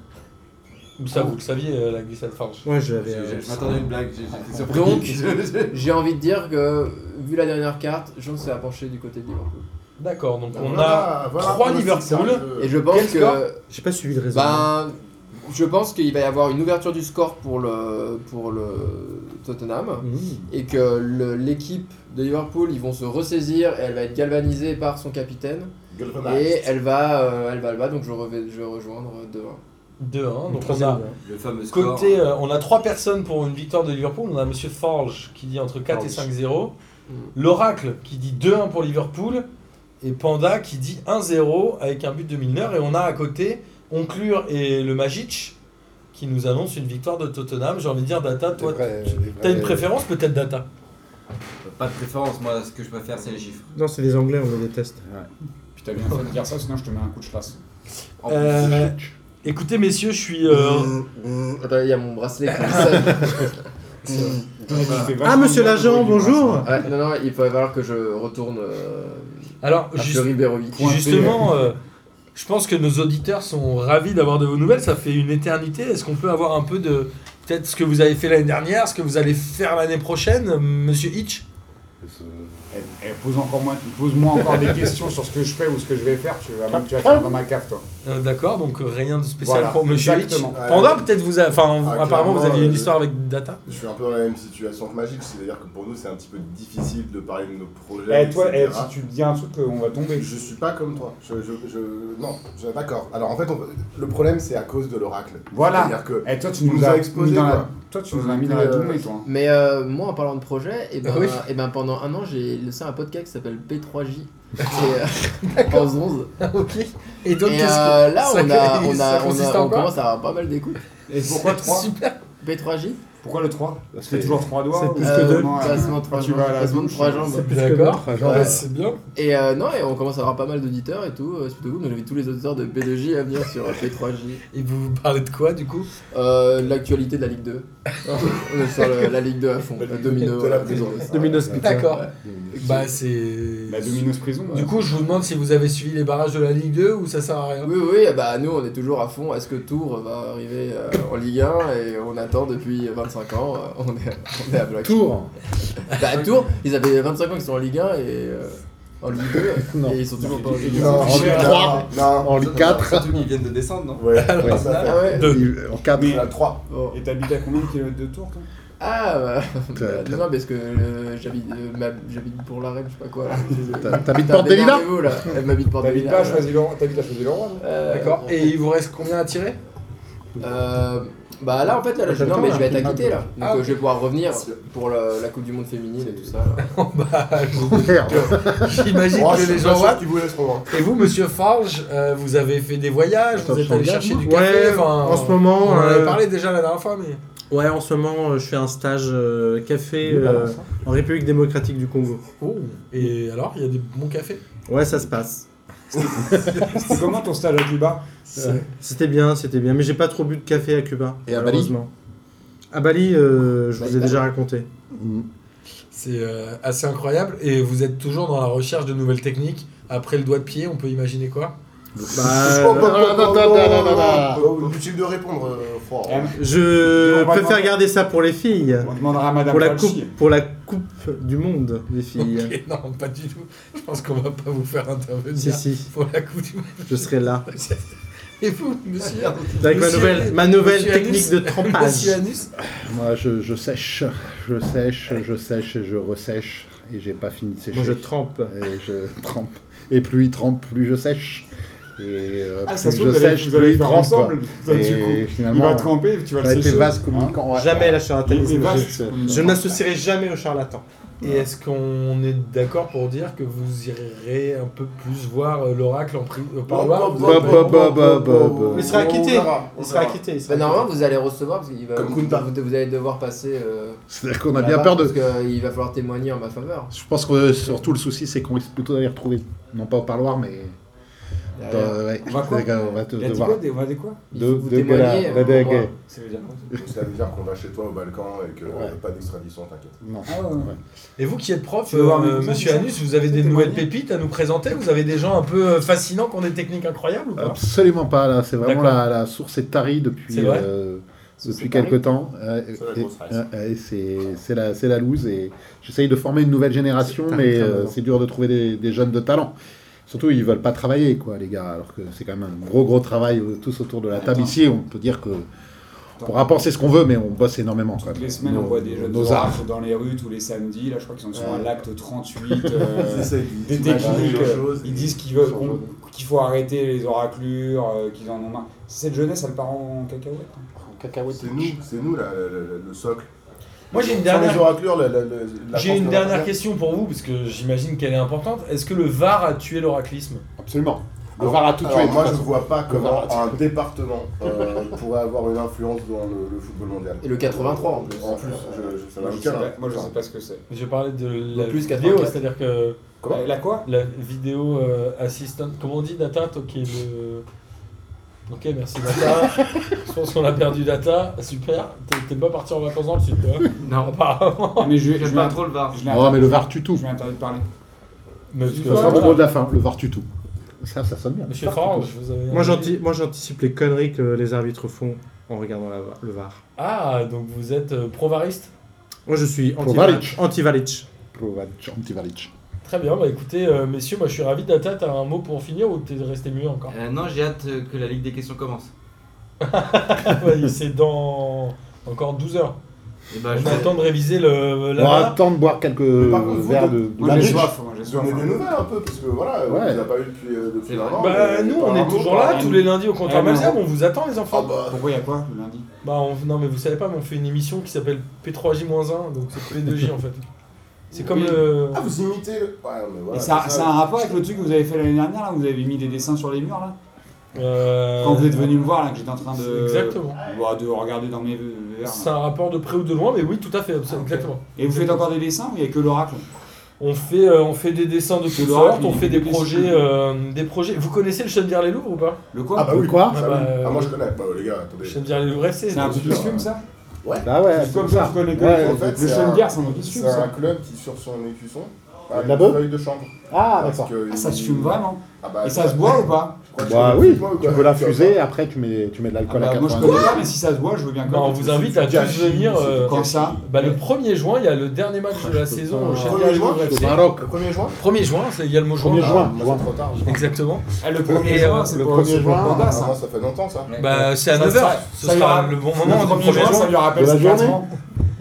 Speaker 4: Ça, vous le saviez, euh, la glissade farge.
Speaker 10: Ouais, je l'avais.
Speaker 2: Je,
Speaker 10: euh,
Speaker 2: je m'attendais à une blague, j'ai- j'étais surpris.
Speaker 6: Donc,
Speaker 2: Je-
Speaker 6: J'ai envie de dire que, vu la dernière carte, je pense que c'est à pencher du côté de Liverpool.
Speaker 4: D'accord,
Speaker 6: Bah,
Speaker 4: donc on a.
Speaker 9: Voilà, voilà,
Speaker 4: trois
Speaker 9: voilà,
Speaker 4: Liverpool.
Speaker 9: c'est ça, je-
Speaker 6: Et je pense
Speaker 4: Quel score
Speaker 6: que.
Speaker 10: J'ai pas suivi le réseau.
Speaker 6: Ben. Je pense qu'il va y avoir une ouverture du score pour le, pour le Tottenham et que le- l'équipe de Liverpool ils vont se ressaisir et elle va être galvanisée par son capitaine et elle va euh, elle va elle va donc je, revais- je vais rejoindre demain.
Speaker 4: 2-1. hein. Donc on
Speaker 10: Troisième,
Speaker 4: a.
Speaker 10: ouais.
Speaker 2: Le fameux score.
Speaker 4: Côté, euh, on a trois personnes pour une victoire de Liverpool. On a Monsieur Forge qui dit entre 4 et 5-0.
Speaker 6: Mm.
Speaker 4: L'Oracle qui dit 2-1 pour Liverpool. Et Panda qui dit 1-0 avec un but de Milner. Et on a à côté Onclure et le Magic qui nous annoncent une victoire de Tottenham. J'ai envie de dire, Data, toi, tu- t'as une préférence peut-être, Data
Speaker 2: euh, Pas de préférence, moi ce que je peux faire c'est les chiffres.
Speaker 10: Non, c'est les Anglais, on les déteste.
Speaker 5: Puis t'as bien fait de dire ça, sinon je te mets un coup de chlasse.
Speaker 4: Euh, Écoutez, messieurs, je suis. euh,
Speaker 6: Hum, Attends, il y a mon bracelet qui sonne.
Speaker 10: Ah, monsieur l'agent, bonjour
Speaker 6: Ouais, non non, il va falloir que je retourne euh,
Speaker 4: Alors,
Speaker 6: à
Speaker 4: juste-
Speaker 6: Fleury Berovitch.
Speaker 4: Justement, euh, je pense que nos auditeurs sont ravis d'avoir de vos nouvelles. Ça fait une éternité. Est-ce qu'on peut avoir un peu de peut-être ce que vous avez fait l'année dernière, ce que vous allez faire l'année prochaine, Monsieur Hitch
Speaker 5: Elle, elle pose encore moins, pose-moi encore des questions sur ce que je fais ou ce que je vais faire. Tu vas, tu vas faire dans ma cave, toi.
Speaker 4: Euh, D'accord, donc euh, rien de spécial
Speaker 5: Voilà,
Speaker 4: pour Monsieur
Speaker 5: exactement.
Speaker 4: Hitch. Panda, peut-être vous, a- enfin vous-
Speaker 9: Ah,
Speaker 4: apparemment vous
Speaker 9: clairement,
Speaker 4: aviez une
Speaker 9: euh,
Speaker 4: histoire avec Data.
Speaker 9: Je suis un peu dans la même situation que Magic, c'est-à-dire que pour nous c'est un petit peu difficile de parler de nos projets.
Speaker 5: Eh, toi, eh,
Speaker 9: etc.
Speaker 5: si tu dis un truc, on va tomber.
Speaker 9: Je suis pas comme toi. Je, je- je- non, je- d'accord. Alors en fait, on- le problème c'est à cause de l'oracle.
Speaker 5: Voilà.
Speaker 9: C'est-à-dire que
Speaker 5: Eh, toi, tu
Speaker 9: Il
Speaker 5: nous,
Speaker 9: nous
Speaker 5: as
Speaker 9: a exposé,
Speaker 5: mis dans la,
Speaker 9: quoi.
Speaker 5: toi, tu nous as mis dans la
Speaker 9: Euh,
Speaker 5: doulée, toi.
Speaker 6: Mais euh, moi, en parlant de projet, et ben,
Speaker 4: Ah Oui.
Speaker 6: et ben pendant un an, j'ai lancé un podcast qui s'appelle P3J. C'est euh, 11
Speaker 4: Ah, ok. Et donc
Speaker 6: Et
Speaker 4: qu'est-ce que-
Speaker 6: euh, là,
Speaker 4: ça-
Speaker 6: on, a, on,
Speaker 4: ça
Speaker 6: a, on,
Speaker 4: consiste
Speaker 6: a-
Speaker 4: en
Speaker 6: on
Speaker 4: quoi
Speaker 6: commence à avoir pas mal d'écoutes.
Speaker 5: Et pourquoi 3
Speaker 4: Super.
Speaker 6: P3J,
Speaker 5: Pourquoi le 3 Parce que
Speaker 7: c'est-
Speaker 5: toujours 3 doigts
Speaker 7: c'est
Speaker 5: ou-
Speaker 7: plus
Speaker 6: euh,
Speaker 7: que deux.
Speaker 5: Comment, euh,
Speaker 6: classement
Speaker 5: quand
Speaker 6: 3
Speaker 5: tu vas à la
Speaker 6: jambes.
Speaker 5: douche,
Speaker 4: hein,
Speaker 7: plus que
Speaker 4: D'accord.
Speaker 7: d'autres, genre.
Speaker 4: Ouais, c'est bien.
Speaker 6: Et euh, non, et on commence à avoir pas mal d'auditeurs et tout. euh, C'est plutôt cool. Donc, j'invite tous les auditeurs de P2J à venir sur euh, P3J.
Speaker 4: Et vous parlez de quoi du coup
Speaker 6: Euh, L'actualité de la Ligue 2. on est sur le- la Ligue 2 à fond. La domino.
Speaker 9: de la
Speaker 6: euh,
Speaker 9: prison.
Speaker 10: Domino's Pizza.
Speaker 4: D'accord.
Speaker 6: Ouais.
Speaker 4: Bah c'est.
Speaker 5: La Domino's Prison.
Speaker 4: Du coup, je vous demande si vous avez suivi les barrages de la Ligue 2 ou ça sert à rien.
Speaker 6: Oui, oui, bah nous on est toujours à fond. Est-ce que Tours va arriver euh, en Ligue 1 et on attend depuis 25 ans euh, on, est, on est à bloc.
Speaker 7: Tour
Speaker 6: Bah, Tours, ils avaient 25 ans qu'ils sont en Ligue 1 et. euh, en Ligue 2
Speaker 7: Non.
Speaker 6: et ils sont toujours pas en Ligue 2.
Speaker 9: Non,
Speaker 7: en Ligue
Speaker 9: non,
Speaker 7: trois.
Speaker 9: Non,
Speaker 7: En Ligue 4.
Speaker 2: Surtout qu'ils viennent de descendre, non
Speaker 7: Ouais, ouais.
Speaker 6: Ah ouais
Speaker 7: Deux. euh, En 4.
Speaker 9: il y en a 3.
Speaker 6: Bon.
Speaker 5: Et t'habites à combien de kilomètres de Tours, toi
Speaker 6: Ah bah,
Speaker 7: T'as-
Speaker 6: non, non, parce que euh, j'habite euh, ma- j'habite pour la je sais pas quoi. là.
Speaker 7: T'as- T'habites
Speaker 6: Putain,
Speaker 7: Porte des Lilas
Speaker 6: démerdez-vous, là. Elle m'habite Porte
Speaker 5: T'habites
Speaker 6: des
Speaker 5: pas à
Speaker 6: Lilas,
Speaker 5: Choisy-le-Roi T'habites à Choisy-le-Roi, non
Speaker 6: ouais. Euh,
Speaker 4: D'accord. Et il vous reste combien à tirer
Speaker 6: Euh, bah là en fait là, là, je-
Speaker 7: Attends,
Speaker 6: non mais je vais
Speaker 7: attends,
Speaker 6: être acquitté là donc
Speaker 4: Ah,
Speaker 6: euh, je vais pouvoir revenir pour la, la coupe du monde féminine et tout ça là.
Speaker 4: Bah,
Speaker 7: Merde.
Speaker 4: j'imagine
Speaker 9: Oh, je
Speaker 4: que
Speaker 9: suis
Speaker 4: les
Speaker 9: pas
Speaker 4: gens
Speaker 9: sûr
Speaker 4: voient.
Speaker 9: qu'ils vous laissent
Speaker 1: hein.
Speaker 9: trop loin.
Speaker 4: Et vous, monsieur Farge, euh, vous avez fait des voyages,
Speaker 7: Attends,
Speaker 4: vous êtes
Speaker 7: je
Speaker 4: allé
Speaker 7: regarde,
Speaker 4: chercher du café.
Speaker 10: Ouais,
Speaker 4: enfin,
Speaker 10: en ce
Speaker 4: on
Speaker 10: moment.
Speaker 4: en avait
Speaker 10: euh,
Speaker 4: parlé déjà la dernière fois, mais.
Speaker 10: Ouais, en ce moment, euh, je fais un stage euh, café euh, en République démocratique du Congo.
Speaker 4: Oh, et alors, il y a des bons cafés
Speaker 10: Ouais, ça se passe.
Speaker 5: C'est comment ton stage à Cuba
Speaker 10: Euh, C'était bien, c'était bien. Mais j'ai pas trop bu de café à Cuba.
Speaker 7: Et à Bali
Speaker 10: malheureusement. À Bali, euh, je vous ai déjà raconté.
Speaker 4: C'est euh, assez incroyable. Et vous êtes toujours dans la recherche de nouvelles techniques. Après le doigt de pied, on peut imaginer quoi
Speaker 10: Bah,
Speaker 7: non,
Speaker 9: Oh, bah,
Speaker 7: non,
Speaker 9: bah, bah,
Speaker 7: non,
Speaker 9: bah,
Speaker 7: non,
Speaker 9: bah,
Speaker 7: non,
Speaker 9: bah,
Speaker 7: non.
Speaker 9: bah, Utile de répondre, euh, froid.
Speaker 5: Eh,
Speaker 10: je
Speaker 5: On va
Speaker 10: préfère
Speaker 5: demander-
Speaker 10: garder ça pour les filles.
Speaker 5: On demandera à Madame
Speaker 10: Pour la,
Speaker 5: Falchi.
Speaker 10: coupe, pour la coupe du monde, les filles.
Speaker 4: Ok, Non, pas du tout. Je pense qu'on va pas vous faire intervenir
Speaker 10: Si, si,
Speaker 4: pour la coupe du monde.
Speaker 10: je serai là.
Speaker 4: Et vous, monsieur
Speaker 10: Avec ma
Speaker 4: Monsieur-
Speaker 10: nouvelle, ma nouvelle
Speaker 4: Monsieur
Speaker 10: technique
Speaker 4: Anus.
Speaker 10: de
Speaker 1: Ah,
Speaker 10: trempage.
Speaker 4: Monsieur Anus
Speaker 7: Moi, je, je sèche, je sèche, je sèche et je ressèche. Et j'ai pas fini de sécher.
Speaker 10: Moi, je trempe.
Speaker 7: Et je trempe. Et plus il trempe, plus je sèche. Et euh,
Speaker 5: Ah, ça se
Speaker 7: plus je
Speaker 5: trouve, vous allez-
Speaker 7: sèche,
Speaker 5: vous allez
Speaker 7: plus il
Speaker 5: faire
Speaker 7: trempe.
Speaker 5: ensemble. ça,
Speaker 7: Et
Speaker 5: du coup. Il
Speaker 7: finalement,
Speaker 5: va tremper, tu vas
Speaker 7: ça a
Speaker 5: le
Speaker 7: été
Speaker 5: sécher.
Speaker 7: vache
Speaker 5: Hein
Speaker 7: communicant. ouais.
Speaker 10: Jamais la charlatanisme.
Speaker 5: Les vases
Speaker 10: Je-
Speaker 5: communicants.
Speaker 10: Je ne m'associerai jamais aux charlatans.
Speaker 4: Et est-ce qu'on est d'accord pour dire que vous irez un peu plus voir euh, l'oracle en pri- euh, parloir
Speaker 7: bah, bah, bah, bah, bah.
Speaker 10: Il sera acquitté.
Speaker 9: On verra, on
Speaker 10: Il sera
Speaker 9: verra.
Speaker 10: acquitté. il sera
Speaker 6: Bah,
Speaker 10: acquitté.
Speaker 6: normalement vous allez recevoir parce qu'il va
Speaker 9: Comme
Speaker 6: vous,
Speaker 9: Kunta.
Speaker 6: vous- vous allez devoir passer euh,
Speaker 7: C'est-à-dire qu'on a bien
Speaker 6: là-bas,
Speaker 7: peur de.
Speaker 6: parce qu'il va falloir témoigner en ma faveur
Speaker 7: Je pense que euh, surtout le souci, c'est qu'on risque plutôt d'aller retrouver, non pas au parloir, mais.
Speaker 6: Derrière.
Speaker 7: Euh, ouais.
Speaker 5: On va quoi
Speaker 7: C'est qu'on va te
Speaker 5: Il a dit
Speaker 7: devoir.
Speaker 5: quoi des- On va dire quoi
Speaker 6: Il
Speaker 7: De-
Speaker 6: faut vous
Speaker 7: de
Speaker 6: témoigner
Speaker 7: Gola-
Speaker 6: euh,
Speaker 7: Gola-
Speaker 6: pour moi.
Speaker 5: Ça veut dire quoi
Speaker 9: Ça veut dire qu'on va chez toi au Balkan et qu'on
Speaker 7: Ouais.
Speaker 9: n'a pas d'extradition, t'inquiète.
Speaker 7: Non.
Speaker 5: Ah ouais, ouais.
Speaker 4: Et vous qui êtes prof,
Speaker 5: Tu veux voir
Speaker 4: euh,
Speaker 5: mes cousins,
Speaker 4: monsieur
Speaker 5: c'est ça
Speaker 4: Anus, vous avez des
Speaker 5: C'est
Speaker 4: nouvelles
Speaker 5: témoignage.
Speaker 4: pépites à nous présenter Vous avez des gens un peu euh, fascinants qui ont des techniques incroyables ou pas
Speaker 7: Absolument pas, là. C'est vraiment
Speaker 4: D'accord.
Speaker 7: la, la source est tarie
Speaker 4: C'est
Speaker 7: depuis,
Speaker 4: vrai
Speaker 7: euh,
Speaker 6: C'est
Speaker 7: depuis
Speaker 6: pareil.
Speaker 7: quelques temps. Euh,
Speaker 9: C'est la
Speaker 7: et-
Speaker 9: grosse race.
Speaker 7: euh, et c'est c'est la, c'est la loose. Et j'essaye de former une nouvelle génération, mais euh, c'est dur de trouver des, des jeunes de talent. Surtout, ils veulent pas travailler, quoi, les gars. Alors que c'est quand même un gros, gros travail euh, tous autour de la table ici. On peut dire que. On pourra penser ce qu'on veut, mais on bosse énormément. Quoi.
Speaker 5: Toutes les semaines,
Speaker 7: nos,
Speaker 5: on voit des jeunes
Speaker 7: nos arts.
Speaker 5: oranges dans les rues tous les samedis. Là, je crois qu'ils sont sur un
Speaker 6: Ouais.
Speaker 5: l'acte 38. euh,
Speaker 9: Ils essayent d'imaginer
Speaker 5: des techniques.
Speaker 9: les
Speaker 5: euh,
Speaker 9: choses et-
Speaker 5: Ils disent qu'ils veulent-
Speaker 9: Ils sont-
Speaker 5: qu'on- qu'il faut arrêter les oraclures, euh, qu'ils en ont marre. Cette jeunesse, elle part en cacahuète. hein.
Speaker 9: C'est nous, c'est nous là, le, le- le socle.
Speaker 4: Moi, j'ai une
Speaker 9: Sans
Speaker 4: dernière-
Speaker 9: les oraclures, la- la- la- la
Speaker 4: J'ai
Speaker 9: France
Speaker 4: une
Speaker 9: ne
Speaker 4: dernière
Speaker 9: va pas bien.
Speaker 4: question pour vous, parce que j'imagine qu'elle est importante. Est-ce que le VAR a tué l'oraclisme
Speaker 7: Absolument. Le
Speaker 5: Ah
Speaker 9: Alors-
Speaker 7: VAR a tout tué.
Speaker 9: Alors,
Speaker 7: de
Speaker 9: moi,
Speaker 7: toute
Speaker 9: je
Speaker 7: façon.
Speaker 9: vois pas comment
Speaker 7: Le VAR
Speaker 9: un département euh, pourrait avoir une influence dans le, le football mondial.
Speaker 6: et le 83 en plus
Speaker 9: En plus, je, je- ça
Speaker 5: Moi, je
Speaker 9: va me hein.
Speaker 5: sais
Speaker 9: calme.
Speaker 5: pas, moi, je sais pas ce que c'est.
Speaker 4: Je parlais de la
Speaker 6: Plus
Speaker 4: vidéo,
Speaker 6: 84.
Speaker 4: c'est-à-dire que
Speaker 9: Comment
Speaker 5: Euh, La quoi
Speaker 4: la vidéo euh, assistant, comment on dit, data, toi qui est le... Ok, merci Data. je pense qu'on a perdu Data. Super. T'es- T'es pas parti en vacances dans le sud, toi
Speaker 2: Non,
Speaker 7: Oh,
Speaker 4: Apparemment.
Speaker 5: Ah, Mais je, je
Speaker 2: j'aime
Speaker 5: l'ai
Speaker 2: pas
Speaker 5: interdit-
Speaker 2: trop le VAR.
Speaker 5: je l'ai
Speaker 7: Non, Oh, mais le
Speaker 5: interdit-
Speaker 7: VAR tue tout.
Speaker 5: Je l'ai interdit de parler.
Speaker 4: Monsieur,
Speaker 7: Ce sera le mot de la fin. Le VAR tue tout. Ça, ça sonne bien.
Speaker 4: Monsieur Farage, vous avez...
Speaker 10: Moi, j'anti- moi, j'anticipe les conneries que les arbitres font en regardant la- le VAR.
Speaker 4: Ah, donc vous êtes euh, pro-variste
Speaker 10: Moi, je suis anti-
Speaker 7: Valic.
Speaker 10: anti-Valic.
Speaker 7: Kovac, anti-Valic.
Speaker 4: Très bien, bah écoutez, euh, messieurs, moi je suis ravi. Data, t'as un mot pour finir ou t'es resté muet encore
Speaker 2: Euh, non, j'ai hâte euh, que la Ligue des questions commence.
Speaker 5: Ah,
Speaker 4: Ouais, C'est dans encore 12 heures.
Speaker 2: Et
Speaker 5: Ah,
Speaker 2: bah, je
Speaker 4: On a
Speaker 2: vais-
Speaker 4: le temps de réviser le
Speaker 7: On va
Speaker 4: la
Speaker 7: attendre de boire quelques
Speaker 9: par contre, vous,
Speaker 7: verres
Speaker 9: de-
Speaker 7: de, de
Speaker 5: Moi,
Speaker 7: la
Speaker 5: j'ai
Speaker 7: biche.
Speaker 5: soif. moi, j'ai soif. hein.
Speaker 9: Donnez des nouvelles un peu, parce que voilà,
Speaker 7: Ouais.
Speaker 9: on les a pas eu depuis, euh, depuis
Speaker 2: C'est
Speaker 9: un
Speaker 2: vrai.
Speaker 9: an.
Speaker 4: Bah
Speaker 9: mais
Speaker 4: nous on est
Speaker 9: apparemment,
Speaker 4: toujours là
Speaker 5: on-
Speaker 4: tous les lundis au comptoir
Speaker 5: Eh, mais
Speaker 4: Malzerbe,
Speaker 5: on-
Speaker 4: on vous attend les
Speaker 9: Ah
Speaker 4: enfants.
Speaker 9: bah,
Speaker 5: Pourquoi il y a quoi le lundi
Speaker 4: Bah on- non mais vous savez pas, mais on fait une émission qui s'appelle P3J-1, donc c'est P2J en fait. C'est comme
Speaker 5: Oui.
Speaker 4: le...
Speaker 9: ah, vous imitez le... Ouais, mais voilà.
Speaker 5: Et ça,
Speaker 9: c'est
Speaker 5: ça a un rapport avec le truc que vous avez fait l'année dernière là, où vous avez mis des dessins sur les murs là
Speaker 4: euh,
Speaker 5: Quand vous êtes venu me voir là, que j'étais en train de.
Speaker 4: Exactement.
Speaker 5: Bah, de regarder dans mes verres. là.
Speaker 4: C'est un rapport de près ou de loin, mais oui, tout à fait,
Speaker 5: Ah,
Speaker 4: absolument, exactement.
Speaker 5: Et vous faites encore des dessins ou il n'y a que l'oracle
Speaker 4: On fait, euh, on fait des dessins de toutes
Speaker 5: le rap,
Speaker 4: sortes, on
Speaker 5: il-
Speaker 4: fait
Speaker 5: il
Speaker 4: des
Speaker 5: est
Speaker 4: projets,
Speaker 5: déçu.
Speaker 4: euh, des projets. Vous connaissez le Chenvière les Louvres ou pas
Speaker 5: Le
Speaker 7: Ah
Speaker 5: quoi
Speaker 7: bah oui, quoi
Speaker 9: Ah,
Speaker 4: bah, euh,
Speaker 9: ah, moi je connais. Bah, les gars, attendez.
Speaker 4: Chenvière les Louvres FC.
Speaker 5: C'est un
Speaker 4: donc,
Speaker 5: petit
Speaker 9: sûr.
Speaker 5: film ça
Speaker 7: Bah ouais,
Speaker 5: C'est comme ça, je connais que
Speaker 7: Ouais,
Speaker 5: le
Speaker 9: en fait,
Speaker 5: le
Speaker 9: c'est
Speaker 5: Schoenberg, c'est un
Speaker 9: C'est
Speaker 5: petit film
Speaker 9: un
Speaker 5: ça.
Speaker 9: club qui, sur son écusson,
Speaker 7: Ah,
Speaker 9: une
Speaker 7: de la beuh
Speaker 9: feuille de chanvre.
Speaker 7: Ah,
Speaker 9: Parce
Speaker 7: d'accord.
Speaker 9: que
Speaker 5: Ah, ça se
Speaker 9: il-
Speaker 5: fume vraiment.
Speaker 9: Ah bah,
Speaker 5: Et ça se boit ou pas
Speaker 9: je crois que
Speaker 7: Bah
Speaker 9: je peux-
Speaker 7: oui,
Speaker 9: moi, ou
Speaker 7: tu
Speaker 9: quoi
Speaker 7: peux l'infuser, après tu mets, tu mets de
Speaker 5: Ah
Speaker 7: l'alcool
Speaker 5: bah,
Speaker 7: à
Speaker 5: Moi je
Speaker 7: 90.
Speaker 5: connais pas, mais si ça se boit, je veux bien
Speaker 1: Bah, on
Speaker 5: connaître.
Speaker 1: vous invite à tous venir. euh,
Speaker 5: Quand ça
Speaker 1: bah, le 1er juin, il y a le dernier match de la saison au Châtillon
Speaker 9: Premier juin,
Speaker 1: FC.
Speaker 7: Au Maroc.
Speaker 6: Le 1er juin
Speaker 1: 1er juin, c'est- il y a le mot
Speaker 7: Premier
Speaker 1: juin.
Speaker 7: juin,
Speaker 9: Moi,
Speaker 7: juin.
Speaker 9: c'est trop tard.
Speaker 1: Exactement.
Speaker 5: Ah, Le 1er
Speaker 1: Et,
Speaker 5: juin,
Speaker 1: euh,
Speaker 5: c'est
Speaker 7: le
Speaker 5: pour
Speaker 7: 1er
Speaker 5: c'est pour
Speaker 7: juin,
Speaker 5: Panda,
Speaker 9: Ah,
Speaker 5: ça.
Speaker 9: non, ça fait longtemps ça.
Speaker 1: Bah, c'est à
Speaker 5: Ça
Speaker 1: 9h.
Speaker 5: sera-
Speaker 1: Ce
Speaker 5: ça
Speaker 1: sera
Speaker 5: ira.
Speaker 1: le bon moment.
Speaker 5: Le
Speaker 1: le
Speaker 5: 1er juin, ça lui rappelle
Speaker 7: De la
Speaker 5: ses 4
Speaker 7: journée.
Speaker 5: ans.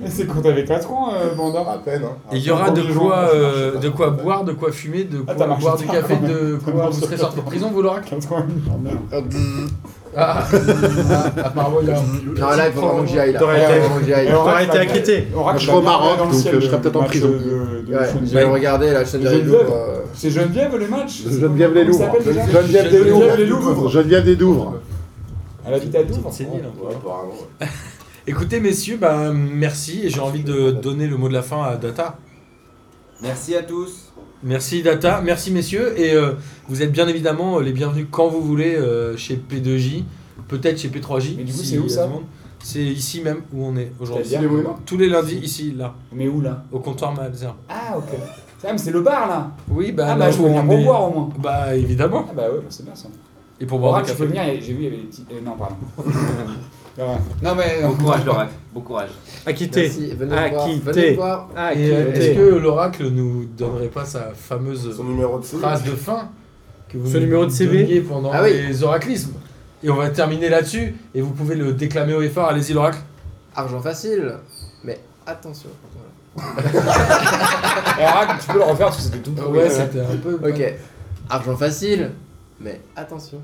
Speaker 5: Mais C'est quand t'avais 4 ans, euh, Panda.
Speaker 9: À peine. hein.
Speaker 1: Et il y aura
Speaker 5: Premier
Speaker 1: de
Speaker 5: juin,
Speaker 1: quoi,
Speaker 5: ça marche
Speaker 1: euh,
Speaker 9: pas.
Speaker 1: de quoi boire, de quoi fumer, de
Speaker 5: Ah,
Speaker 1: quoi
Speaker 5: t'as marché
Speaker 1: boire du
Speaker 5: tard,
Speaker 1: café,
Speaker 5: quand même.
Speaker 1: de
Speaker 5: T'as
Speaker 1: quoi vous
Speaker 5: marché
Speaker 1: serez
Speaker 5: tard.
Speaker 1: sorti de prison, vous l'aurez
Speaker 6: Non, là, il faut vraiment que j'y aille. là.
Speaker 10: T'aurais été-
Speaker 6: Vraiment que j'y aille.
Speaker 5: Et on
Speaker 10: T'aurais été
Speaker 5: va-
Speaker 10: acquitté.
Speaker 5: Et on raconte
Speaker 7: je serai au
Speaker 5: la merde
Speaker 7: Maroc,
Speaker 5: bah, dans le
Speaker 7: donc,
Speaker 5: ciel
Speaker 7: euh, je serai
Speaker 5: de-
Speaker 7: peut-être en
Speaker 5: match
Speaker 7: prison.
Speaker 5: de- de- de
Speaker 6: Ouais,
Speaker 5: Schwenzel.
Speaker 6: je vais regarder la chaîne des
Speaker 5: Geneviève.
Speaker 6: Loups, euh,
Speaker 5: C'est Geneviève le match
Speaker 7: De Geneviève les Louvres.
Speaker 5: Comment elle s'appelle déjà
Speaker 7: Geneviève des
Speaker 5: Geneviève des
Speaker 7: Louvres.
Speaker 5: Louvres.
Speaker 7: Geneviève des Douvres.
Speaker 5: Elle habite à Douvres.
Speaker 1: C'est nul. hein.
Speaker 9: Ouais, apparemment, ouais.
Speaker 1: Écoutez, messieurs, bah, merci. Et j'ai envie de donner le mot de la fin à Data.
Speaker 2: Merci à tous.
Speaker 1: Merci Data, merci messieurs. Et euh, vous êtes bien évidemment euh, les bienvenus quand vous voulez euh, chez P2J, peut-être chez P3J.
Speaker 5: Mais du coup,
Speaker 1: si
Speaker 5: c'est où,
Speaker 1: il y a
Speaker 5: ça
Speaker 1: du monde. C'est ici même où on est aujourd'hui.
Speaker 5: C'est-à-dire
Speaker 9: Les Moulins
Speaker 1: Tous les lundis, ici, là,
Speaker 5: Mais où là
Speaker 1: au comptoir Malzerbe.
Speaker 5: Ah, ok. Ah, mais c'est le bar là
Speaker 1: Oui, bah,
Speaker 5: Ah,
Speaker 1: là
Speaker 5: bah je
Speaker 1: où
Speaker 5: peux venir
Speaker 1: on
Speaker 5: pour
Speaker 1: est-
Speaker 5: boire au moins.
Speaker 1: Bah évidemment.
Speaker 5: Ah, bah ouais, bah, c'est bien ça.
Speaker 1: Et pour boire
Speaker 5: Oracle,
Speaker 1: du
Speaker 5: je peux
Speaker 1: café.
Speaker 5: venir, et j'ai vu, il y avait des petits. euh, non, pardon. Ouais. non, mais.
Speaker 2: Bon courage, Laurent. Bon courage.
Speaker 10: Acquitté.
Speaker 6: merci, venez me voir,
Speaker 10: Acquitté.
Speaker 6: venez me voir.
Speaker 5: Ah,
Speaker 1: Et euh,
Speaker 10: Acquitté.
Speaker 1: est-ce que l'oracle nous donnerait pas sa fameuse
Speaker 9: Son numéro de série.
Speaker 1: phrase de fin que vous
Speaker 10: Ce
Speaker 1: nous
Speaker 10: numéro de CV?
Speaker 1: donniez pendant
Speaker 6: Ah oui.
Speaker 1: les oraclismes Et on va terminer là-dessus. Et vous pouvez le déclamer au effort. Allez-y, l'oracle.
Speaker 6: Argent facile, mais attention. Voilà.
Speaker 5: Et Oracle, tu peux Ah le refaire parce que c'était tout pourri.
Speaker 1: Ouais, c'était un peu.
Speaker 6: Ok. Argent facile, mais attention.